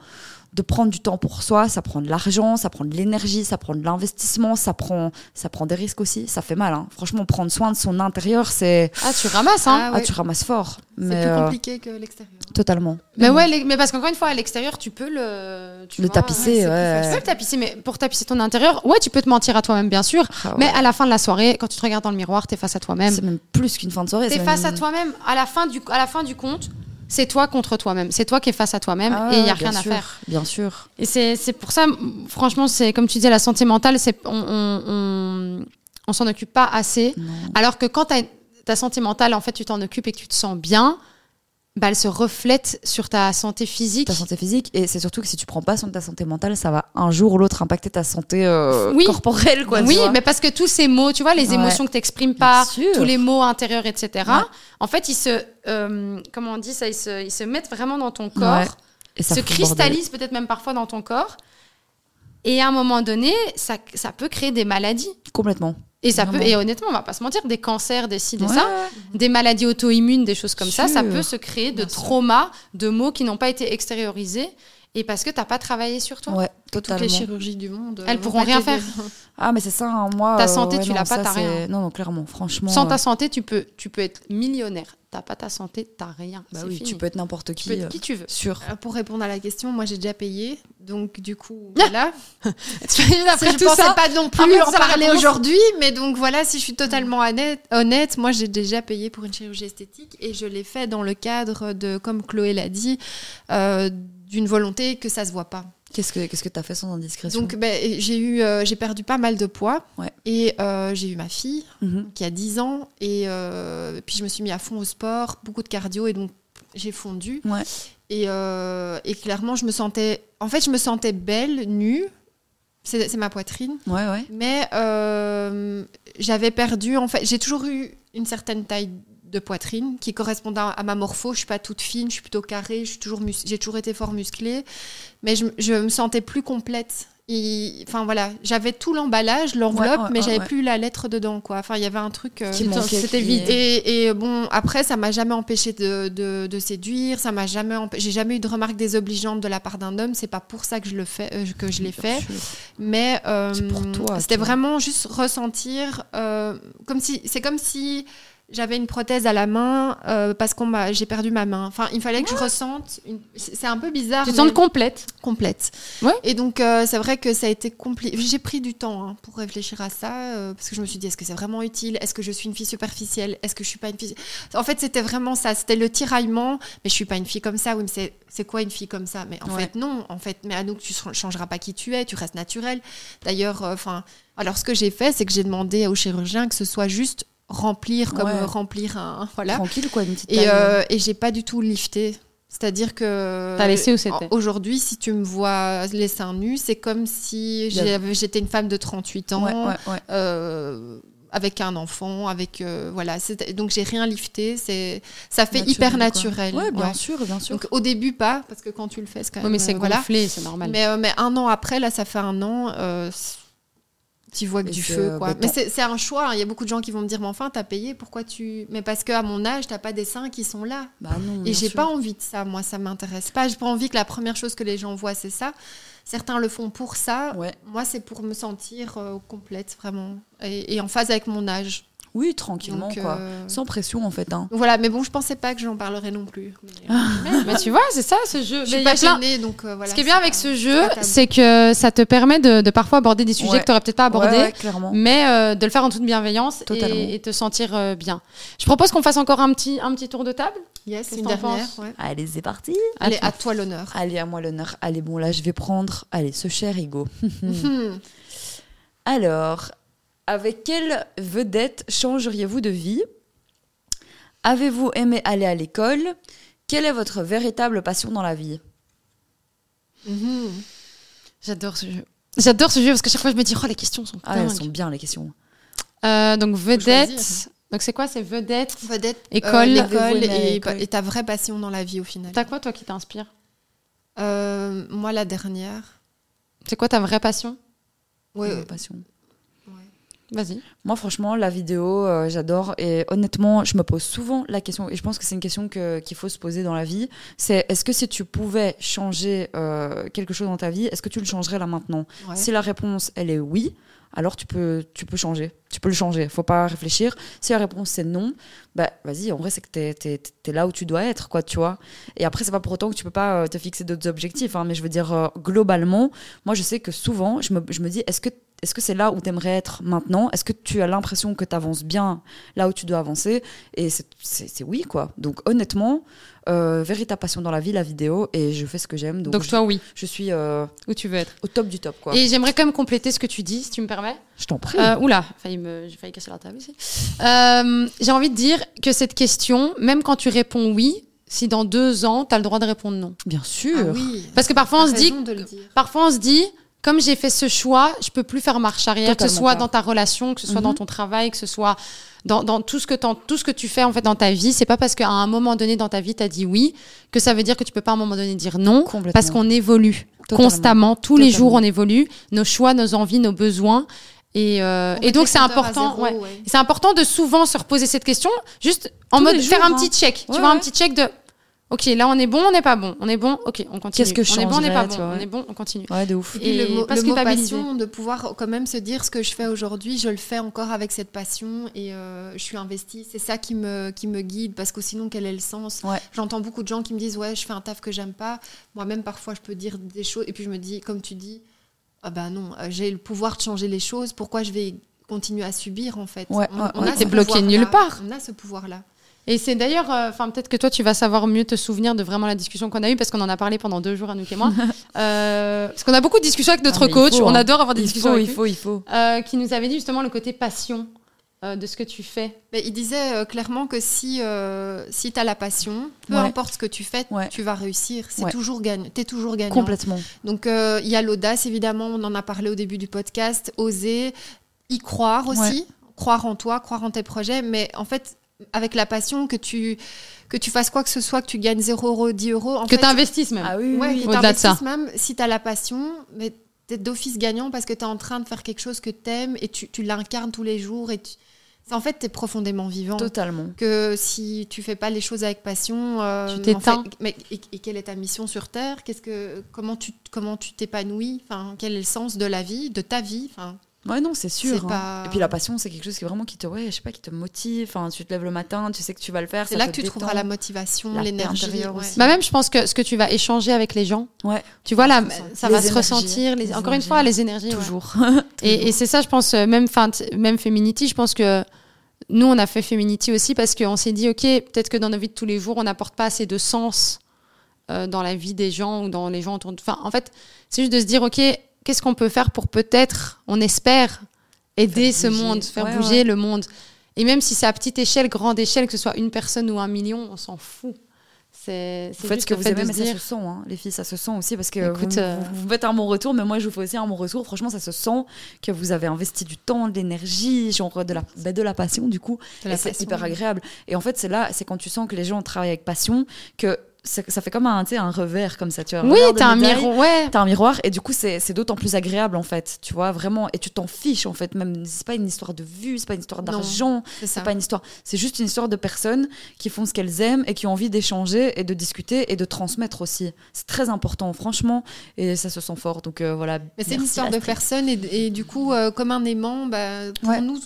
C: de prendre du temps pour soi. Ça prend de l'argent, ça prend de l'énergie, ça prend de l'investissement, ça prend, ça prend des risques aussi. Ça fait mal. hein. Franchement, prendre soin de son intérieur, c'est
A: Ah, tu ramasses, hein.
B: Ah
C: ah,
B: ouais.
C: tu ramasses fort.
B: C'est
C: Mais
B: plus
C: euh,
B: compliqué que l'extérieur.
C: totalement.
A: Mais ouais, les- mais parce qu'encore une fois, à l'extérieur, tu peux le. Tu
C: Le
A: vois,
C: tapisser,
A: c'est plus
C: ouais.
A: facile. Tu peux le tapisser, mais pour tapisser ton intérieur, ouais, tu peux te mentir à toi-même, bien sûr.
C: Ah ouais.
A: Mais à la fin de la soirée, quand tu te regardes dans le miroir, t'es face à toi-même.
C: C'est même plus qu'une fin de soirée.
A: T'es
C: c'est
A: face à
C: même-
A: toi-même. À la fin du, à la fin du compte, c'est toi contre toi-même. C'est toi qui es face à toi-même
C: Ah
A: et il y a
C: ouais,
A: rien
C: bien
A: à
C: sûr,
A: faire.
C: Bien sûr.
A: Et c'est c'est pour ça, m- franchement, c'est comme tu disais, la santé mentale, c'est on, on, on, on s'en occupe pas assez.
C: Non.
A: Alors que quand t'as une- ta santé mentale, en fait, tu t'en occupes et que tu te sens bien, bah, elle se reflète sur ta santé physique.
C: Ta santé physique, et c'est surtout que si tu prends pas soin de ta santé mentale, ça va un jour ou l'autre impacter ta santé euh,
A: Oui.
C: corporelle. Quoi, tu
A: oui,
C: vois.
A: mais parce que tous ces mots, tu vois, les
C: Ouais.
A: émotions que t'exprimes pas,
C: sûr.
A: tous les mots intérieurs, etc.
C: Ouais.
A: En fait, ils se, euh, comment on dit ça, ils se, ils se mettent vraiment dans ton corps,
C: Ouais. Et ça
A: se
C: fout le bordel.
A: cristallisent peut-être même parfois dans ton corps. Et à un moment donné, ça, ça peut créer des maladies.
C: Complètement.
A: Et ça
C: Vraiment.
A: peut, et honnêtement, on va pas se mentir, des cancers, des ci, des
C: Ouais.
A: ça, des maladies auto-immunes, des choses comme ça, ça
C: Sûr.
A: peut se créer de traumas, de mots qui n'ont pas été extériorisés et parce que t'as pas travaillé sur toi.
C: Ouais,
B: Toutes
C: totalement.
B: les chirurgies du monde. euh,
A: Elles
B: vont
A: pourront
B: pas
A: rien
B: t'aider.
C: Ah, mais c'est ça, hein, moi.
A: Ta
C: euh,
A: santé,
C: ouais,
A: tu
C: non,
A: l'as pas,
C: ça,
A: t'as rien.
C: c'est- Non, non, clairement, franchement.
A: Sans
C: euh,
A: ta santé, tu peux, tu peux être millionnaire. T'as pas ta santé, t'as rien.
C: Bah
A: c'est
C: oui,
A: fini.
C: tu peux être n'importe
A: Tu
C: qui.
A: peux être
C: euh,
A: qui tu veux.
C: Sûr.
B: Euh, Pour répondre à la question, moi j'ai déjà payé, donc du coup voilà.
A: Après ah
B: je pensais pas
A: en
B: non
A: fait,
B: plus en
A: c'est la
B: parler
A: réponse. Mm.
B: aujourd'hui, mais donc voilà, si je suis totalement honnête, honnête moi j'ai déjà payé pour une chirurgie esthétique et je l'ai fait dans le cadre de, comme Chloé l'a dit, euh, d'une volonté que ça se voit pas.
C: Qu'est-ce que qu'est-ce que t'as fait sans indiscrétion
B: Donc ben, j'ai eu, euh, j'ai perdu pas mal de poids
C: Ouais.
B: et euh, j'ai eu ma fille
C: Mhm.
B: qui a 10 ans et euh, puis je me suis mis à fond au sport, beaucoup de cardio et donc j'ai fondu.
C: Ouais.
B: Et, euh, et clairement je me sentais, en fait je me sentais belle, nue, c'est c'est ma poitrine,
C: Ouais, ouais.
B: mais euh, j'avais perdu, en fait j'ai toujours eu une certaine taille de poitrine qui correspondait à ma morpho, je suis pas toute fine, je suis plutôt carrée, je suis toujours mus- j'ai toujours été fort musclée, mais je, je me sentais plus complète. Et- Enfin voilà, j'avais tout l'emballage, l'enveloppe,
C: Ouais, ouais,
B: mais
C: ouais,
B: j'avais
C: ouais.
B: plus la lettre dedans quoi. Enfin il y avait un truc. euh,
C: Qui manquait,
A: C'était
C: qui-
A: vide.
B: et, et bon, après, ça m'a jamais empêché de, de, de séduire, ça m'a jamais empê- j'ai jamais eu de remarques désobligeantes de la part d'un homme, c'est pas pour ça que je le fais, euh, que je l'ai fait,
C: Sûr.
B: mais euh,
C: C'est pour toi,
B: c'était
C: tu vois.
B: vraiment juste ressentir, euh, comme si, c'est comme si j'avais une prothèse à la main euh, parce qu'on m'a, j'ai perdu ma main. Enfin, il fallait que je ressente, une- c'est c'est un peu bizarre.
A: Ah. Tu te
B: mais-
A: sens complète.
B: complète.
A: Ouais.
B: Et donc, euh, c'est vrai que ça a été compliqué. J'ai pris du temps hein, pour réfléchir à ça, euh, parce que je me suis dit, est-ce que c'est vraiment utile Est-ce que je suis une fille superficielle Est-ce que je suis pas une fille... En fait, c'était vraiment ça, c'était le tiraillement, mais je suis pas une fille comme ça, oui, mais c'est- c'est quoi une fille comme ça Mais en
C: Ouais.
B: fait, non, en fait, mais à nous, tu ch- changeras pas qui tu es, tu restes naturelle. D'ailleurs, euh, enfin, alors ce que j'ai fait, c'est que j'ai demandé au chirurgien que ce soit juste remplir comme
C: Ouais.
B: euh, remplir un... Voilà.
C: Tranquille, quoi, une petite
B: Et,
C: taille.
B: euh, et j'ai pas du tout lifté. C'est-à-dire que.
A: T'as laissé où c'était
B: Aujourd'hui, si tu me vois les seins nus, c'est comme si j'avais- j'étais une femme de 38 ans,
C: Ouais, ouais, ouais.
B: euh, avec un enfant, avec. euh, voilà. C'est- Donc, j'ai rien lifté. c'est- Ça fait
C: Naturel,
B: hyper
C: quoi.
B: naturel.
C: Ouais, bien
B: ouais.
C: sûr, bien sûr.
B: Donc, au début, pas, parce que quand tu le fais, c'est quand
A: Oui,
B: même.
A: mais c'est
B: euh, voilà.
A: gonflé, c'est normal.
B: Mais, euh, mais un an après, là, ça fait un an, euh, c- tu vois que
C: Et
B: du
C: c'est,
B: feu,
C: euh,
B: quoi.
C: bah,
B: mais
C: tant-
B: c'est c'est un choix. hein. Il y a beaucoup de gens qui vont me dire, mais enfin, t'as payé, pourquoi tu. Mais parce qu'à mon âge, t'as pas des seins qui sont là.
C: Bah non,
B: Et
C: bien
B: j'ai
C: sûr.
B: pas envie de ça, moi, ça m'intéresse pas. J'ai pas envie que la première chose que les gens voient, c'est ça. Certains le font pour ça.
C: Ouais.
B: Moi, c'est pour me sentir euh, complète, vraiment. Et, et en phase avec mon âge.
C: Oui, tranquillement,
B: Donc,
C: quoi.
B: euh,
C: Sans pression, en fait. Hein.
B: donc voilà, mais bon, je pensais pas que j'en parlerais non plus. Mais, euh,
A: Mais tu vois, c'est ça ce jeu.
B: je
A: Mais
B: suis
A: il y a
B: pas
A: plein-
B: gênée, donc euh, voilà.
A: Ce qui est bien
B: c'est
A: avec
B: pas-
A: ce jeu,
B: pas tabou.
A: c'est que ça te permet de, de parfois aborder des sujets
C: Ouais.
A: que tu n'aurais peut-être pas abordés,
C: Ouais, ouais, clairement.
A: mais euh, de le faire en toute bienveillance
C: Totalement.
A: et, et te sentir euh, bien. Je propose qu'on fasse encore un petit, un petit tour de table.
B: Yes,
A: Qu'est-ce
B: une
A: que t'en
B: dernière.
A: penses
B: ouais.
C: Allez, c'est parti.
B: Allez, à toi l'honneur.
C: Allez, à moi l'honneur. Allez, bon, là, je vais prendre. Allez, ce cher ego. Hmm.
B: Mhm.
C: Alors, avec quelle vedette changeriez-vous de vie Avez-vous aimé aller à l'école Quelle est votre véritable passion dans la vie
B: Mhm.
A: J'adore ce jeu. J'adore ce jeu parce que chaque fois je me dis oh les questions sont
C: Ah,
A: dingues.
C: elles sont bien les questions.
A: Euh, donc vedette.
B: choisir.
A: Donc c'est quoi c'est vedette
B: Vedette,
A: École.
B: euh, l'école
C: Avez-vous aimé à
B: et,
C: l'école
B: et ta vraie passion dans la vie au final.
A: T'as quoi toi qui t'inspire
B: Euh, moi, la dernière.
A: C'est quoi ta vraie passion
B: Ouais,
C: Euh, passion.
A: Vas-y.
C: Moi, franchement, la vidéo, euh, j'adore. Et honnêtement, je me pose souvent la question, et je pense que c'est une question que- qu'il faut se poser dans la vie, c'est est-ce que si tu pouvais changer euh, quelque chose dans ta vie, est-ce que tu le changerais là maintenant
B: ouais.
C: Si la réponse, elle est oui, alors tu peux, tu peux changer. Tu peux le changer. Faut pas réfléchir. Si la réponse, c'est non, bah vas-y, en vrai, c'est que t'es es, là où tu dois être, quoi, tu vois. Et après, c'est pas pour autant que tu peux pas euh, te fixer d'autres objectifs. hein, mais je veux dire, euh, globalement, moi, je sais que souvent, je me, je me dis, est-ce que est-ce que c'est là où tu aimerais être maintenant Est-ce que tu as l'impression que tu avances bien là où tu dois avancer Et c'est- c'est c'est oui, quoi. Donc, honnêtement, euh, véritable passion dans la vie, la vidéo, et je fais ce que j'aime. Donc,
A: Donc,
C: je,
A: toi oui
C: je suis euh,
A: où tu veux être.
C: au top du top, quoi.
A: Et j'aimerais quand même compléter ce que tu dis si tu me permets.
C: Je t'en prie.
A: Euh, oula, failli me- j'ai failli casser la table ici. Euh, j'ai envie de dire que cette question, même quand tu réponds oui, si dans deux ans, tu as le droit de répondre non.
C: Bien
B: Ah
C: sûr.
B: oui.
A: Parce que parfois, on se dit,
B: Raison de le dire.
A: parfois on se dit, comme j'ai fait ce choix, je peux plus faire marche arrière, que ce
C: Totalement
A: soit
C: pas.
A: dans ta relation, que ce soit
C: Mhm.
A: dans ton travail, que ce soit dans, dans tout, ce que t'en- tout ce que tu fais en fait dans ta vie. C'est pas parce qu'à un moment donné dans ta vie, tu as dit oui, que ça veut dire que tu peux pas à un moment donné dire non.
C: Complètement.
A: Parce qu'on évolue
C: Totalement.
A: constamment, tous les
C: Totalement.
A: jours on évolue, nos choix, nos envies, nos besoins. Et, euh,
B: On
A: et donc
B: remet
A: c'est
B: les compteurs à
A: important,
B: zéro,
A: ouais.
B: ouais.
A: c'est important de souvent se reposer cette question, juste en
C: Tous
A: mode
C: les
A: faire un
C: jours, hein.
A: petit check.
C: Ouais,
A: tu vois, un
C: ouais.
A: petit check de, ok, là on est bon, on n'est pas bon, on est bon, ok, on continue.
C: Qu'est-ce que je
A: On est bon, on n'est pas
C: changerais,
A: bon,
C: tu vois,
A: on
C: ouais.
A: est bon, on continue.
C: Ouais, de ouf.
B: Et puis
A: Et
B: le mot,
A: pas
B: le
A: se
B: mot
A: culpabiliser.
B: passion, de pouvoir quand même se dire ce que je fais aujourd'hui, je le fais encore avec cette passion et euh, je suis investie. C'est ça qui me, qui me guide parce que sinon, quel est le sens
C: Ouais.
B: J'entends beaucoup de gens qui me disent Ouais, je fais un taf que j'aime pas. Moi-même, parfois, je peux dire des choses et puis je me dis, comme tu dis, ah ben non, euh, j'ai le pouvoir de changer les choses. Pourquoi je vais continuer à subir en fait
C: Ouais, ouais, ouais.
B: ce
A: T'es bloqué
B: pouvoir-là.
A: nulle part.
B: On a ce pouvoir-là.
A: Et c'est d'ailleurs, euh, enfin peut-être que toi tu vas savoir mieux te souvenir de vraiment la discussion qu'on a eue parce qu'on en a parlé pendant deux jours Anouk et moi, Euh, parce qu'on a beaucoup de discussions avec notre
C: Ah, mais il
A: coach,
C: faut,
A: on
C: hein.
A: adore avoir des
C: Il
A: discussions
C: faut,
A: avec
C: il
A: lui,
C: faut, il faut.
A: euh, qui nous avait dit justement le côté passion euh, de ce que tu fais.
B: Mais il disait euh, clairement que si, euh, si tu as la passion, peu
C: Ouais.
B: importe ce que tu fais,
C: Ouais.
B: tu vas réussir. C'est
C: Ouais.
B: toujours gagnant. Tu es toujours gagnant.
C: Complètement.
B: Donc euh, il y a l'audace, évidemment, on en a parlé au début du podcast, oser y croire aussi, croire en toi, croire en tes projets, mais en fait, avec la passion, que tu, que tu fasses quoi que ce soit, que tu gagnes 0 euros, 10 euros, en
A: que
B: fait,
A: tu investisses même.
C: Ah oui,
B: ouais,
C: oui,
B: que
C: oui.
A: Au-delà de ça.
B: t'investisses même si tu as la passion, mais tu es d'office gagnant parce que tu es en train de faire quelque chose que tu aimes et tu, tu l'incarnes tous les jours. et tu... c'est- En fait, tu es profondément vivant
C: Totalement.
B: que si tu fais pas les choses avec passion, euh,
A: Tu t'éteins.
B: en fait, mais et, et quelle est ta mission sur Terre Qu'est-ce que comment tu comment tu t'épanouis Enfin, quel est le sens de la vie, de ta vie Enfin,
C: Ouais, non, c'est sûr.
B: C'est pas-
C: hein. Et puis la passion, c'est quelque chose qui vraiment qui te, ouais, je sais pas, qui te motive. Enfin, tu te lèves le matin, tu sais que tu vas le faire.
B: c'est
C: ça
B: là
C: te
B: que tu
C: détend.
B: trouveras la motivation,
C: la paix
B: l'énergie.
C: intérieure
B: ouais.
C: aussi.
A: Bah même, je pense que ce que tu vas échanger avec les gens,
C: Ouais.
A: tu vois, là, ça
C: Les
A: va se
C: énergies.
A: ressentir. les-
C: Les
A: Encore une
C: énergies.
A: fois, les énergies. ouais.
C: Toujours.
A: Et, et c'est ça, je pense, euh, même, fin, t- même Feminity, je pense que nous, on a fait Feminity aussi parce qu'on s'est dit, OK, peut-être que dans nos vies de tous les jours, on n'apporte pas assez de sens euh, dans la vie des gens ou dans les gens autour de... Enfin, en fait, c'est juste de se dire, OK, qu'est-ce qu'on peut faire pour peut-être, on espère, aider ce
C: Faire bouger.
A: monde, faire
C: Ouais,
A: bouger le monde. Et même si c'est à petite échelle, grande échelle, que ce soit une personne ou un million, on s'en fout. C'est
C: Vous faites ce que vous aimez, mais ça se sent, hein, les filles, ça se sent aussi parce que Écoute, vous, euh... vous, vous, faites un bon retour, mais moi je vous fais aussi un bon retour. Franchement, ça se sent que vous avez investi du temps, de l'énergie, genre de la, bah, de la passion du coup. C'est hyper agréable. Et en fait, c'est là, c'est quand tu sens que les gens travaillent avec passion que ça, ça, fait comme un, un revers comme ça, tu vois.
A: Oui, t'as un miroir, ouais.
C: T'as un miroir et du coup c'est d'autant plus agréable en fait, tu vois vraiment. Et tu t'en fiches en fait, même c'est pas une histoire de vue, c'est pas une histoire d'argent, c'est pas une histoire, c'est juste une histoire de personnes qui font ce qu'elles aiment et qui ont envie d'échanger et de discuter et de transmettre aussi. C'est très important franchement et ça se sent fort donc euh, voilà.
B: Mais c'est une histoire Astrid. de personnes et, et du coup euh, comme un aimant, bah, pour ouais. nous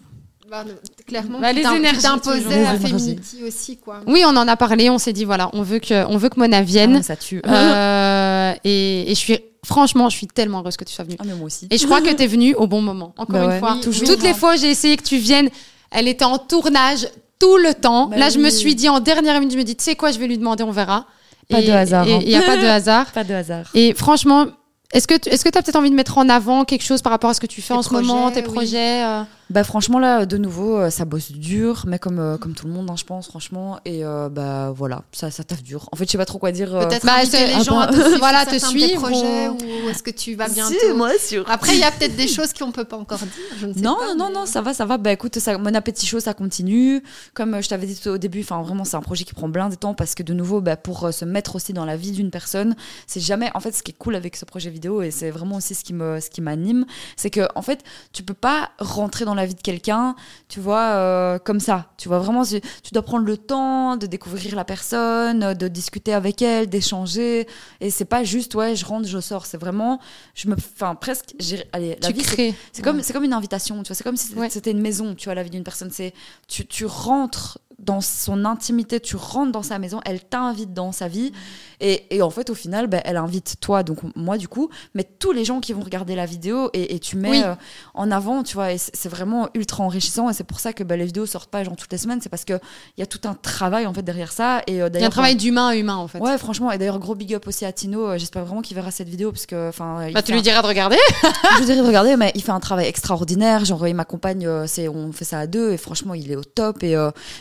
B: bah, clairement bah,
A: les énergies
B: imposées à Feminity aussi quoi.
A: Oui, on en a parlé, on s'est dit voilà, on veut que on veut que Mona vienne.
C: Ah, ça tue.
A: Euh, et, et je suis franchement, je suis tellement heureuse que tu sois venue.
C: Ah, mais moi aussi.
A: Et je crois que tu es venue au bon moment. Encore bah, une ouais. fois, oui, toujours. toutes les fois j'ai essayé que tu viennes, elle était en tournage tout le temps. Là, Bah oui. je me suis dit en dernière minute, je me dis tu sais quoi, je vais lui demander, on verra.
C: Pas et, de hasard.
A: Il n'y hein. a pas de hasard.
C: Pas de hasard.
A: Et franchement, est-ce que tu est as peut-être envie de mettre en avant quelque chose par rapport à ce que tu fais tes en projets, ce moment, tes oui. projets euh...
C: Bah franchement là, de nouveau, euh, ça bosse dur, mais comme euh, comme tout le monde, hein, je pense franchement. Et euh, bah voilà, ça ça taffe dur. En fait, je sais pas trop quoi dire. euh,
B: Peut-être bah, les gens à te suivre voilà te suivre projets, ou, ou est-ce que tu vas bientôt
C: si, moi sûr.
B: Après, il y a peut-être des choses qu'on peut pas encore dire. Je ne sais
C: non
B: pas, euh,
C: non mais... non, ça va ça va. Bah écoute, ça, mon appétit chaud ça continue. Comme euh, je t'avais dit au début, enfin vraiment c'est un projet qui prend plein de temps parce que de nouveau, bah, pour se mettre aussi dans la vie d'une personne, c'est jamais. En fait, ce qui est cool avec ce projet vidéo et c'est vraiment aussi ce qui me ce qui m'anime c'est que en fait tu peux pas rentrer dans la vie de quelqu'un tu vois euh, comme ça tu vois vraiment tu, tu, dois prendre le temps de découvrir la personne de discuter avec elle d'échanger et c'est pas juste ouais je rentre je sors c'est vraiment je me enfin presque allez la
A: tu
C: vie
A: c'est
C: ouais. comme c'est comme une invitation tu vois c'est comme si c'était ouais. une maison tu vois la vie d'une personne c'est tu tu rentres dans son intimité, tu rentres dans sa maison, elle t'invite dans sa vie. Et, et, en fait, au final, bah, elle invite toi, donc moi du coup, mais tous les gens qui vont regarder la vidéo et, et tu mets oui. euh, en avant, tu vois, c'est vraiment ultra enrichissant. Et c'est pour ça que bah, les vidéos sortent pas genre toutes les semaines, c'est parce qu'il y a tout un travail en fait derrière ça. Et, euh,
A: il y a un travail d'humain à humain en fait.
C: Ouais, franchement. Et d'ailleurs, gros big up aussi à Tino. Euh, J'espère vraiment qu'il verra cette vidéo parce que. enfin
A: bah, tu lui diras un... de regarder
C: Je lui dirai de regarder, mais il fait un travail extraordinaire. Genre, il m'accompagne, euh, on fait ça à deux et franchement, il est au top. Et,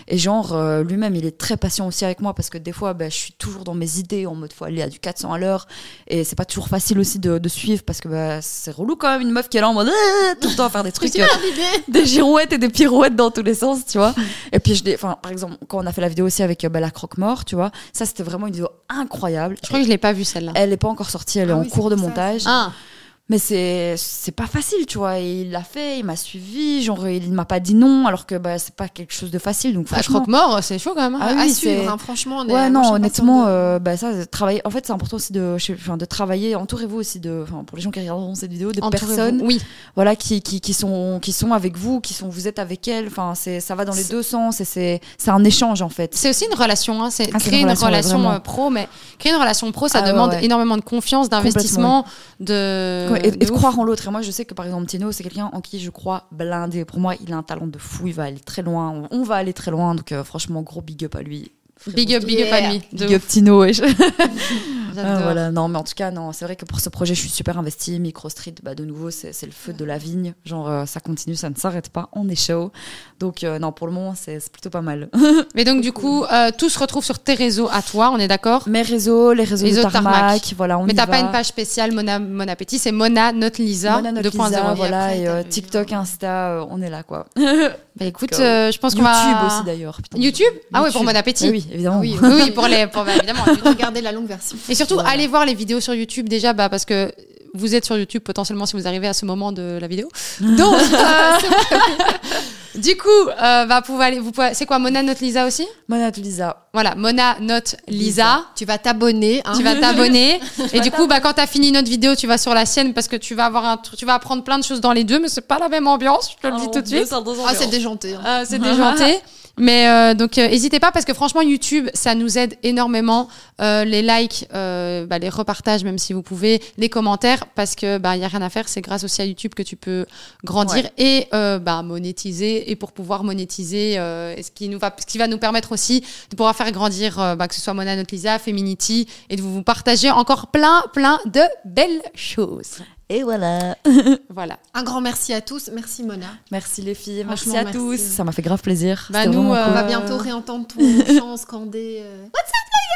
C: et genre, euh, lui-même il est très patient aussi avec moi parce que des fois bah, je suis toujours dans mes idées en mode faut aller à du 400 à l'heure et c'est pas toujours facile aussi de, de suivre parce que bah, c'est relou quand même une meuf qui est là en mode euh, tout le temps à faire des trucs euh, des girouettes et des pirouettes dans tous les sens tu vois et puis je enfin par exemple quand on a fait la vidéo aussi avec bah, la croque mort tu vois ça c'était vraiment une vidéo incroyable
A: je crois que je l'ai pas vue celle-là
C: elle est pas encore sortie elle ah est oui, en est cours de montage
A: ah
C: mais c'est c'est pas facile tu vois et il l'a fait il m'a suivi genre il m'a pas dit non alors que bah c'est pas quelque chose de facile donc franchement
A: croque mort c'est chaud quand même hein.
B: ah, ah, oui, à suivre hein, franchement on est,
C: ouais non honnêtement euh, bah ça travailler en fait c'est important aussi de enfin de travailler entourez-vous aussi de pour les gens qui regarderont cette vidéo des personnes
A: oui
C: voilà qui, qui, qui sont qui sont avec vous qui sont vous êtes avec elles enfin c'est ça va dans les deux sens et c'est c'est un échange en fait
A: c'est aussi une relation hein, c'est ah, créer une relation, une relation ouais, pro mais créer une relation pro ça ah, demande ouais. énormément de confiance d'investissement Euh, de
C: ouais, et, et, de, de croire en l'autre. Et moi, je sais que par exemple, Tino, c'est quelqu'un en qui je crois blindé. Pour moi, il a un talent de fou. Il va aller très loin. On, on va aller très loin. Donc, euh, franchement, gros big up à lui.
A: Big up, big yeah. up à lui.
C: Big up Tino. Ouais. ah, voilà, non, mais en tout cas, non, c'est vrai que pour ce projet, je suis super investie. Micro Street, bah, de nouveau, c'est le feu de la vigne. Genre, euh, ça continue, ça ne s'arrête pas. On est chaud. Donc, euh, non, pour le moment, c'est plutôt pas mal.
A: mais donc, du coup, euh, tout se retrouve sur tes réseaux à toi, on est d'accord
C: Mes réseaux, les réseaux les de tarmac, tarmac. Voilà, on
A: mais t'as
C: va.
A: pas une page spéciale, Mona, Mon Appétit, c'est Mona Notre Lisa 2.0.
C: Voilà, et, après, et TikTok,
A: hein.
C: Insta, euh, on est là, quoi.
A: Bah écoute, euh, je pense qu'on va.
C: YouTube aussi d'ailleurs.
A: YouTube, Ah ouais, pour Mon Appétit.
C: Ah oui, évidemment.
A: Oui, oui pour les. Pour, bah, évidemment.
B: Regardez la longue version.
A: Et surtout, voilà. allez voir les vidéos sur YouTube déjà, bah, parce que vous êtes sur YouTube potentiellement si vous arrivez à ce moment de la vidéo. Donc, euh, du coup, euh, bah, vous aller, vous pouvez, c'est quoi Mona Note Lisa aussi
C: Mona Note Lisa.
A: Voilà, Mona Note Lisa. Ah.
B: Tu vas t'abonner. Hein.
A: Tu vas t'abonner. et du coup, bah, quand t'as fini notre vidéo, tu vas sur la sienne parce que tu vas avoir un, tu vas apprendre plein de choses dans les deux, mais c'est pas la même ambiance. Je te le dis oh, tout de suite.
B: Ah, c'est déjanté. Hein.
A: Euh, c'est déjanté. Mais euh, donc, n'hésitez euh, pas parce que franchement, YouTube, ça nous aide énormément. Euh, les likes, bah, les repartages, même si vous pouvez, les commentaires, parce que bah y a rien à faire. C'est grâce aussi à YouTube que tu peux grandir ouais. et bah, monétiser. Et pour pouvoir monétiser, euh, ce qui nous va, ce qui va nous permettre aussi de pouvoir faire grandir, bah, que ce soit Mona Notlisa, Feminity, et de vous partager encore plein, plein de belles choses.
C: Et voilà.
A: voilà.
B: Un grand merci à tous. Merci Mona.
C: Merci les filles. Merci à merci. tous. Ça m'a fait grave plaisir.
A: Bah nous,
B: euh, on cool. va bientôt réentendre ton chant scandé. Euh... What's up, my guys?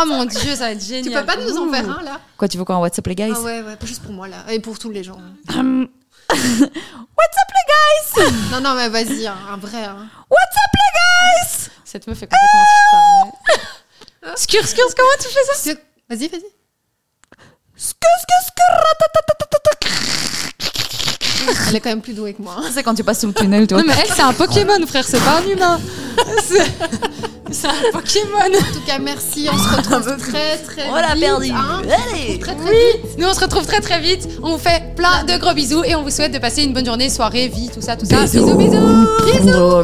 A: Oh mon dieu, ça va être génial.
B: euh. Tu peux pas nous en faire un là
C: Quoi, tu veux quoi en WhatsApp, les guys
B: Ah ouais, ouais, juste pour moi là. Et pour tous les gens.
C: Hum. What's up, les guys
B: Non, non, mais vas-y, un, un vrai. hein.
C: What's up, les guys
A: Cette meuf est complètement hein, disparue. Scurs, scurs, comment tu fais ça
B: Parce que- Vas-y, vas-y.
C: Scu, scu, scu, ratatatatata.
B: Elle est quand même plus douée que moi. hein.
C: C'est quand tu passes sous le tunnel, tu vois.
A: Non, mais elle, c'est un Pokémon, frère, c'est pas un humain. C'est c'est un Pokémon.
B: En tout cas, merci. On se retrouve très, très
C: Ah, bah, On Oh, l'a
B: vite,
C: perdu.
B: hein.
C: Allez
B: Très, très vite.
A: Nous, on se retrouve très très vite. On vous fait plein de gros bisous et on vous souhaite de passer une bonne journée, soirée, vie, tout ça, tout ça. Bisous, bisous.
C: Bisous.